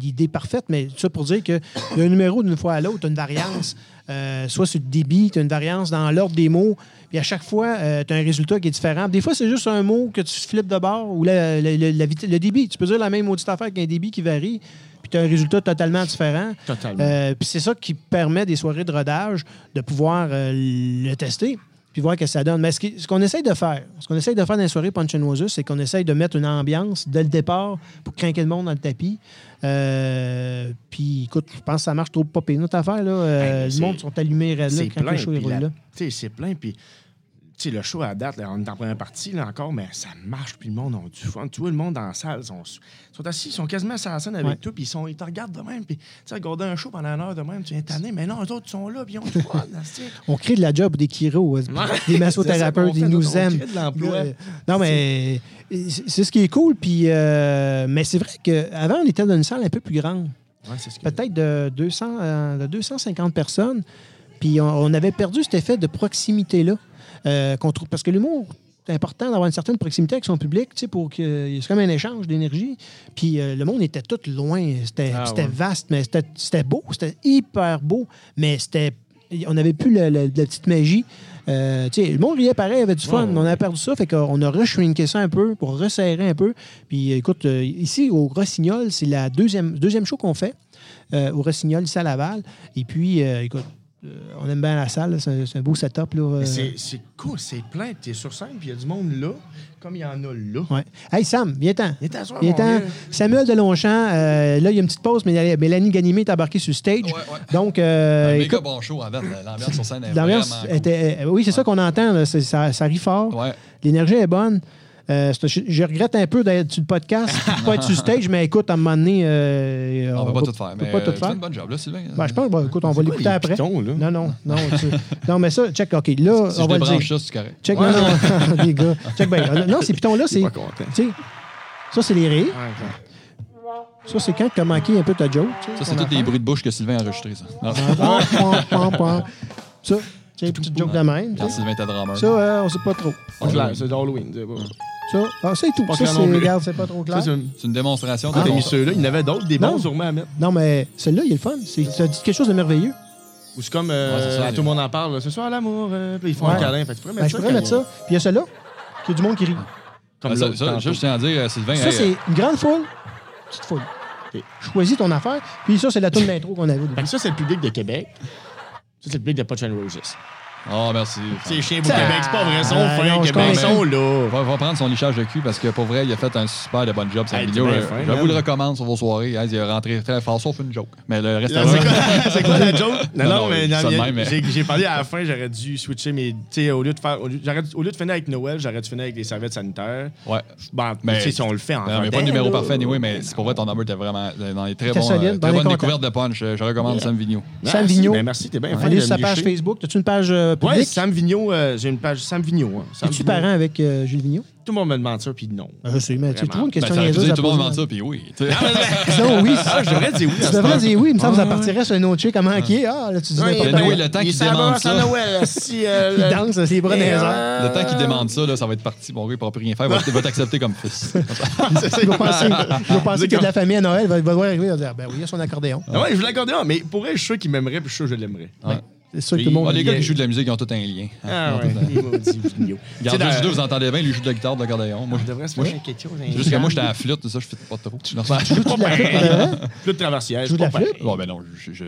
l'idée parfaite, mais ça pour dire que d'un numéro d'une fois à l'autre, tu une variance. euh, soit sur le débit, tu as une variance dans l'ordre des mots. Puis à chaque fois, tu as un résultat qui est différent. Des fois, c'est juste un mot que tu flippes de bord ou la- la- la- la vite- le débit. Tu peux dire la même maudite affaire qu'un débit qui varie, puis tu as un résultat totalement différent.
Totalement.
Euh, puis c'est ça qui permet des soirées de rodage de pouvoir euh, le tester puis voir ce que ça donne. Mais ce qui- ce qu'on essaye de faire, ce qu'on essaye de faire dans les soirées Punch and Moses, c'est qu'on essaye de mettre une ambiance dès le départ pour craquer le monde dans le tapis. Euh, puis écoute, je pense que ça marche trop pas pire, notre affaire. Là, Euh,
Hey,
le
c'est-
monde sont allumés raide, là,
C'est
quand
plein.
le show il
puis la-
roule là.
tu sais, C'est plein. Puis, tu sais, le show à date, là, on est en première partie là, encore, mais ça marche. Puis le monde a du fun. Tu vois, le monde dans la salle, ils sont, sont assis, ils sont quasiment sur la scène avec
Ouais.
toi. Puis ils, sont, ils te regardent de même. Puis, tu sais, regarder un show pendant une heure de même, tu es tanné. Mais non, les autres, ils sont là. Puis ils ont du fun. là, tu sais.
On crée de la job pour des chiros, euh, des massothérapeutes,
C'est ça
ils
qu'on fait, on
nous
crée
aiment.
de l'emploi.
Euh, Non, mais c'est c'est ce qui est cool. Puis, euh, mais c'est vrai qu'avant, on était dans une salle un peu plus grande.
Ouais, c'est ce que-
peut-être de, 200, euh, de 250 personnes. Puis on, on avait perdu cet effet de proximité-là. euh, qu'on trouve, parce que l'humour, c'est important d'avoir une certaine proximité avec son public, tu sais, pour que c'est comme un échange d'énergie. Puis euh, le monde était tout loin. C'était
Ah,
c'était
ouais.
vaste, mais c'était- c'était beau. C'était hyper beau. Mais c'était. On n'avait plus le- le- la petite magie. Euh, tu sais, le monde riait pareil, avait du fun.
Ouais, ouais.
On a perdu ça, fait qu'on a reshrinké ça un peu pour resserrer un peu. Puis écoute, euh, ici au Rossignol, c'est la deuxième, deuxième show qu'on fait euh, au Rossignol, ici à Laval. Et puis, euh, écoute, euh, on aime bien la salle, là. c'est un, c'est un beau setup. Là, euh.
Mais C'est c'est cool, c'est plein. Tu es sur scène, puis il y a du monde là, comme il y en a là.
Ouais. Hey Sam, viens-t'en.
Il est à soir,
Il est
mon
temps.
vieux.
Samuel de Longchamp, euh, là, il y a une petite pause, mais Mélanie Ganimé est embarquée sur le stage.
Ouais, ouais.
Donc, euh,
Un méga
écoute,
bon show à date. euh, L'ambiance sur scène est
l'ambiance
vraiment cool.
était. euh, oui, c'est ça qu'on entend, là. C'est- ça, ça rit fort.
Ouais.
L'énergie est bonne. Euh, c'est- je, je regrette un peu d'être sur le
*laughs*
podcast, de pas être sur le stage, mais écoute, à un moment donné. euh,
On peut pas tout faire.
on peut
mais
pas
euh,
tout
tu
faire.
fais une bonne job, là, Sylvain.
Ben, je pense, bon, écoute, on va l'écouter
les
après.
pitons, là?
Non, non, non.
*laughs*
tu- non, mais ça, check, OK. Là,
Si
on va le
je
dire.
débranche ça, c'est correct.
Check, non, non, *laughs* les gars. Check bien. Euh, Non, ces pitons-là, c'est.
pas content.
tu sais, Ça, c'est les rires.
Ouais, ouais.
Ça, c'est quand tu as manqué un peu ta joke.
Ça, c'est tous les bruits de bouche que Sylvain a enregistrés, ça. Non. *laughs*
Pom, pom, pom, pom. Ça, c'est une petite joke de même. tu
Quand
sais.
Sylvain était drummer.
Ça, euh, on sait pas trop.
C'est clair, c'est d'Halloween. c'est bon.
Ça, ah, c'est tout.
Pas
Ça,
clair
c'est,
non plus.
regarde, c'est pas trop clair.
Ça, c'est une-
C'est une démonstration de
T'as mis
ton-
ceux-là, il y en avait d'autres, des
Non.
bons sûrement à mettre.
Non, mais celle-là, il est le fun. C'est, ça dit quelque chose de merveilleux.
Ou c'est comme
Ouais,
euh,
c'est ça,
tout le monde en parle, là, ce soir l'amour, euh, puis ils font
Ouais.
un câlin. Fait que tu pourrais
Ben,
mettre ça.
je pourrais
comme-
mettre ça. Puis il y a celle-là, qui a du monde qui rit.
Comme
Ah, ça,
l'autre
ça,
tantôt.
juste, je tiens à dire, euh, Sylvain,
Ça,
hey, euh,
c'est une grande foule, petite foule.
Ok.
Choisis ton affaire. Puis ça, c'est la toune d'intro qu'on avait au
Fait que
début.
ça, c'est le public de Québec. Ça, c'est le public de Punch and Roses.
Oh, merci.
C'est chien pour Québec, c'est pas vrai, ils sont
Ah,
fins,
non, je
Québec, ils
comprends.
sont là.
On va, va prendre son lichage de cul parce que pour vrai, il a fait un super de bon job, cette
Hey,
vidéo.
t'es bien
Euh,
fin,
je
man.
vous le recommande sur vos soirées. guys. Il est rentré très fort, sauf une joke. Mais le reste,
Là,
ouais.
C'est quoi, c'est quoi la joke? Non,
Non,
non,
non,
mais,
ça
non, mais-
de même, hein. mais-
j'ai- j'ai parlé à la fin, j'aurais dû switcher, mais tu sais, au lieu de faire, au lieu, j'aurais dû- au lieu de finir avec Noël, j'aurais dû finir avec les serviettes sanitaires.
Ouais.
Bon,
Mais-
tu sais, si on le fait en
Non, mais
fin
pas de
d'année,
numéro
là.
parfait, anyway, mais c'est pour vrai, ton number était vraiment dans les très,
T'es
bons,
solide,
euh,
ben
très
on est
bonnes
content.
découvertes de punch. Euh, Je recommande Sam Vigneault.
Sam
Merci,
Vigneault.
ben merci, t'es bien. fin
Allez
de
sur sa
me
page
licher.
Facebook. T'as-tu une page euh,
Ouais,
publique?
Sam Vigneault, euh, j'ai une page Sam Vigneault. hein. Sam
Es-tu
Vigneault.
parent avec euh, Gilles Vigneault?
Tout le monde me demande ça, puis
*laughs*
non.
Euh, Je sais, mais c'est
Vraiment.
toujours une
Ben,
question
ça aurait pu
niaiseuse
dire
à
tout le monde
poser.
ment ça, puis oui. tu sais.
*laughs* Non, oui.
Ah, j'aurais dit oui. à
Tu
ce
devrais
temps.
dire oui, il me semble que ça partirait sur un autre chick comment qui est. Ah, là, tu dis
Ouais,
n'importe
Ben,
quoi.
oui, le temps
Il
qu'il
est à
demande
bord, c'est
ça.
Noël, si, euh,
Il
le-
danse, c'est bras dans les
Et,
airs.
euh,
Le temps qu'il demande ça, là, ça va être parti. Mon gars, il pourra plus rien faire. Il va- il va t'accepter comme fils.
Il va penser, il va penser qu'il y a de la famille à Noël. Il va, il va devoir arriver et dire Ben oui, il y a son accordéon.
Ah ouais, je voulais l'accorder, mais pour elle, je suis sûr qu'il m'aimerait, puis je suis sûr que je l'aimerais.
Ouais.
C'est sûr que tout le monde.
Ah, les gars
il-
qui jouent de la musique, ils ont tout un lien.
Ah ouais, les maudits vignots.
Garde
Tu sais,
juste deux,
dans-
vous entendez bien, les jouent de la guitare, de l'accordéon. Moi,
On
je-
devrait se
moi,
faire quelque chose. hein.
je- Juste que moi, j'étais à la flûte, tout ça, je fais pas trop. Je suis
Tu joues de la flûte, euh,
Flûte traversière.
Tu joues de la
pas pareil.
flûte?
Bon, ben non, je, je,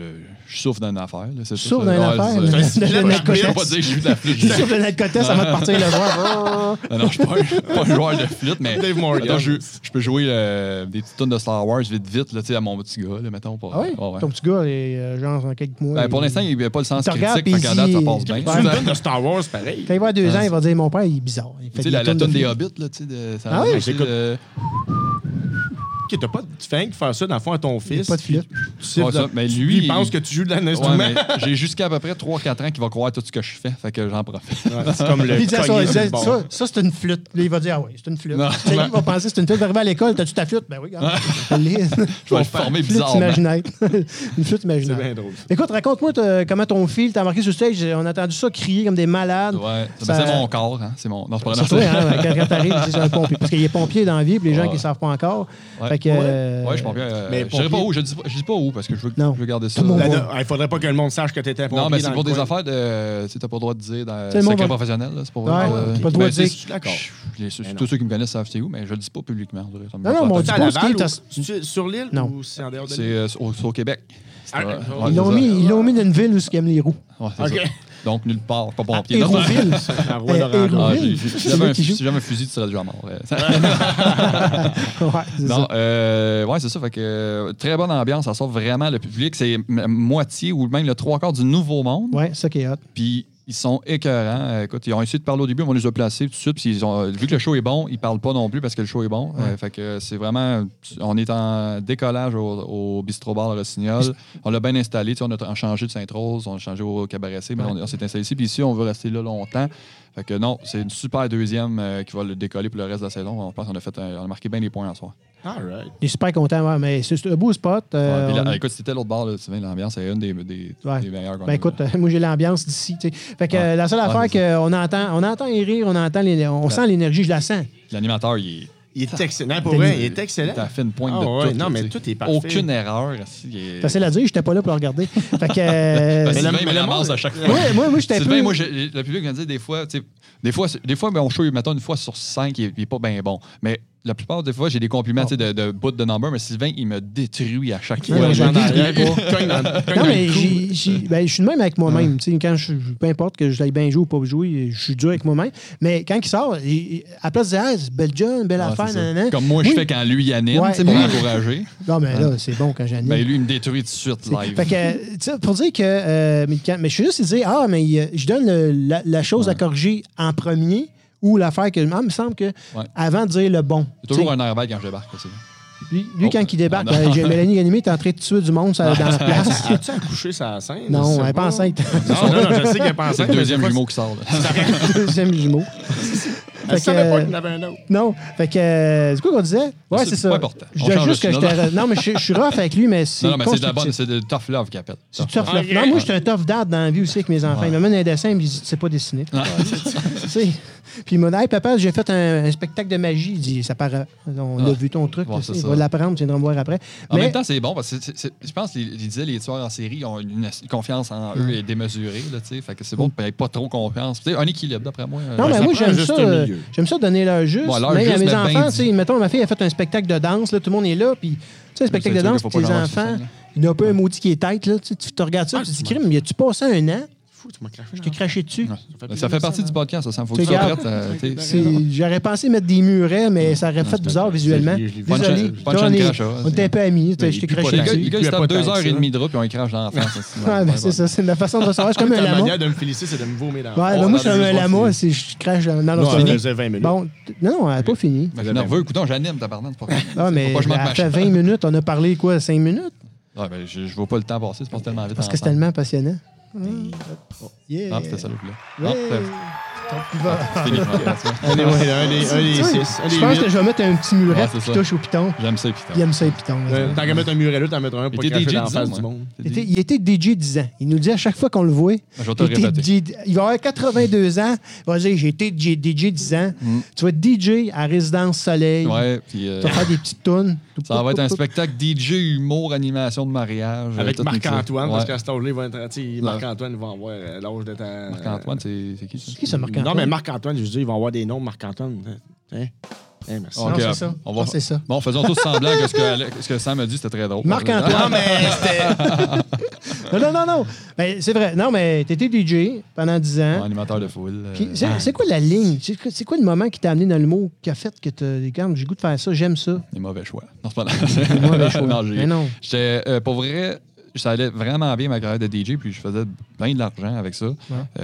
je souffre d'une affaire. Là, c'est
Souffre d'une affaire,
Je
là.
ne
Le- le
je peux
narcotique.
pas dire que je suis de la flûte.
Je suis sûr que *laughs* le narcotin, ça va
*laughs*
te partir le voir.
Non, non, je suis pas, un- *laughs* je suis pas un joueur de flûte, mais
Dave Morgan.
mettons, je, je peux jouer euh, des petites tonnes de Star Wars vite, vite, là, tu sais, à mon petit gars, là, mettons. Pour,
Ah oui?
Ouais, ouais.
Ton petit gars, il est euh, genre en quelques mois.
Ben, pour
il-
l'instant, il n'y a pas le sens
Te
critique,
regarde,
fait
puis
qu'en
il
date, ça
dit-
passe bien.
Ouais.
C'est une
Tu
tonne de Star Wars, pareil.
Quand il va avoir deux ans, il va dire Mon père, il est bizarre. Il fait
Ah, sais, la, la
tonnes de
tonne des
flûte.
Hobbits, là, tu sais, de- ça
Ah oui?
aussi,
J'écoute.
de-
Ok, T'as pas de fang faire ça, dans le fond, à ton
Il y a
fils.
pas de flûte.
Tu sais,
Ouais, ça,
dans-
mais
tu-
lui,
il pense
il-
que tu joues de un
Ouais,
instrument.
mais j'ai jusqu'à à peu près 3-4 ans qui va croire tout ce que je fais, fait que j'en profite.
*laughs* Ouais, C'est comme le.
Puis il dit à son-
cogner
il dit,
sur le
ça,
bord.
ça, c'est une flûte. Là, il va dire Ah oui, c'est une flûte.
Non.
Tu sais, Il va penser que c'est une flûte. Il va arriver à l'école, t'as-tu ta flûte Ben oui,
*laughs*
regarde. Allez.
Je vais le former
flûte
bizarre.
imaginaire. *laughs* une flûte
C'est
imaginaire.
bien drôle. ça.
Écoute, raconte-moi t'as- comment ton fil t'a marqué sur stage. On a entendu ça crier comme des malades.
Ouais, ben,
Ça-
c'est mon corps, hein. C'est mon. Non, c'est pas
C'est
non,
toi, hein, quand, quand t'arrives, c'est un pompier. Parce qu'il est pompier dans la vie, puis les gens
Ouais.
qui ne savent pas encore.
Ouais.
Fait que, euh,
Ouais, je comprends bien. euh,
Mais
je dirais pas
pompier-
où, je dis, pas- je dis pas où parce que je veux,
Non.
je veux garder
Tout
ça.
le monde
Là,
voit.
non, Il faudrait pas que le monde sache que t'étais pompier.
Non, mais c'est
dans
pour
le
des
coin.
affaires de. euh, Tu sais, t'as pas le droit de dire dans
C'est le
secret
monde va-
professionnel. là, C'est pour.
Ouais,
euh,
pas le droit
ben,
de dire.
c'est- je suis D'accord. Je- je-
Mais non.
Tous ceux qui me connaissent savent c'est où, mais je le dis pas publiquement. on dirait, ça me
Non, non,
fait
mais on
pas
dit
C'est à
peur.
pas. Je
Laval
pense
ou- c'est sur l'île
Non.
ou c'est en dehors de
C'est
l'île?
euh, au, c'est au Québec. C'est-
Ah,
ouais,
ils
ouais,
Ils l'ont
c'est ça.
mis, ils l'ont mis dans une ville où ce qu'ils aiment les roues.
Ouais, c'est
Ok.
ça. Donc, nulle part, pas
À
pompier. Non,
Hérouville.
*laughs*
Un roi
Euh,
d'Orange.
Hérouville.
Ah,
*laughs*
j'ai-
C'est
Si
là
j'avais un
qu'il
fu-
joue.
si j'avais un fusil, tu serais déjà mort. ouais.
ouais, c'est ça.
Non, euh, ouais, c'est ça. Fait que, euh, très bonne ambiance. Ça sort vraiment le public. C'est m- moitié ou même le trois quarts du nouveau monde.
Ouais, c'est ça qui est hot.
Puis ils sont écœurants. Euh, Écoute, ils ont essayé de parler au début, mais on les a placés tout de suite. Puis ils ont, vu que le show est bon, ils parlent pas non plus parce que le show est bon. Euh, fait que c'est vraiment. On est en décollage au, au Bistro Bar Le Rossignol. On l'a bien installé. Tu sais, On a changé de Sainte-Rose, on a changé au Cabaret C, mais on, on s'est installé ici. Puis ici, on veut rester là longtemps. Fait que non, c'est une super deuxième euh, qui va le décoller pour le reste de la saison. On pense qu'on a, fait un- on a marqué bien les points en soir.
All right.
Il est super content, ouais, mais c'est c'est un beau spot. euh,
Ouais, puis là,
on-
Écoute, c'était l'autre bar, là, tu vois, l'ambiance est une des, des,
Ouais.
des meilleures qu'on
Ben
a
écoute,
vues.
euh, moi j'ai l'ambiance d'ici. tu sais. Fait que
Ouais.
euh, la seule
Ouais,
affaire
c'est
qu'on entend, on entend les rires, on entend les, on sent l'énergie, je la sens.
l'animateur, il est.
Il est excellent. Pour vrai, il est excellent.
T'as fait une pointe
Ah
de
ouais,
tout.
non,
là,
mais
tu sais.
tout est parfait.
Aucune erreur. si, il est-
Facile à dire, j'étais pas là pour le
*laughs*
regarder. Fait que. euh,
Ben, Sylvain,
le-
il me
mais le
la
monde-
masse à chaque fois.
ouais, moi, moi j'étais un
Sylvain,
peu-
moi, j'ai- le public me dit des fois, tu sais, des fois, c'est- des fois ben, on show, mettons, une fois sur cinq, il, est- il est pas bien bon. Mais la plupart des fois, j'ai des compliments tu sais, de, de bout de number, mais Sylvain, il me détruit à chaque fois.
non,
là.
j'en ai rien Non, mais
mais
j'ai- j'ai- ben, je suis de même avec moi-même. Tu sais, Quand je, je- peu importe que je l'aille bien jouer ou pas jouer, je suis dur avec moi-même. Mais quand il sort, il- il- à place de dire, ah, c'est belle job, belle
Ouais, c'est
affaire,
ça.
nanana.
Comme moi, je
Oui.
fais quand lui, il anime,
Ouais,
tu sais, pour
lui-
l'encourager.
Non, mais là, c'est bon quand j'anime.
Ben, lui, il me détruit tout de suite live.
Fait que, euh, tu sais, pour dire que. euh, mais, quand- mais je suis juste à dire, ah, mais euh, je donne le- la, la chose à corriger en premier ou l'affaire que. Ah, il me semble que. Avant de dire le bon.
Il y a toujours un air bête quand je débarque. aussi.
Lui, lui,
Oh.
quand il débarque,
Ah, *laughs* non.
euh, j'ai- Mélanie Ganimé est en train de tuer du monde ça, dans
*laughs*
la
*laughs*
place.
As-tu accouché sa scène? Je
Non,
sais
elle est pas enceinte. *laughs*
Non, non, non, je sais qu'elle est pas
C'est
enceinte.
le deuxième
mais des
jumeau
fois,
qui sort. là.
Deuxième jumeau.
Elle
Fait que,
savait pas
euh,
qu'il y en avait un autre.
Non. Fait que, euh, c'est quoi qu'on disait? Ouais,
C'est
c'est ça.
pas important.
Je
On
dis
change
juste
de
que
sujet.
j'étais. Non, mais je je suis rough avec lui, mais c'est.
Non, non, mais c'est de la bonne,
constructif.
c'est de tough love qu'il appelle.
C'est tough
Ah,
love.
yeah.
Ah.
Non, moi, je suis un tough dad dans la vie aussi avec mes enfants. Ils m'amènent un dessin, mais je dis, *laughs* tu sais pas dessiner. tu sais. Puis il m'a dit, hey, papa, j'ai fait un, un spectacle de magie. Il dit, ça paraît. On a
Ah.
vu ton truc.
Bon,
tu sais,
c'est
il
ça.
va l'apprendre, tu viendras me voir après.
En
Mais-
même temps, c'est bon parce que c'est- c'est- je pense qu'ils disaient les tueurs en série ils ont une une confiance en
Mm.
eux et démesurée. Là, tu sais. fait que c'est bon de payer pas trop confiance. Tu sais, un équilibre, d'après moi.
Non,
Euh,
mais
ça
moi,
prend
j'aime
juste
ça.
un
euh,
milieu.
J'aime ça donner leur juste.
Bon, leur
même à
juste,
mes
mais ben
enfants, tu sais,
dit.
mettons, ma fille a fait un spectacle de danse, là, tout le monde est là, puis tu sais, un spectacle de
c'est sûr
danse,
qu'il
puis tes
faut pas qu'on avance sur
enfants,
scène, là.
il n'y en a pas un maudit qui est tête, là, tu sais, tu te regardes
Ah,
ça, puis tu te dis, crime, y a-tu passé un an?
Fou, tu m'as craché.
Je t'ai craché dessus.
Ouais. Ça fait partie du podcast, ça. ça faut que
Tu
tu sois
regardes.
prête, euh, tu sais.
C'est- J'aurais pensé mettre des murets, mais ça aurait fait bizarre visuellement.
je l'ai vu.
Punch
Désolé,
and-
toi,
punch
on
and
est-
crash, ouais,
on était
c'est-
un peu amis, tu sais,
Mais
je t'ai
il pue
craché
pas
Les gars,
tant
dessus.
que
les gars, ils
Il
se
pue
tapent
pas
deux
tant
heures
que
et
ça.
demie de rap et on écrase dans l'enfant.
*laughs* Ouais, ben, c'est ça, c'est la façon de recevoir.
*laughs*
Je suis comme un
La
lama.
manière
Ouais,
de me féliciter, c'est de me vomir
ben,
dans
moi,
on
je
va
suis
aller
un
voir
lama,
si-
si je crache dans dans
Non,
l'orthophonie.
elle faisait 20 minutes.
Bon, t- non, non, elle n'a pas fini.
Je suis nerveux, coudon, j'anime, tabarnak. c'est pas-
Ah, mais
Faut pas que je manque
elle
ma
fait
chance.
20 minutes, on a parlé quoi, 5 minutes?
Ouais, ben, je, je vois pas le temps passer, c'est pas tellement vite.
Parce que c'est
ensemble.
tellement passionnant. Yeah.
Ah, c'était ça le plus.
Ouais.
Ah, c'est- c'est fini, ouais,
Un des- ouais, un des- un
Tu
des
sais,
six, un
Je
des
pense que
huit.
je vais mettre un petit muret
Ouais,
qui
c'est ça.
touche au piton.
J'aime ça, putain.
Il aime ça, les pitons.
Euh, Tant qu'à mettre un muret là, t'en mettras un pour
Il était
cracher
DJ
dans la
10 ans,
face
moi.
du monde.
Il était, il était DJ 10 ans. Il nous dit à chaque fois qu'on le voit,
Ah, Je vais te
il,
le
était
répéter.
DJ il va avoir 82 ans. Il va dire J'ai été DJ 10 ans. Tu vas être DJ à Résidence Soleil.
Mm. Ouais, puis euh,
Tu vas faire des petites tunes.
*laughs* ça va être un spectacle DJ, humour, animation de mariage. euh,
Avec
tout mixé.
Marc-Antoine, parce
Ouais.
qu'à cet âge-là, il va être. tu sais, Marc-Antoine, il va avoir euh, l'âge de ta.
Marc-Antoine, c'est c'est qui ça?
Qui ça, Marc-Antoine?
Non, mais Marc-Antoine, je veux dire, il va avoir des noms, Marc-Antoine. Hein? Hein, merci.
Non,
Ok, euh,
c'est ça.
On
Non,
va...
c'est ça.
Bon, faisons tous semblant que ce que, Alex- ce que Sam a dit, c'était très drôle.
Marc-Antoine.
Ah, mais-
*laughs* Non, non, non, non. Ben, c'est vrai. Non, mais tu étais DJ pendant 10 ans.
Animateur de foule. euh,
Puis, c'est- C'est quoi la ligne? C'est quoi- c'est quoi le moment qui t'a amené dans le mot qui a fait que tu j'ai goût de faire ça, j'aime ça?
Des mauvais choix. Non, c'est pas *laughs*
mauvais choix.
Non, j'ai-
Mais non.
j'étais, euh, pour vrai, ça allait vraiment bien ma carrière de DJ, puis je faisais plein de l'argent avec ça. Euh,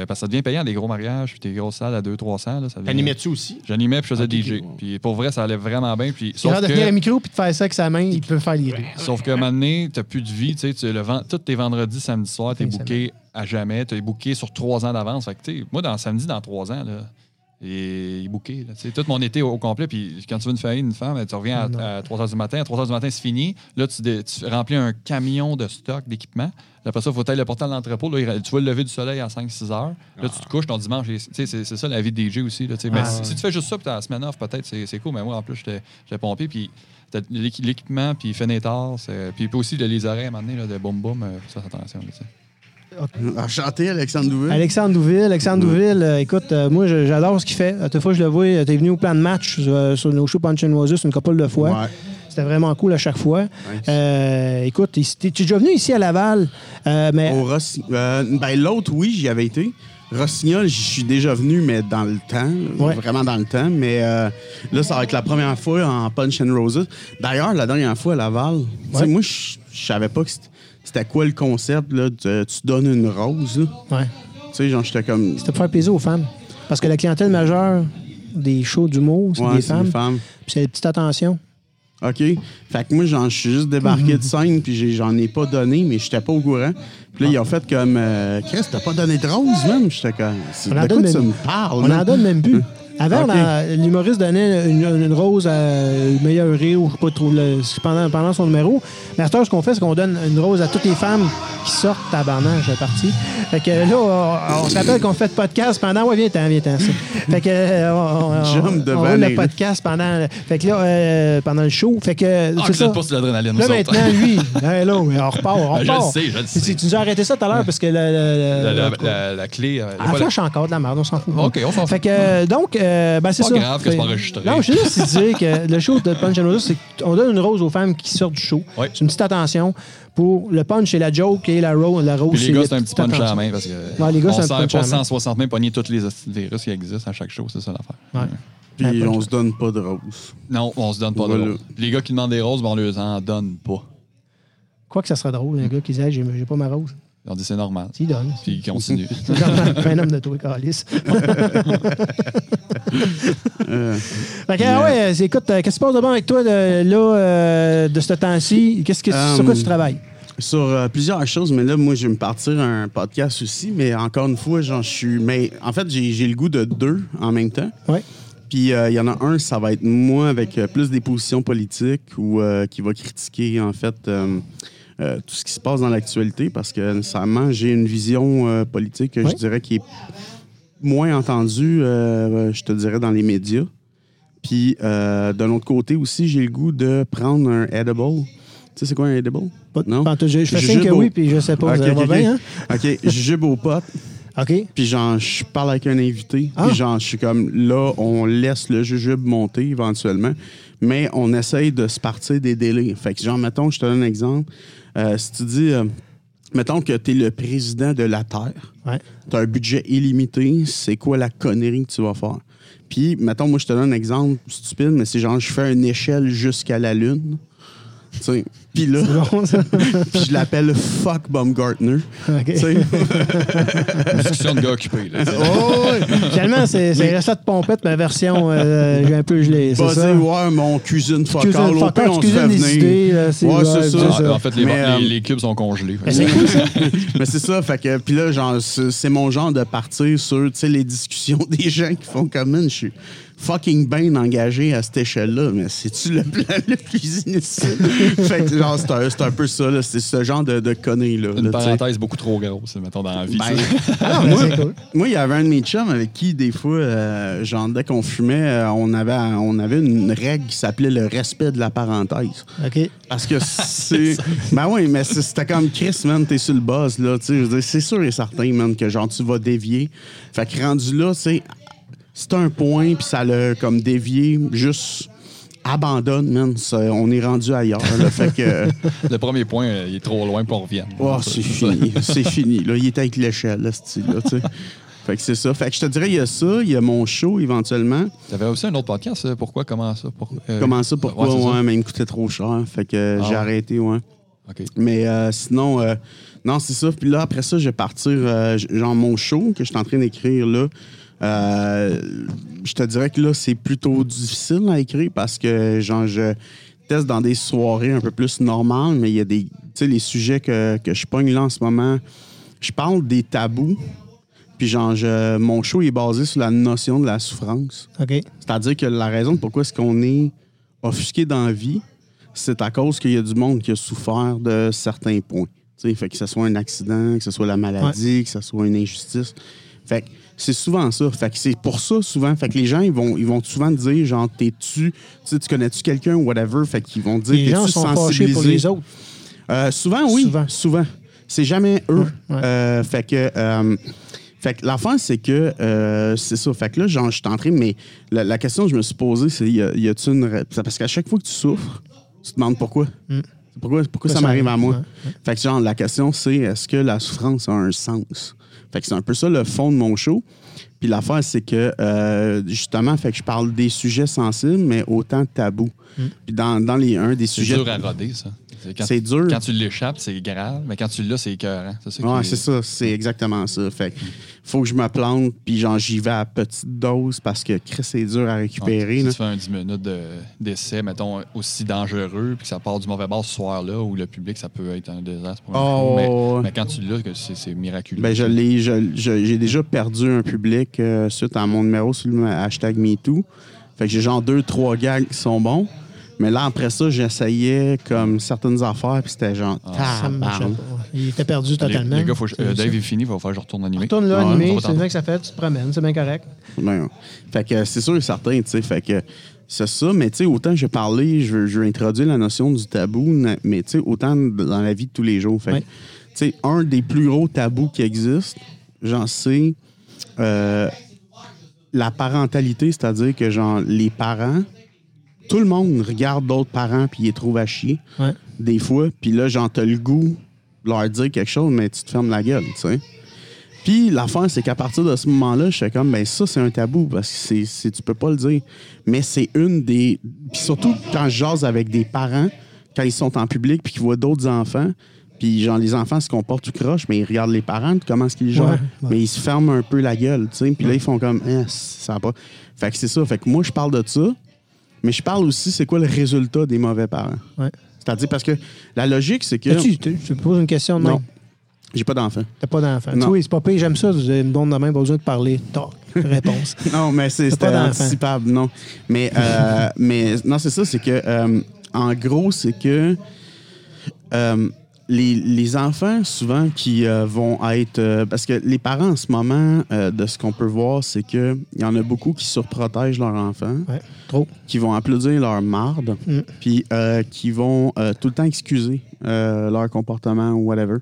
parce que ça devient payant, des gros mariages, puis des grosses salles à 200-300. là, ça devient-
T'animais-tu aussi?
J'animais, puis je faisais
Ok, ok,
DJ.
ouais.
Puis pour vrai, ça allait vraiment bien. Puis,
Il a
sauf,
l'air de tenir un
que,
micro puis de faire ça avec sa main, il peut faire les deux.
*laughs* sauf que maintenant, t'as plus de vie. Tu sais, tu le vends, tous tes vendredis, samedi soir, t'es
Fin de
booké à jamais. T'es booké sur trois ans d'avance. Fait que, tu sais, moi, dans samedi, dans trois ans, là. Et il est booké. là. Tu sais, Tout mon été au, au complet. Puis quand tu veux une famille, une femme, tu reviens
Non.
à, 3 h du matin. À 3 h du matin, c'est fini. Là, tu, dé- tu remplis un camion de stock d'équipement. Après ça, il faut aller le porter à l'entrepôt. Là, il- tu vas le lever du soleil à 5-6 heures. Là, tu te couches ton dimanche. et- tu sais, C'est c'est ça la vie de DJ aussi. là, tu sais. Mais
Ah,
si,
ouais.
si tu fais juste ça, puis t'as la semaine off, peut-être, c'est c'est cool. Mais moi, en plus, j'étais j'étais pompé. Puis t'as l'équi- l'équipement, puis fenêtres, puis puis aussi de les oreilles à un moment donné, là, de boum boum. euh, Ça, c'est attention. là, tu sais.
Enchanté, Alexandre Douvet.
Alexandre Douville, Alexandre
Mm.
Douville, euh, écoute, euh, moi je- j'adore ce qu'il fait. À toute fois, je le vois, euh, t'es venu au plan de match euh, sur nos shows Punch and Oasis une couple de fois.
Ouais.
C'était vraiment cool à chaque fois. Euh, écoute, ici- t'es- tu es déjà venu ici à Laval, euh, mais
Au Rossi- euh, ben, l'autre, oui, j'y avais été. Rossignol, j'y suis déjà venu, mais dans le temps. là,
Ouais.
Vraiment dans le temps. Mais euh, là, ça va être la première fois en Punch and Roses. D'ailleurs, la dernière fois à Laval, tu sais,
Ouais.
moi, je je savais pas que c'était- c'était quoi le concept. Là, de- tu donnes une rose. là.
ouais,
Tu sais, genre, j'étais comme.
c'était pour faire plaisir aux femmes. Parce que la clientèle majeure des shows d'humour, c'est
Ouais,
des
c'est
femmes.
des femmes.
Puis c'est des petites attentions.
OK. Fait que moi, genre, je suis juste débarqué de scène, puis j'ai- j'en ai pas donné, mais j'étais pas au courant. Puis là, ils ont fait comme. Euh, Chris, t'as pas donné de rose, même? J'étais comme. c'est-
On en
De
donne
quoi tu
même-
Ben, me parles?
On
là?
n'en donne même plus. Avant, on
Ok.
en- l'humoriste donnait une, une rose à le meilleur rire ou je sais pas trop le- c'est pendant, pendant son numéro. Mais à cette heure, ce qu'on fait, c'est qu'on donne une rose à toutes les femmes qui sortent tabarnage de partie. Fait que là, on, on se rappelle qu'on fait de podcast pendant. Ouais, viens-t'en, viens-t'en. ça. Fait que. euh, on, on-
Jump
on-
devant
on roule le
les-
podcast pendant. Fait que là, euh, pendant le show. Fait que.
Ah,
c'est
que ça
ça.
te pousse l'adrénaline,
Là,
nous autres.
maintenant, lui, hey, là, on repart, on
Ben, *laughs* je
repart.
le sais, je le
Tu-
sais.
Tu nous as arrêté ça tout à l'heure parce que le- le-
*laughs* La, la-
le-
la- la clé. euh,
ah,
pas la-
flash encore de la merde, on s'en fout.
Ok, on s'en
Fait que, euh, donc, euh, ben, c'est
Pas
ça.
grave que c'est pas enregistré.
Non, je veux juste *laughs* dire que le show de Punch and Roses, c'est qu'on donne une rose aux femmes qui sortent du show.
Ouais.
C'est une petite attention pour le punch et la joke et la, ro la rose.
Puis les
c'est
gars,
la
c'est un petit
petite
punch à la
attention.
main parce que
Ouais, les gars,
on
c'est un
sert
punch à
pas
la main.
160 000 poignées tous les virus qui existent à chaque show, c'est ça l'affaire.
Ouais.
Puis on se donne pas de rose.
Non, on se donne pas
Voilà.
de roses. Puis Les gars qui demandent des roses, ben, on leur en donne pas.
Quoi que ça serait drôle, un gars qui disait, j'ai j'ai pas ma rose.
On dit c'est normal.
S'il donne.
Puis ils continuent.
*laughs* C'est normal. un homme de toi, Calis. *laughs* Fait que, ah ouais, c'est- écoute, euh, qu'est-ce qui se passe de bon avec toi de- là, euh, de ce temps-ci? Qu'est-ce que,
Euh,
sur quoi tu travailles?
Sur euh, plusieurs choses, mais là, moi, je vais me partir un podcast aussi, mais encore une fois, genre, je suis. Mais en fait, j'ai j'ai le goût de deux en même temps.
Ouais.
Puis euh, il y en a un, ça va être moi avec euh, plus des positions politiques ou euh, qui va critiquer en fait euh, euh, tout ce qui se passe dans l'actualité parce que nécessairement j'ai une vision euh, politique que
Ouais.
je dirais qui est moins entendu, euh, je te dirais, dans les médias. Puis, euh, d'un autre côté aussi, j'ai le goût de prendre un edible. Tu sais, c'est quoi un edible?
Pas de-
Non?
pas de- je- je fais signe que
Jujube au-
oui, puis je sais pas,
Ok,
vous allez
ok,
voir
ok.
bien, hein?
OK, jujube aux potes.
OK?
Puis genre, je parle avec un invité.
Ah.
Puis genre, je suis comme, là, on laisse le jujube monter éventuellement. Mais on essaye de se partir des délais. Fait que genre, mettons, je te donne un exemple. Euh, si tu dis, euh, mettons que tu es le président de la Terre.
Ouais.
Tu as un budget illimité, c'est quoi la connerie que tu vas faire? Puis, mettons, moi, je te donne un exemple stupide, mais c'est genre, je fais une échelle jusqu'à la Lune. Tu sais, Puis là,
Bon, *laughs* ça.
*laughs* puis je l'appelle Fuck Baumgartner.
*laughs* OK.
Tu sais,
Discussion de gars occupés. là, tu sais.
Oh, oui. Finalement, c'est c'est la recette pompette, ma version, euh, j'ai un peu gelé, c'est
pas
ça?
dire, ouais, mon cuisine fuck
Cuisine
all, au
fuck
pire,
all,
on se
cuisine
fait
des
venir.
idées, là, c'est-
ouais,
ouais,
c'est
c'est
ça.
ça.
en fait, les,
Mais, euh,
les- les cubes sont congelés.
Mais Ah, c'est cool, ça.
*laughs* Mais c'est ça, fait que. Puis là, genre, c'est c'est mon genre de partir sur, tu sais, les discussions *laughs* des gens qui font comme, man, je suis fucking bien engagé à cette échelle-là, mais c'est-tu le plan, *laughs* le cuisiniste? fait que, genre, c'est un, c'est un peu ça, là, c'est ce genre de, de conneries-là.
Une
là, tu sais.
parenthèse beaucoup trop grosse, mettons, dans la vie.
Ben,
tu sais.
Ah, ben,
moi,
c'est cool.
moi, il y avait un de mes chums avec qui, des fois, euh, genre, dès qu'on fumait, euh, on, avait, on avait une règle qui s'appelait le respect de la parenthèse.
OK.
Parce que
*laughs*
c'est. ben oui, mais c'est- c'était comme Chris, man, t'es sur le buzz, là. Tu sais, je veux dire, c'est sûr et certain, man, que genre, tu vas dévier. Fait que rendu là, tu sais, c'est un point, puis ça l'a comme dévié, juste abandonne, man. Ça- on est rendu ailleurs, là.
*laughs*
Fait que.
Le premier point, euh, il est trop loin pour revenir.
Oh, c'est fini. C'est fini. Là, il est avec l'échelle, là, ce style-là, tu sais. Fait que c'est ça. Fait que je te dirais, il y a ça, il y a mon show éventuellement.
T'avais aussi un autre podcast, ça, pourquoi, comment ça? Pour, euh,
Comment ça, pourquoi?
ouais, c'est
Ouais,
ça.
mais il me coûtait trop cher. Fait que euh,
Ah ouais.
j'ai arrêté, ouais.
Ok.
Mais euh, sinon, euh, non, c'est ça. Puis là, après ça, je vais partir, euh, j- genre, mon show que je suis en train d'écrire, là. euh, je te dirais que là, c'est plutôt difficile à écrire parce que, genre, je teste dans des soirées un peu plus normales, mais il y a des. Tu sais, les sujets que, que je pogne là en ce moment, je parle des tabous. Puis, genre, je- mon show est basé sur la notion de la souffrance.
OK.
C'est-à-dire que la raison de pourquoi est-ce qu'on est offusqué dans la vie, c'est à cause qu'il y a du monde qui a souffert de certains points. Tu sais, fait que ce soit un accident, que ce soit la maladie, que ce soit une injustice. Fait que c'est souvent ça. Fait que c'est pour ça, souvent. Fait que les gens, ils vont, ils vont souvent te dire, genre, t'es-tu, tu sais, tu connais-tu quelqu'un ou whatever. Fait qu'ils vont te dire,
Les gens
t'es-tu
sont fâchés pour les
sensibilisé?
autres.
Euh, souvent, oui.
Souvent.
Souvent. C'est jamais eux.
Ouais, ouais.
Euh, fait que. euh, fait que l'affaire, c'est que. euh, c'est ça. Fait que là, genre, je suis en train. de- Mais la, la question que je me suis posée, c'est y a- y a-tu une. ra- Parce qu'à chaque fois que tu souffres, tu te demandes pourquoi. Pourquoi, pourquoi ça
Mm. ça
m'arrive à
arrive?
moi?
Ouais,
Fait que, genre, la question, c'est est-ce que la souffrance a un sens? Fait que c'est un peu ça le fond de mon show. Puis l'affaire, c'est que, euh, justement, fait que je parle des sujets sensibles, mais autant tabous.
Mm.
Puis dans, dans les un des
C'est
sujets.
dur à roder, ça. quand-
C'est dur.
Quand tu l'échappes, c'est grave, mais quand tu l'as, c'est écœurant. C'est ça qui
Ouais,
est-
c'est ça, c'est exactement ça. Fait que faut que je me plante, puis genre j'y vais à petite dose parce que Chris c'est dur à
Ouais,
récupérer.
si
là.
tu fais un 10 minutes de- d'essai, mettons, aussi dangereux, puis que ça part du mauvais bord ce soir-là, où le public, ça peut être un désastre pour un
Oh,
show, mais,
ouais.
mais quand tu l'as, que c'est c'est miraculeux.
Ben, je
Ça.
l'ai, je- je- j'ai déjà perdu un public euh, suite à mon numéro sur le hashtag MeToo. Fait que j'ai genre deux, trois gags qui sont bons. Mais là, après ça, j'essayais comme certaines affaires, puis c'était genre.
Ah.
Ça me marchait
tabarnak.
pas. Il était perdu
Les-
totalement.
Les gars, faut que je- euh,
C'est
Dave
ça.
est fini, il va falloir que je retourne animer.
Retourne là,
Ouais,
on
animé,
va
c'est
tenter.
bien que ça fait, tu te promènes, c'est bien correct.
Ben, fait que c'est sûr et certain, tu sais. Fait que c'est ça, mais tu sais, autant j'ai parlé, je veux, je veux introduire la notion du tabou, na- mais tu sais, autant dans la vie de tous les jours. Fait que,
Ouais.
tu sais, un des plus gros tabous qui existent, j'en sais, euh, la parentalité, c'est-à-dire que, genre, les parents, tout le monde regarde d'autres parents puis ils les trouvent à chier,
Ouais.
des fois, puis là, genre, t'as le goût de leur dire quelque chose, mais tu te fermes la gueule, tu sais. Puis l'affaire, c'est qu'à partir de ce moment-là, je suis comme, ben ça, c'est un tabou parce que c'est, c'est- tu peux pas le dire. Mais c'est une des. Puis surtout quand je jase avec des parents, quand ils sont en public puis qu'ils voient d'autres enfants, puis genre les enfants se comportent tout croche, mais ils regardent les parents, puis comment est-ce qu'ils gèrent.
Ouais, ouais.
Mais ils se ferment un peu la gueule, tu sais. Puis là, ils font comme, eh, ça va pas. Fait que c'est ça. Fait que moi, je parle de ça, mais je parle aussi, c'est quoi le résultat des mauvais parents.
Ouais.
C'est-à-dire, parce que la logique, c'est que.
Tu, tu, tu poses une question de
Non,
même.
j'ai pas d'enfant.
T'as pas d'enfant. Tu
Non.
sais, Oui, c'est pas pire, j'aime ça, vous avez une bombe de main, pas besoin de parler. Toc, réponse.
*laughs* Non, mais c'est-
T'as pas
c'était
d'enfant.
anticipable, non. Mais, *laughs* euh, mais non, c'est ça, c'est que, euh, en gros, c'est que euh, les, les enfants, souvent, qui euh, vont être. euh, parce que les parents, en ce moment, euh, de ce qu'on peut voir, c'est qu'il y en a beaucoup qui surprotègent leurs enfants,
Ouais, trop.
qui vont applaudir leur marde, puis euh, qui vont euh, tout le temps excuser euh, leur comportement ou whatever.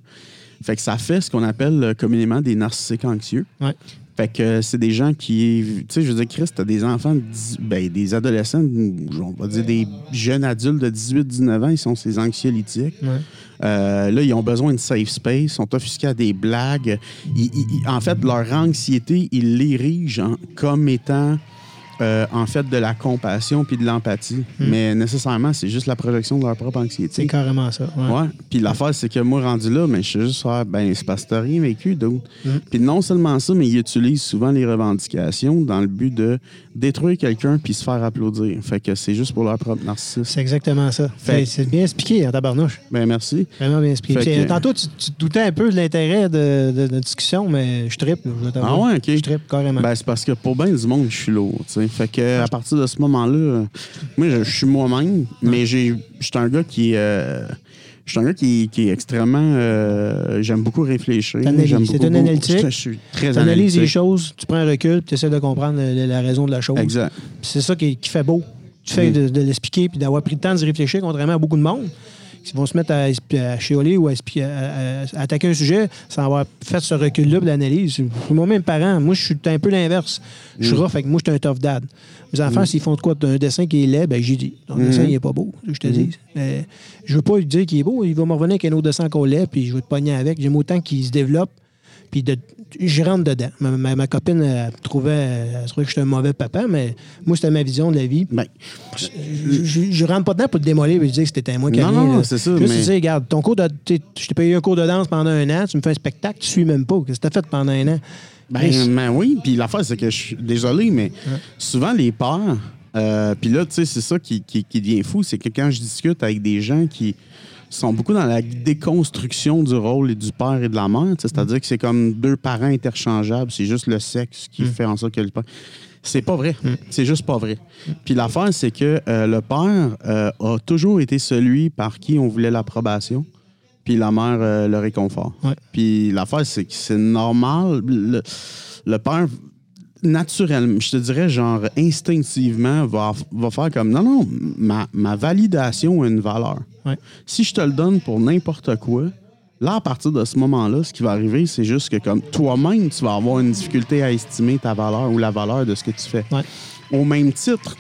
Fait que ça fait ce qu'on appelle euh, communément des narcissiques anxieux.
Ouais.
Fait que euh, c'est des gens qui. Tu sais, je veux dire, Chris, t'as des enfants, de dix- ben, des adolescents, on va dire des jeunes adultes de 18-19 ans, ils sont ces anxiolytiques.
Ouais.
Euh, là, ils ont besoin de safe space, ils sont offusqués à des blagues. Ils- ils- ils- en fait, leur anxiété, ils l'érigent en- comme étant. euh, en fait, de la compassion puis de l'empathie. Mais nécessairement, c'est juste la projection de leur propre anxiété.
Hmm. C'est carrément ça. ouais.
Ouais. Puis l'affaire, c'est que moi, rendu là, mais je suis juste, ah, ben, c'est parce que t'as rien vécu, d'autre.
Mm.
Puis non seulement ça, mais ils utilisent souvent les revendications dans le but de détruire quelqu'un puis se faire applaudir. Fait que c'est juste pour leur propre narcissisme.
C'est exactement ça.
Fait-
C'est- C'est bien expliqué, en tabarnouche.
Ben, merci.
Vraiment bien expliqué.
Fait
C'est-
que-
Tantôt, tu, tu te doutais un peu de l'intérêt de, de notre discussion, mais je trippe. là, je dois t'avouer.
Ah ouais, ok.
Je trippe carrément.
Ben, c'est parce que pour bien du monde, je suis lourd. tu sais. Fait que à partir de ce moment-là, euh, moi, je, je suis moi-même, mais j'ai, je suis un gars qui. euh, je suis un gars qui, qui est extrêmement. euh, j'aime beaucoup réfléchir.
T'analyses.
J'aime
C'est
beaucoup-
un analytique.
Je, je suis très
tu analyses les
analytique.
choses, tu prends un recul, tu essaies de comprendre le- le- la raison de la chose.
Exact.
Puis C'est ça qui, qui fait beau. Tu fais de, de l'expliquer puis d'avoir pris le temps de réfléchir, contrairement à beaucoup de monde qui vont se mettre à, esp- à chialer ou à, espi- à- à- à attaquer un sujet sans avoir fait ce recul-là de l'analyse. Moi, même parent, moi, je suis un peu l'inverse. Je suis rough, fait que moi, je suis un tough dad. Mes enfants, s'ils font de quoi d'un dessin qui est laid, ben, j'ai dit, ton dessin, il est pas beau, je te dis. Mais je veux pas lui dire qu'il est beau, il va me revenir avec un autre dessin qu'on laid, puis je vais te pogner avec. J'aime autant qu'il se développe puis de, je rentre dedans. Ma, ma- ma copine elle trouvait, elle trouvait que j'étais un mauvais papa, mais moi, c'était ma vision de la vie.
Ben,
Je, je- je rentre pas dedans pour te démolir et dire que c'était un moi qui
Non,
rien,
non,
là.
c'est ça,
Juste
mais-
dire, regarde, ton cours de, t'es- je t'ai payé un cours de danse pendant un an, tu me fais un spectacle, tu suis même pas. Qu'est-ce que t'as fait pendant un an? Chris,
Ben, ben oui, puis l'affaire, c'est que je suis désolé, mais souvent les peurs, euh, puis là, tu sais, c'est ça qui, qui, qui devient fou, c'est que quand je discute avec des gens qui sont beaucoup dans la déconstruction du rôle et du père et de la mère, tu sais, c'est-à-dire que c'est comme deux parents interchangeables, c'est juste le sexe qui fait en sorte que le père... C'est pas vrai. C'est juste pas vrai. Puis l'affaire, c'est que euh, le père euh, a toujours été celui par qui on voulait l'approbation puis la mère euh, le réconfort.
Ouais.
Puis l'affaire, c'est que c'est normal. Le, le père, naturellement, je te dirais, genre instinctivement, va, va faire comme non, non, ma, ma validation a une valeur.
Ouais.
Si je te le donne pour n'importe quoi, là, à partir de ce moment-là, ce qui va arriver, c'est juste que comme toi-même, tu vas avoir une difficulté à estimer ta valeur ou la valeur de ce que tu fais.
Ouais.
Au même titre,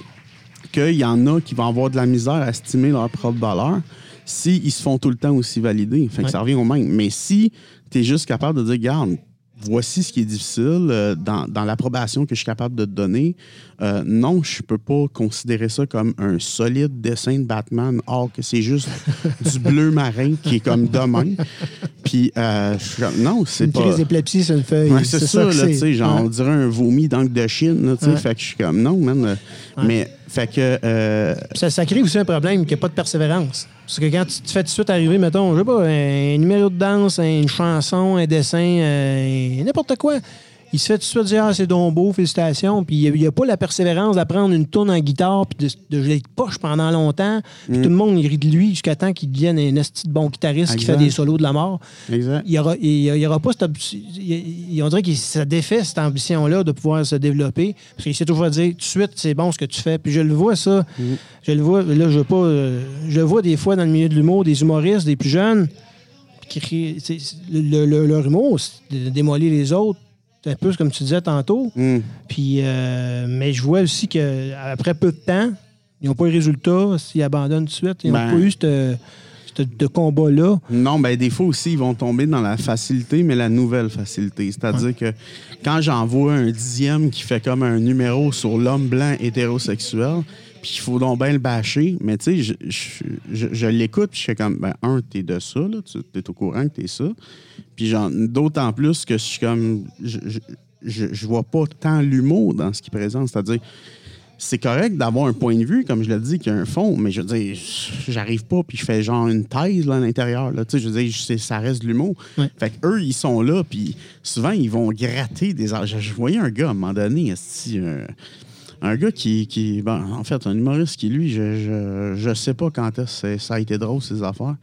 qu'il y en a qui vont avoir de la misère à estimer leur propre valeur s'ils se font tout le temps aussi valider. Fait que
Ouais.
ça revient au même. Mais si tu es juste capable de dire, garde, voici ce qui est difficile euh, dans, dans l'approbation que je suis capable de te donner, euh, non, je peux pas considérer ça comme un solide dessin de Batman, or que
*laughs*
c'est juste du bleu marin qui est comme demain. Puis, euh, je suis comme, non, c'est
une
pas...
crise d'épilepsie sur une feuille.
Ouais, c'est ça,
que
là, tu sais, genre,
Ouais.
on dirait un vomi d'encre de Chine, là, tu sais,
Ouais.
fait que je suis comme, non, man, euh, mais, fait que, euh,
Puis Ça, ça crée aussi un problème qu'il n'y a pas de persévérance. Parce que quand tu te fais tout de suite arriver, mettons, je sais pas, un numéro de danse, une chanson, un dessin, euh, n'importe quoi, il se fait tout de suite dire Ah, c'est donc beau, félicitations. Puis il n'y a, pas la persévérance d'apprendre une tourne en guitare, puis de, de geler de poche pendant longtemps. Puis
Mm.
tout le monde rit de lui jusqu'à temps qu'il devienne un esti de bon guitariste qui
Exact.
fait des solos de la mort.
exact.
Il y aura, il y a- il y aura pas cette ambi- il y a- On dirait que ça défait cette ambition-là de pouvoir se développer. Parce qu'il s'est toujours dit tout de suite, c'est bon ce que tu fais. Puis je le vois, ça.
Mm.
Je le vois, là, je veux pas. euh, je le vois des fois dans le milieu de l'humour, des humoristes, des plus jeunes, qui crient. c'est- c'est- le- le- leur humour, c'est de démolir les autres. C'est Un peu comme tu disais tantôt.
Mm.
Puis, euh, mais je vois aussi qu'après peu de temps, ils n'ont pas eu de résultat. S'ils abandonnent tout de suite, ils n'ont
Ben.
pas eu ce- ce ce combat-là.
Non, ben des fois aussi, ils vont tomber dans la facilité, mais la nouvelle facilité. C'est-à-dire que quand j'en vois un dixième qui fait comme un numéro sur l'homme blanc hétérosexuel, puis il faut donc bien le bâcher, mais tu sais, je, je, je- je l'écoute, puis je fais comme, ben un, t'es de ça, là, tu es au courant que t'es ça. Puis genre, d'autant plus que je suis comme, je, je, je, je vois pas tant l'humour dans ce qu'il présente. C'est-à-dire, c'est correct d'avoir un point de vue, comme je l'ai dit, qu'il y a un fond, mais je veux dire, j'arrive pas, puis je fais genre une thèse là, à l'intérieur. là. Tu sais, Je veux dire, je sais, ça reste de l'humour.
Ouais.
Fait que eux, ils sont là, puis souvent, ils vont gratter des... ar- Je, je voyais un gars, à un moment donné, esti, un, un gars qui... qui ben, bon, en fait, un humoriste qui, lui, je, je, je sais pas quand est-ce que c'est- ça a été drôle, ces affaires,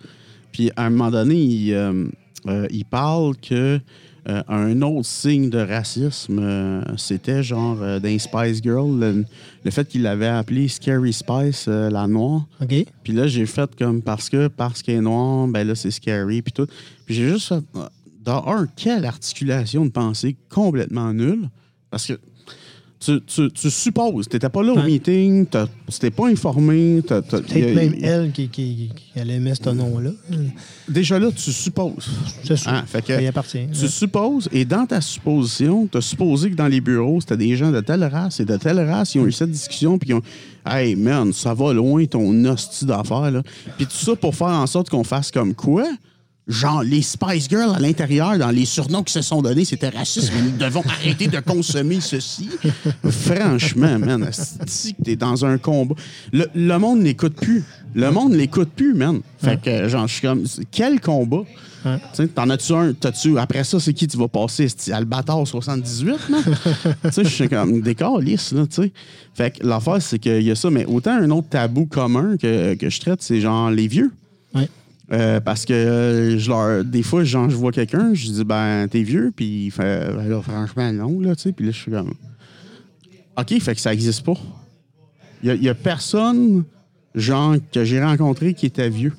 Puis à un moment donné, il, euh, euh, il parle que euh, un autre signe de racisme, euh, c'était genre euh, dans Spice Girl, le, le fait qu'il l'avait appelé Scary Spice, euh, la noire.
OK.
Puis là, j'ai fait comme parce que parce qu'elle est noire, ben là, c'est scary, puis tout. Puis j'ai juste fait, ah, dans un, quelle articulation de pensée complètement nulle. Parce que tu, tu, tu supposes, t'étais pas là au
Ouais.
meeting, t'as- tu t'es pas informé. t'as- t'as- y a- Euh,
Peut-être même elle qui, qui, qui- elle aimait ce nom-là.
Déjà là, tu supposes.
C'est sûr.
Ah, fait que-
Ça y appartient.
Tu supposes, et dans ta supposition, tu as supposé que dans les bureaux, c'était des gens de telle race et de telle race, ils ont eu cette discussion, puis ils ont Hey man, ça va loin ton hostie d'affaires, là. Puis tout ça pour faire en sorte qu'on fasse comme quoi? Genre, les Spice Girls à l'intérieur, dans les surnoms qui se sont donnés, c'était raciste, mais nous devons arrêter de consommer ceci. Franchement, man, asti que t'es dans un combat. Le, le monde n'écoute plus. Le monde n'écoute plus, man. Fait que, genre, je suis comme, quel combat? Tu sais, t'en as-tu un? T'as-tu, après ça, c'est qui tu vas passer? C'est Albator 78, non? tu sais, je suis comme des câlisses, là, tu sais. Fait que l'affaire, c'est qu'il y a ça, mais autant un autre tabou commun que, que je traite, c'est genre les vieux.
Ouais.
Euh, parce que euh, je leur, des fois, genre, je vois quelqu'un, je dis, ben, t'es vieux, puis il fait, ben là, franchement, non, là, tu sais, puis là, je suis comme, OK, fait que ça existe pas. Il n'y a, personne, genre, que j'ai rencontré qui était vieux.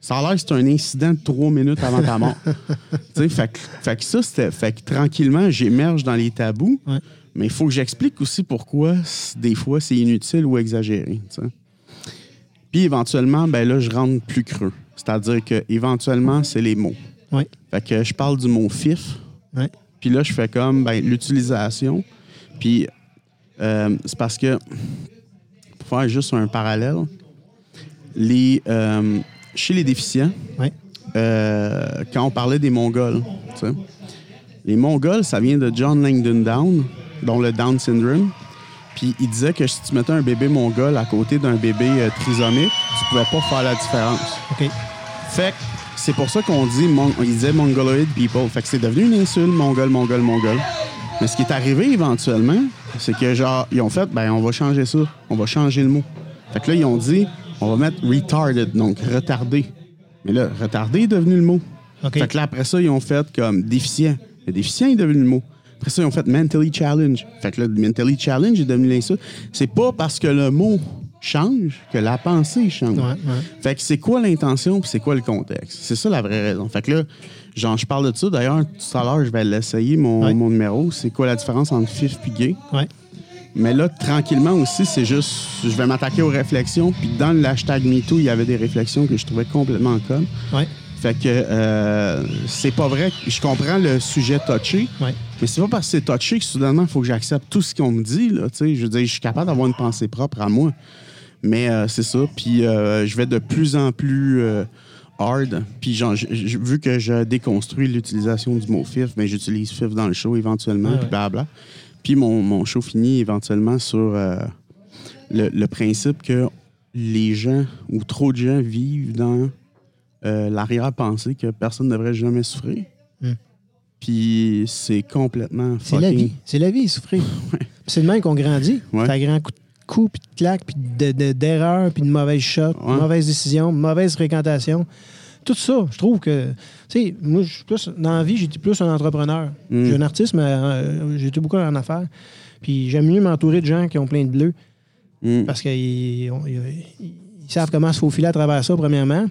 Ça a l'air que c'est un incident de trois minutes avant ta
*laughs*
mort. tu sais, fait, que- fait que ça, c'était. Fait que tranquillement, j'émerge dans les tabous.
Ouais.
Mais il faut que j'explique aussi pourquoi, c- des fois, c'est inutile ou exagéré. tu sais. Puis éventuellement, ben là, je rentre plus creux. C'est-à-dire que éventuellement, c'est les mots.
Oui.
Fait que je parle du mot fif.
Ouais.
Puis là, je fais comme ben, l'utilisation. Puis euh, c'est parce que, pour faire juste un parallèle, les, euh, chez les déficients,
Ouais.
euh, quand on parlait des Mongols, tu sais, les Mongols, ça vient de John Langdon Down, dont le Down syndrome. Puis il disait que si tu mettais un bébé mongol à côté d'un bébé euh, trisomique, tu pouvais pas faire la différence.
OK.
Fait que c'est pour ça qu'on dit, mon, il disait mongoloid people. Fait que c'est devenu une insulte, mongol, mongol, mongol. Mais ce qui est arrivé éventuellement, c'est que genre, ils ont fait, ben on va changer ça, on va changer le mot. Fait que là, ils ont dit, on va mettre retarded, donc retardé. Mais là, retardé est devenu le mot.
OK.
Fait que là, après ça, ils ont fait comme déficient. Le déficient est devenu le mot. Après ça, ils ont fait mentally challenge. Fait que là, mentally challenge est devenu l'insulte. C'est pas parce que le mot change que la pensée change.
Ouais, ouais.
Fait que c'est quoi l'intention puis c'est quoi le contexte? C'est ça la vraie raison. Fait que là, genre, je parle de ça. D'ailleurs, tout à l'heure, je vais l'essayer, mon,
Ouais.
mon numéro. C'est quoi la différence entre fif et gay?
Ouais.
Mais là, tranquillement aussi, c'est juste, je vais m'attaquer aux réflexions. Puis dans le hashtag MeToo, il y avait des réflexions que je trouvais complètement connes.
Ouais.
Fait que euh, c'est pas vrai. que- Je comprends le sujet touché,
Ouais.
mais c'est pas parce que c'est touché que soudainement, il faut que j'accepte tout ce qu'on me dit. Là, tu sais. je veux dire, je suis capable d'avoir une pensée propre à moi. Mais euh, c'est ça. Puis euh, je vais de plus en plus euh, hard. Puis genre, je- je- vu que je déconstruis l'utilisation du mot fif, mais j'utilise fif dans le show éventuellement,
Ouais,
puis
ouais.
blabla. Puis mon, mon show finit éventuellement sur euh, le, le principe que les gens ou trop de gens vivent dans euh, l'arrière-pensée que personne ne devrait jamais souffrir.
Hmm.
Puis c'est complètement
C'est la
fucking-
vie. C'est la vie,
*laughs*
souffrir. C'est de même qu'on grandit.
Ouais.
T'as grand coup de coups, puis de claques, puis de- de- d'erreurs, puis de mauvaises shots, de
Ouais.
mauvaises décisions, de mauvaises fréquentations. Tout ça, je trouve que. Tu sais, moi, je suis plus. Dans la vie, j'étais plus un entrepreneur.
Mm.
J'ai un artiste, mais euh, j'ai été beaucoup en affaires. Puis j'aime mieux m'entourer de gens qui ont plein de bleus
Hmm.
parce qu'ils on- ils- ils savent comment se faufiler à travers ça, premièrement.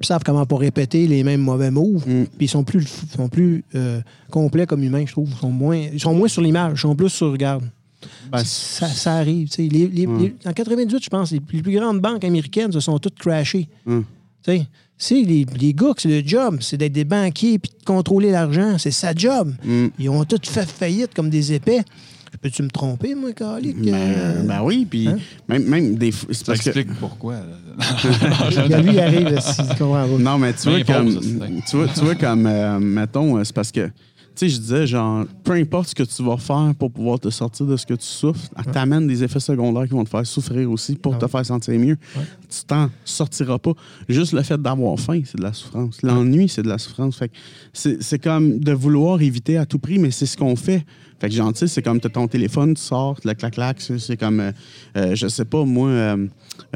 Ils savent comment pas répéter les mêmes mauvais moves.
Mm.
Puis ils sont plus, ils sont plus euh, complets comme humains, je trouve. Ils sont moins, ils sont moins sur l'image, ils sont plus sur regarde.
Ben,
Ah, ça, ça arrive. tu sais. Les- les-
Ouais.
les- en 98, je pense, les, plus- les plus grandes banques américaines se sont toutes crashées.
Mm.
Tu sais, C'est les, les gars que c'est le job, c'est d'être des banquiers puis de contrôler l'argent. C'est sa job.
Mm.
Ils ont tous fait faillite comme des épais. Peux-tu me tromper, moi, Calique? Euh,
Ben, ben oui, puis
Hein?
même, même des fois. c'est
Ça
parce que-
explique pourquoi. euh, là.
Il y a lui, il
*laughs*
arrive, là, si tu comprends pas.
Non, mais tu
Mais
vois,
il est pauvre,
comme,
ça, c'est dingue.
tu vois, tu vois comme, euh, mettons, euh, c'est parce que, tu sais, je disais, genre, peu importe ce que tu vas faire pour pouvoir te sortir de ce que tu souffres, elle t'amène des effets secondaires qui vont te faire souffrir aussi pour te faire sentir mieux. Tu t'en sortiras pas. Juste le fait d'avoir faim, c'est de la souffrance. L'ennui, c'est de la souffrance. Fait que c'est c'est comme de vouloir éviter à tout prix, mais c'est ce qu'on fait. Fait que gentil, c'est comme t'as ton téléphone, tu sors, le clac clac, c'est c'est comme euh, euh, je sais pas moi, euh,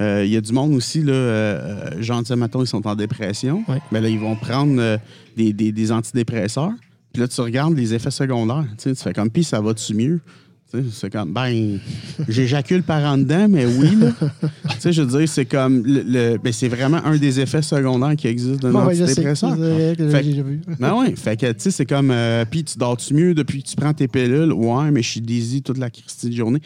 euh, il y a du monde aussi là, euh, euh, gentil matin ils sont en dépression,
Ouais.
mais là ils vont prendre euh, des, des- des antidépresseurs. Puis là tu regardes les effets secondaires, tu sais, tu fais comme puis ça va tu mieux. Tu sais, C'est comme, ben, j'éjacule par en dedans, mais oui, là. tu sais, je veux dire, c'est comme, le, le- ben, c'est vraiment un des effets secondaires qui existe d'un
Bon, ben, je sais.
antidépresseur.
C'est vrai que
Fait-
j'ai déjà vu.
Ben oui, fait que, tu sais, c'est comme, euh, puis tu dors-tu mieux depuis que tu prends tes pilules? Ouais, mais je suis dizzy toute la Christie de journée.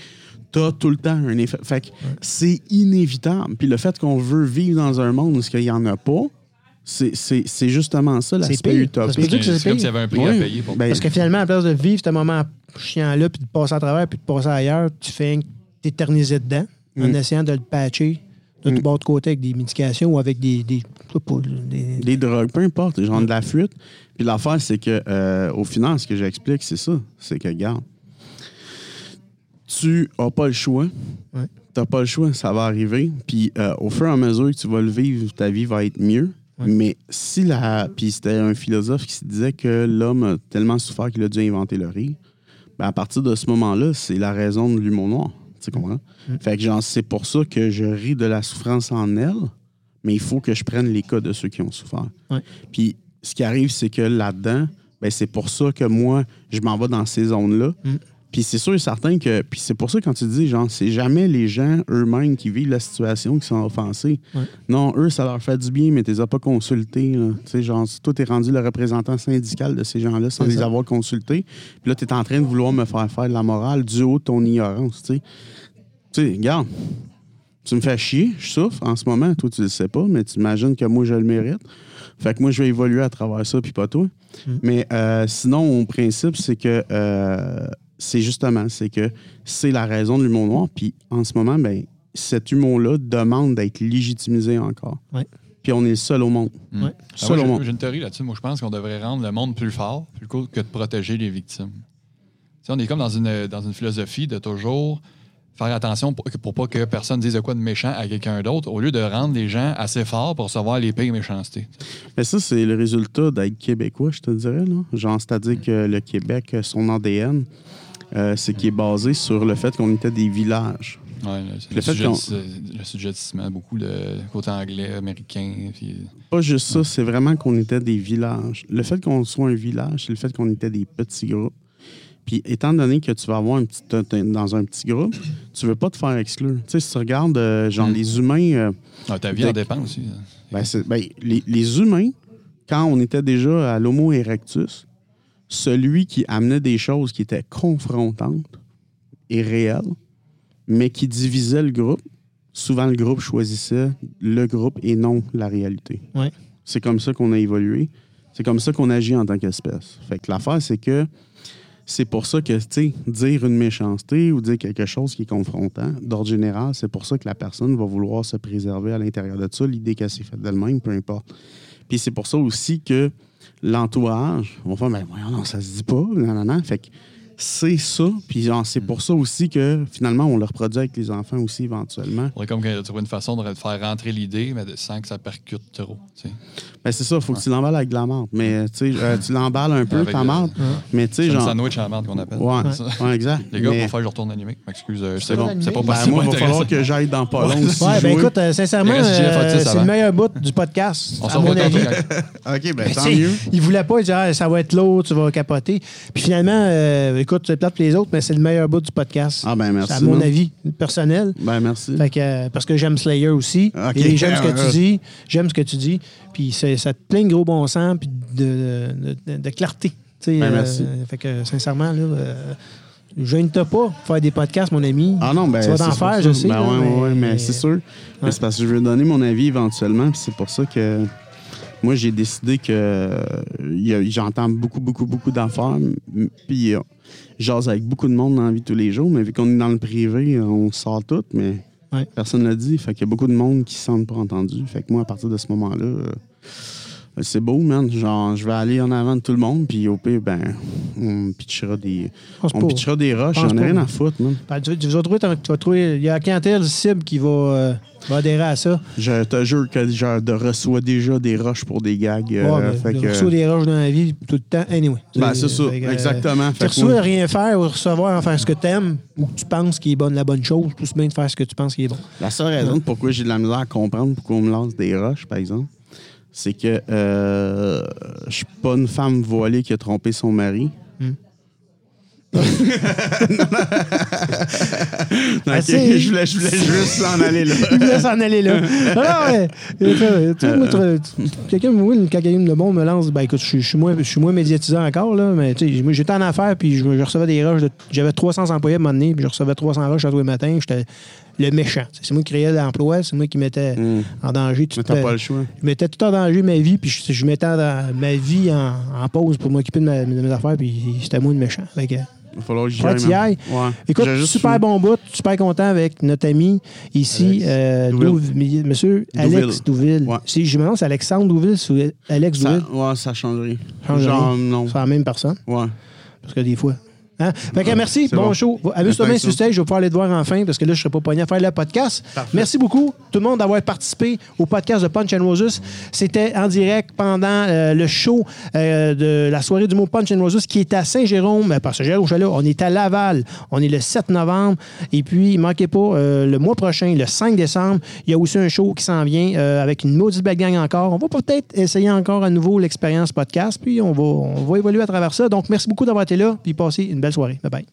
T'as tout le temps un effet. Fait que c'est inévitable. Puis le fait qu'on veut vivre dans un monde où il n'y en a pas, c'est- c'est c'est justement ça l'aspect
pire. Ça se peut
utopique.
dire que
*laughs* C'est
c'est
comme
pire.
s'il y avait un prix
Oui.
à payer pour
Ben,
Parce que finalement, à la place de vivre ce moment chiant-là, puis de passer à travers, puis de passer ailleurs, tu fais t'éterniser dedans en essayant de le patcher de tout bord de côté avec des médications ou avec des. des, je sais pas, des-
des drogues, peu importe, genre de la fuite. Puis l'affaire, c'est que, euh, au final, ce que j'explique, c'est ça. C'est que, regarde, tu n'as pas le choix.
Ouais.
Tu n'as pas le choix, ça va arriver. Puis euh, au fur et à mesure que tu vas le vivre, ta vie va être mieux. Mais si la. Puis c'était un philosophe qui se disait que l'homme a tellement souffert qu'il a dû inventer le rire. Ben, à partir de ce moment-là, c'est la raison de l'humour noir. Tu comprends? Fait que, genre, c'est pour ça que je ris de la souffrance en elle, mais il faut que je prenne les cas de ceux qui ont souffert.
Ouais.
Puis, ce qui arrive, c'est que là-dedans, ben, c'est pour ça que moi, je m'en vais dans ces zones-là. Puis, c'est sûr et certain que. Puis, c'est pour ça, quand tu dis, genre, c'est jamais les gens eux-mêmes qui vivent la situation qui sont offensés. Non, eux, ça leur fait du bien, mais tu les as pas consultés. là. Tu sais, genre, si toi, t'es rendu le représentant syndical de ces gens-là sans les avoir consultés. Puis là, t'es en train de vouloir me faire faire de la morale du haut de ton ignorance, tu sais. Tu sais, regarde, tu me fais chier, je souffre en ce moment. Toi, tu le sais pas, mais tu imagines que moi, je le mérite. Fait que moi, je vais évoluer à travers ça, puis pas toi. Mais euh, sinon, au principe, c'est que... euh, c'est justement, c'est que c'est la raison de l'humour noir. Puis en ce moment, ben, cet humour-là demande d'être légitimisé encore.
Ouais.
Puis on est le seul au monde.
Mm. Ah,
Seul
moi,
au
j'ai-
monde.
J'ai une théorie là-dessus. Moi, je pense qu'on devrait rendre le monde plus fort plutôt que de protéger les victimes. Tu sais, on est comme dans une, dans une philosophie de toujours faire attention pour, pour pas que personne dise de quoi de méchant à quelqu'un d'autre, au lieu de rendre les gens assez forts pour recevoir les pires méchancetés.
Mais ça, c'est le résultat d'être québécois, je te dirais. Là. Genre, c'est-à-dire que le Québec, son ADN, euh, c'est qui est basé sur le fait qu'on était des villages.
Ouais, le, le
Le fait
sujet-
qu'on-
le sujettissement, beaucoup de côté anglais, américain. puis-
Pas juste ça, c'est vraiment qu'on était des villages. Le fait qu'on soit un village, c'est le fait qu'on était des petits groupes. Puis étant donné que tu vas avoir un petit, t'es- t'es dans un petit groupe, tu veux pas te faire exclure. Tu sais, si tu regardes, euh, genre,
Mm.
les humains... euh,
Ah, ta vie
De-
en dépend aussi. hein.
Ben, c'est- ben, les, les humains, quand on était déjà à l'Homo erectus, celui qui amenait des choses qui étaient confrontantes et réelles, mais qui divisait le groupe, souvent le groupe choisissait le groupe et non la réalité.
Ouais.
C'est comme ça qu'on a évolué. C'est comme ça qu'on agit en tant qu'espèce. Fait que l'affaire, c'est que c'est pour ça que, tu sais, dire une méchanceté ou dire quelque chose qui est confrontant, d'ordre général, c'est pour ça que la personne va vouloir se préserver à l'intérieur de ça, l'idée qu'elle s'est faite d'elle-même, peu importe. Puis c'est pour ça aussi que l'entourage, on va faire, ben voyons, non, ça se dit pas, non, non, non. Fait que c'est ça, puis genre, c'est pour ça aussi que finalement, on le reproduit avec les enfants aussi éventuellement.
On est comme que- trouver une façon de faire rentrer l'idée, mais de- sans que ça percute trop. tu sais.
Ben c'est ça, faut que tu l'emballes avec de la marde. Mais euh, tu sais, euh, tu l'emballes un peu,
Avec
ta
de-
marde. Mais tu sais,
C'est un
genre.
sandwich à la marde qu'on appelle.
Ouais,
Ça.
ouais, exact.
Les gars,
Mais-
pour faire je retourne animé. M'excuse, euh, c'est
Retourne
bon. C'est pas
animé.
Ben,
possible.
moi, il va falloir que j'aille dans pas long. si
Ouais,
je
ben
veux.
écoute, euh, sincèrement,
Il reste GF
euh,
Otis
c'est
avant.
le meilleur bout du podcast.
On
à
s'en
mon
va
avis.
OK, ben
Mais
tant
tu sais, *laughs*
mieux.
Il voulait pas, il disait Ah, ça va être lourd, tu vas capoter. Puis finalement, euh, écoute, c'est plate pour les autres, mais c'est le meilleur bout du podcast.
Ah, ben, merci,
C'est à mon
man.
avis personnel.
Ben merci.
Fait que, euh, parce que j'aime Slayer aussi.
Ok.
Et j'aime ce que tu dis. J'aime ce que tu dis. Puis c'est- ça te plein de gros bon sens puis de, de- de- de clarté. tu sais,
Ben, merci.
euh, fait que sincèrement, là, euh, je ne t'ai pas faire des podcasts, mon ami.
Ah non, ben
Tu vas t'en
c'est pour
faire,
ça.
je sais.
Ben
là,
ouais, ouais, ouais, mais c'est sûr. Mais
Ouais.
c'est parce que je veux donner mon avis éventuellement, puis c'est pour ça que moi, j'ai décidé que euh, y a- j'entends beaucoup, beaucoup, beaucoup d'affaires, m- puis euh, j'ose avec beaucoup de monde dans la vie tous les jours, mais vu qu'on est dans le privé, on sort tout, mais
Ouais.
personne ne le dit. Fait qu'il y a beaucoup de monde qui se sentent pas entendu. Fait que moi, à partir de ce moment-là, euh, c'est beau, man. Genre, je vais aller en avant de tout le monde, puis au pire, ben, on pitchera des,
Pense
on
pas.
pitchera des rushs.
Pense
J'en ai
pas.
rien à foutre, man.
Ben, tu, tu vas trouver, ton- tu vas trouver, il y a la clientèle cible qui va, euh, va adhérer à ça.
Je te jure que je de- reçois déjà des rushs pour des gags. euh,
Ouais, mais
fait
de
que-
reçoit des roches dans la vie tout le temps, anyway.
Ben, c'est ça,
Fait que, euh,
exactement.
Tu
Fait que
reçois
moi-
à rien faire ou recevoir à faire ce que t'aimes ou que tu penses qui est bonne, la bonne chose, tout bien de faire ce que tu penses qui est bon.
La seule raison pourquoi j'ai de la misère à comprendre pourquoi on me lance des roches, par exemple, c'est que euh, je suis pas une femme voilée qui a trompé son mari.
Hmm.
*laughs* Non,
Ah,
ok,
c'est-
je, voulais, je voulais juste s'en aller là.
Il voulait s'en aller là. Ah ouais. Et toi, tu vois, moi, tu- tu- Quelqu'un, oui, le cacaïne de bon me lance. Ben écoute, je suis- je suis moins, je suis moins médiatisant encore, là, mais tu sais, moi, j'étais en affaires, puis je, je recevais des rushs. de- J'avais 300 employés à un moment donné, puis je recevais 300 rushs à tous les matins. J'étais le méchant. C'est moi qui créais l'emploi, c'est moi qui mettais en danger. tout
Hmm. Mais t'as
le-
pas le choix.
je mettais tout en danger ma vie, puis je, je mettais en- ma vie en, en pause pour m'occuper de, ma- de mes affaires, puis c'était moi le méchant. Fait que-
Il va falloir que j'y
Faut que
aille.
tu y
man.
ailles.
Ouais.
Écoute,
J'ai juste
super
su-
bon bout, super content avec notre ami ici, euh,
Douville.
Douv- mi- monsieur
Douville.
Alex Douville.
Ouais.
Si je me lance Alexandre Douville ou Alex
Ça,
Douville,
ouais, ça changerait.
Change
Genre,
rien.
non.
c'est la même personne,
Ouais.
parce que des fois. Hein? Fait que merci,
Euh, c'est
bon,
bon.
show. Va- Amuse-toi
Fait que
bien sur
ça.
stage, je vais pouvoir aller te voir enfin, parce que là, je serai pas pogné à faire le podcast. Merci beaucoup, tout le monde, d'avoir participé au podcast de Punch and Roses. C'était en direct pendant euh, le show euh, de la soirée du mot Punch and Roses, qui est à Saint-Jérôme, euh, pas Saint-Jérôme, au chalet. On est à Laval. On est le 7 novembre. Et puis, manquez pas, euh, le mois prochain, le 5 décembre, il y a aussi un show qui s'en vient euh, avec une maudite belle gang encore. On va peut-être essayer encore à nouveau l'expérience podcast, puis on va, on va évoluer à travers ça. Donc, merci beaucoup d'avoir été là, puis passez une belle soirée. Bye bye.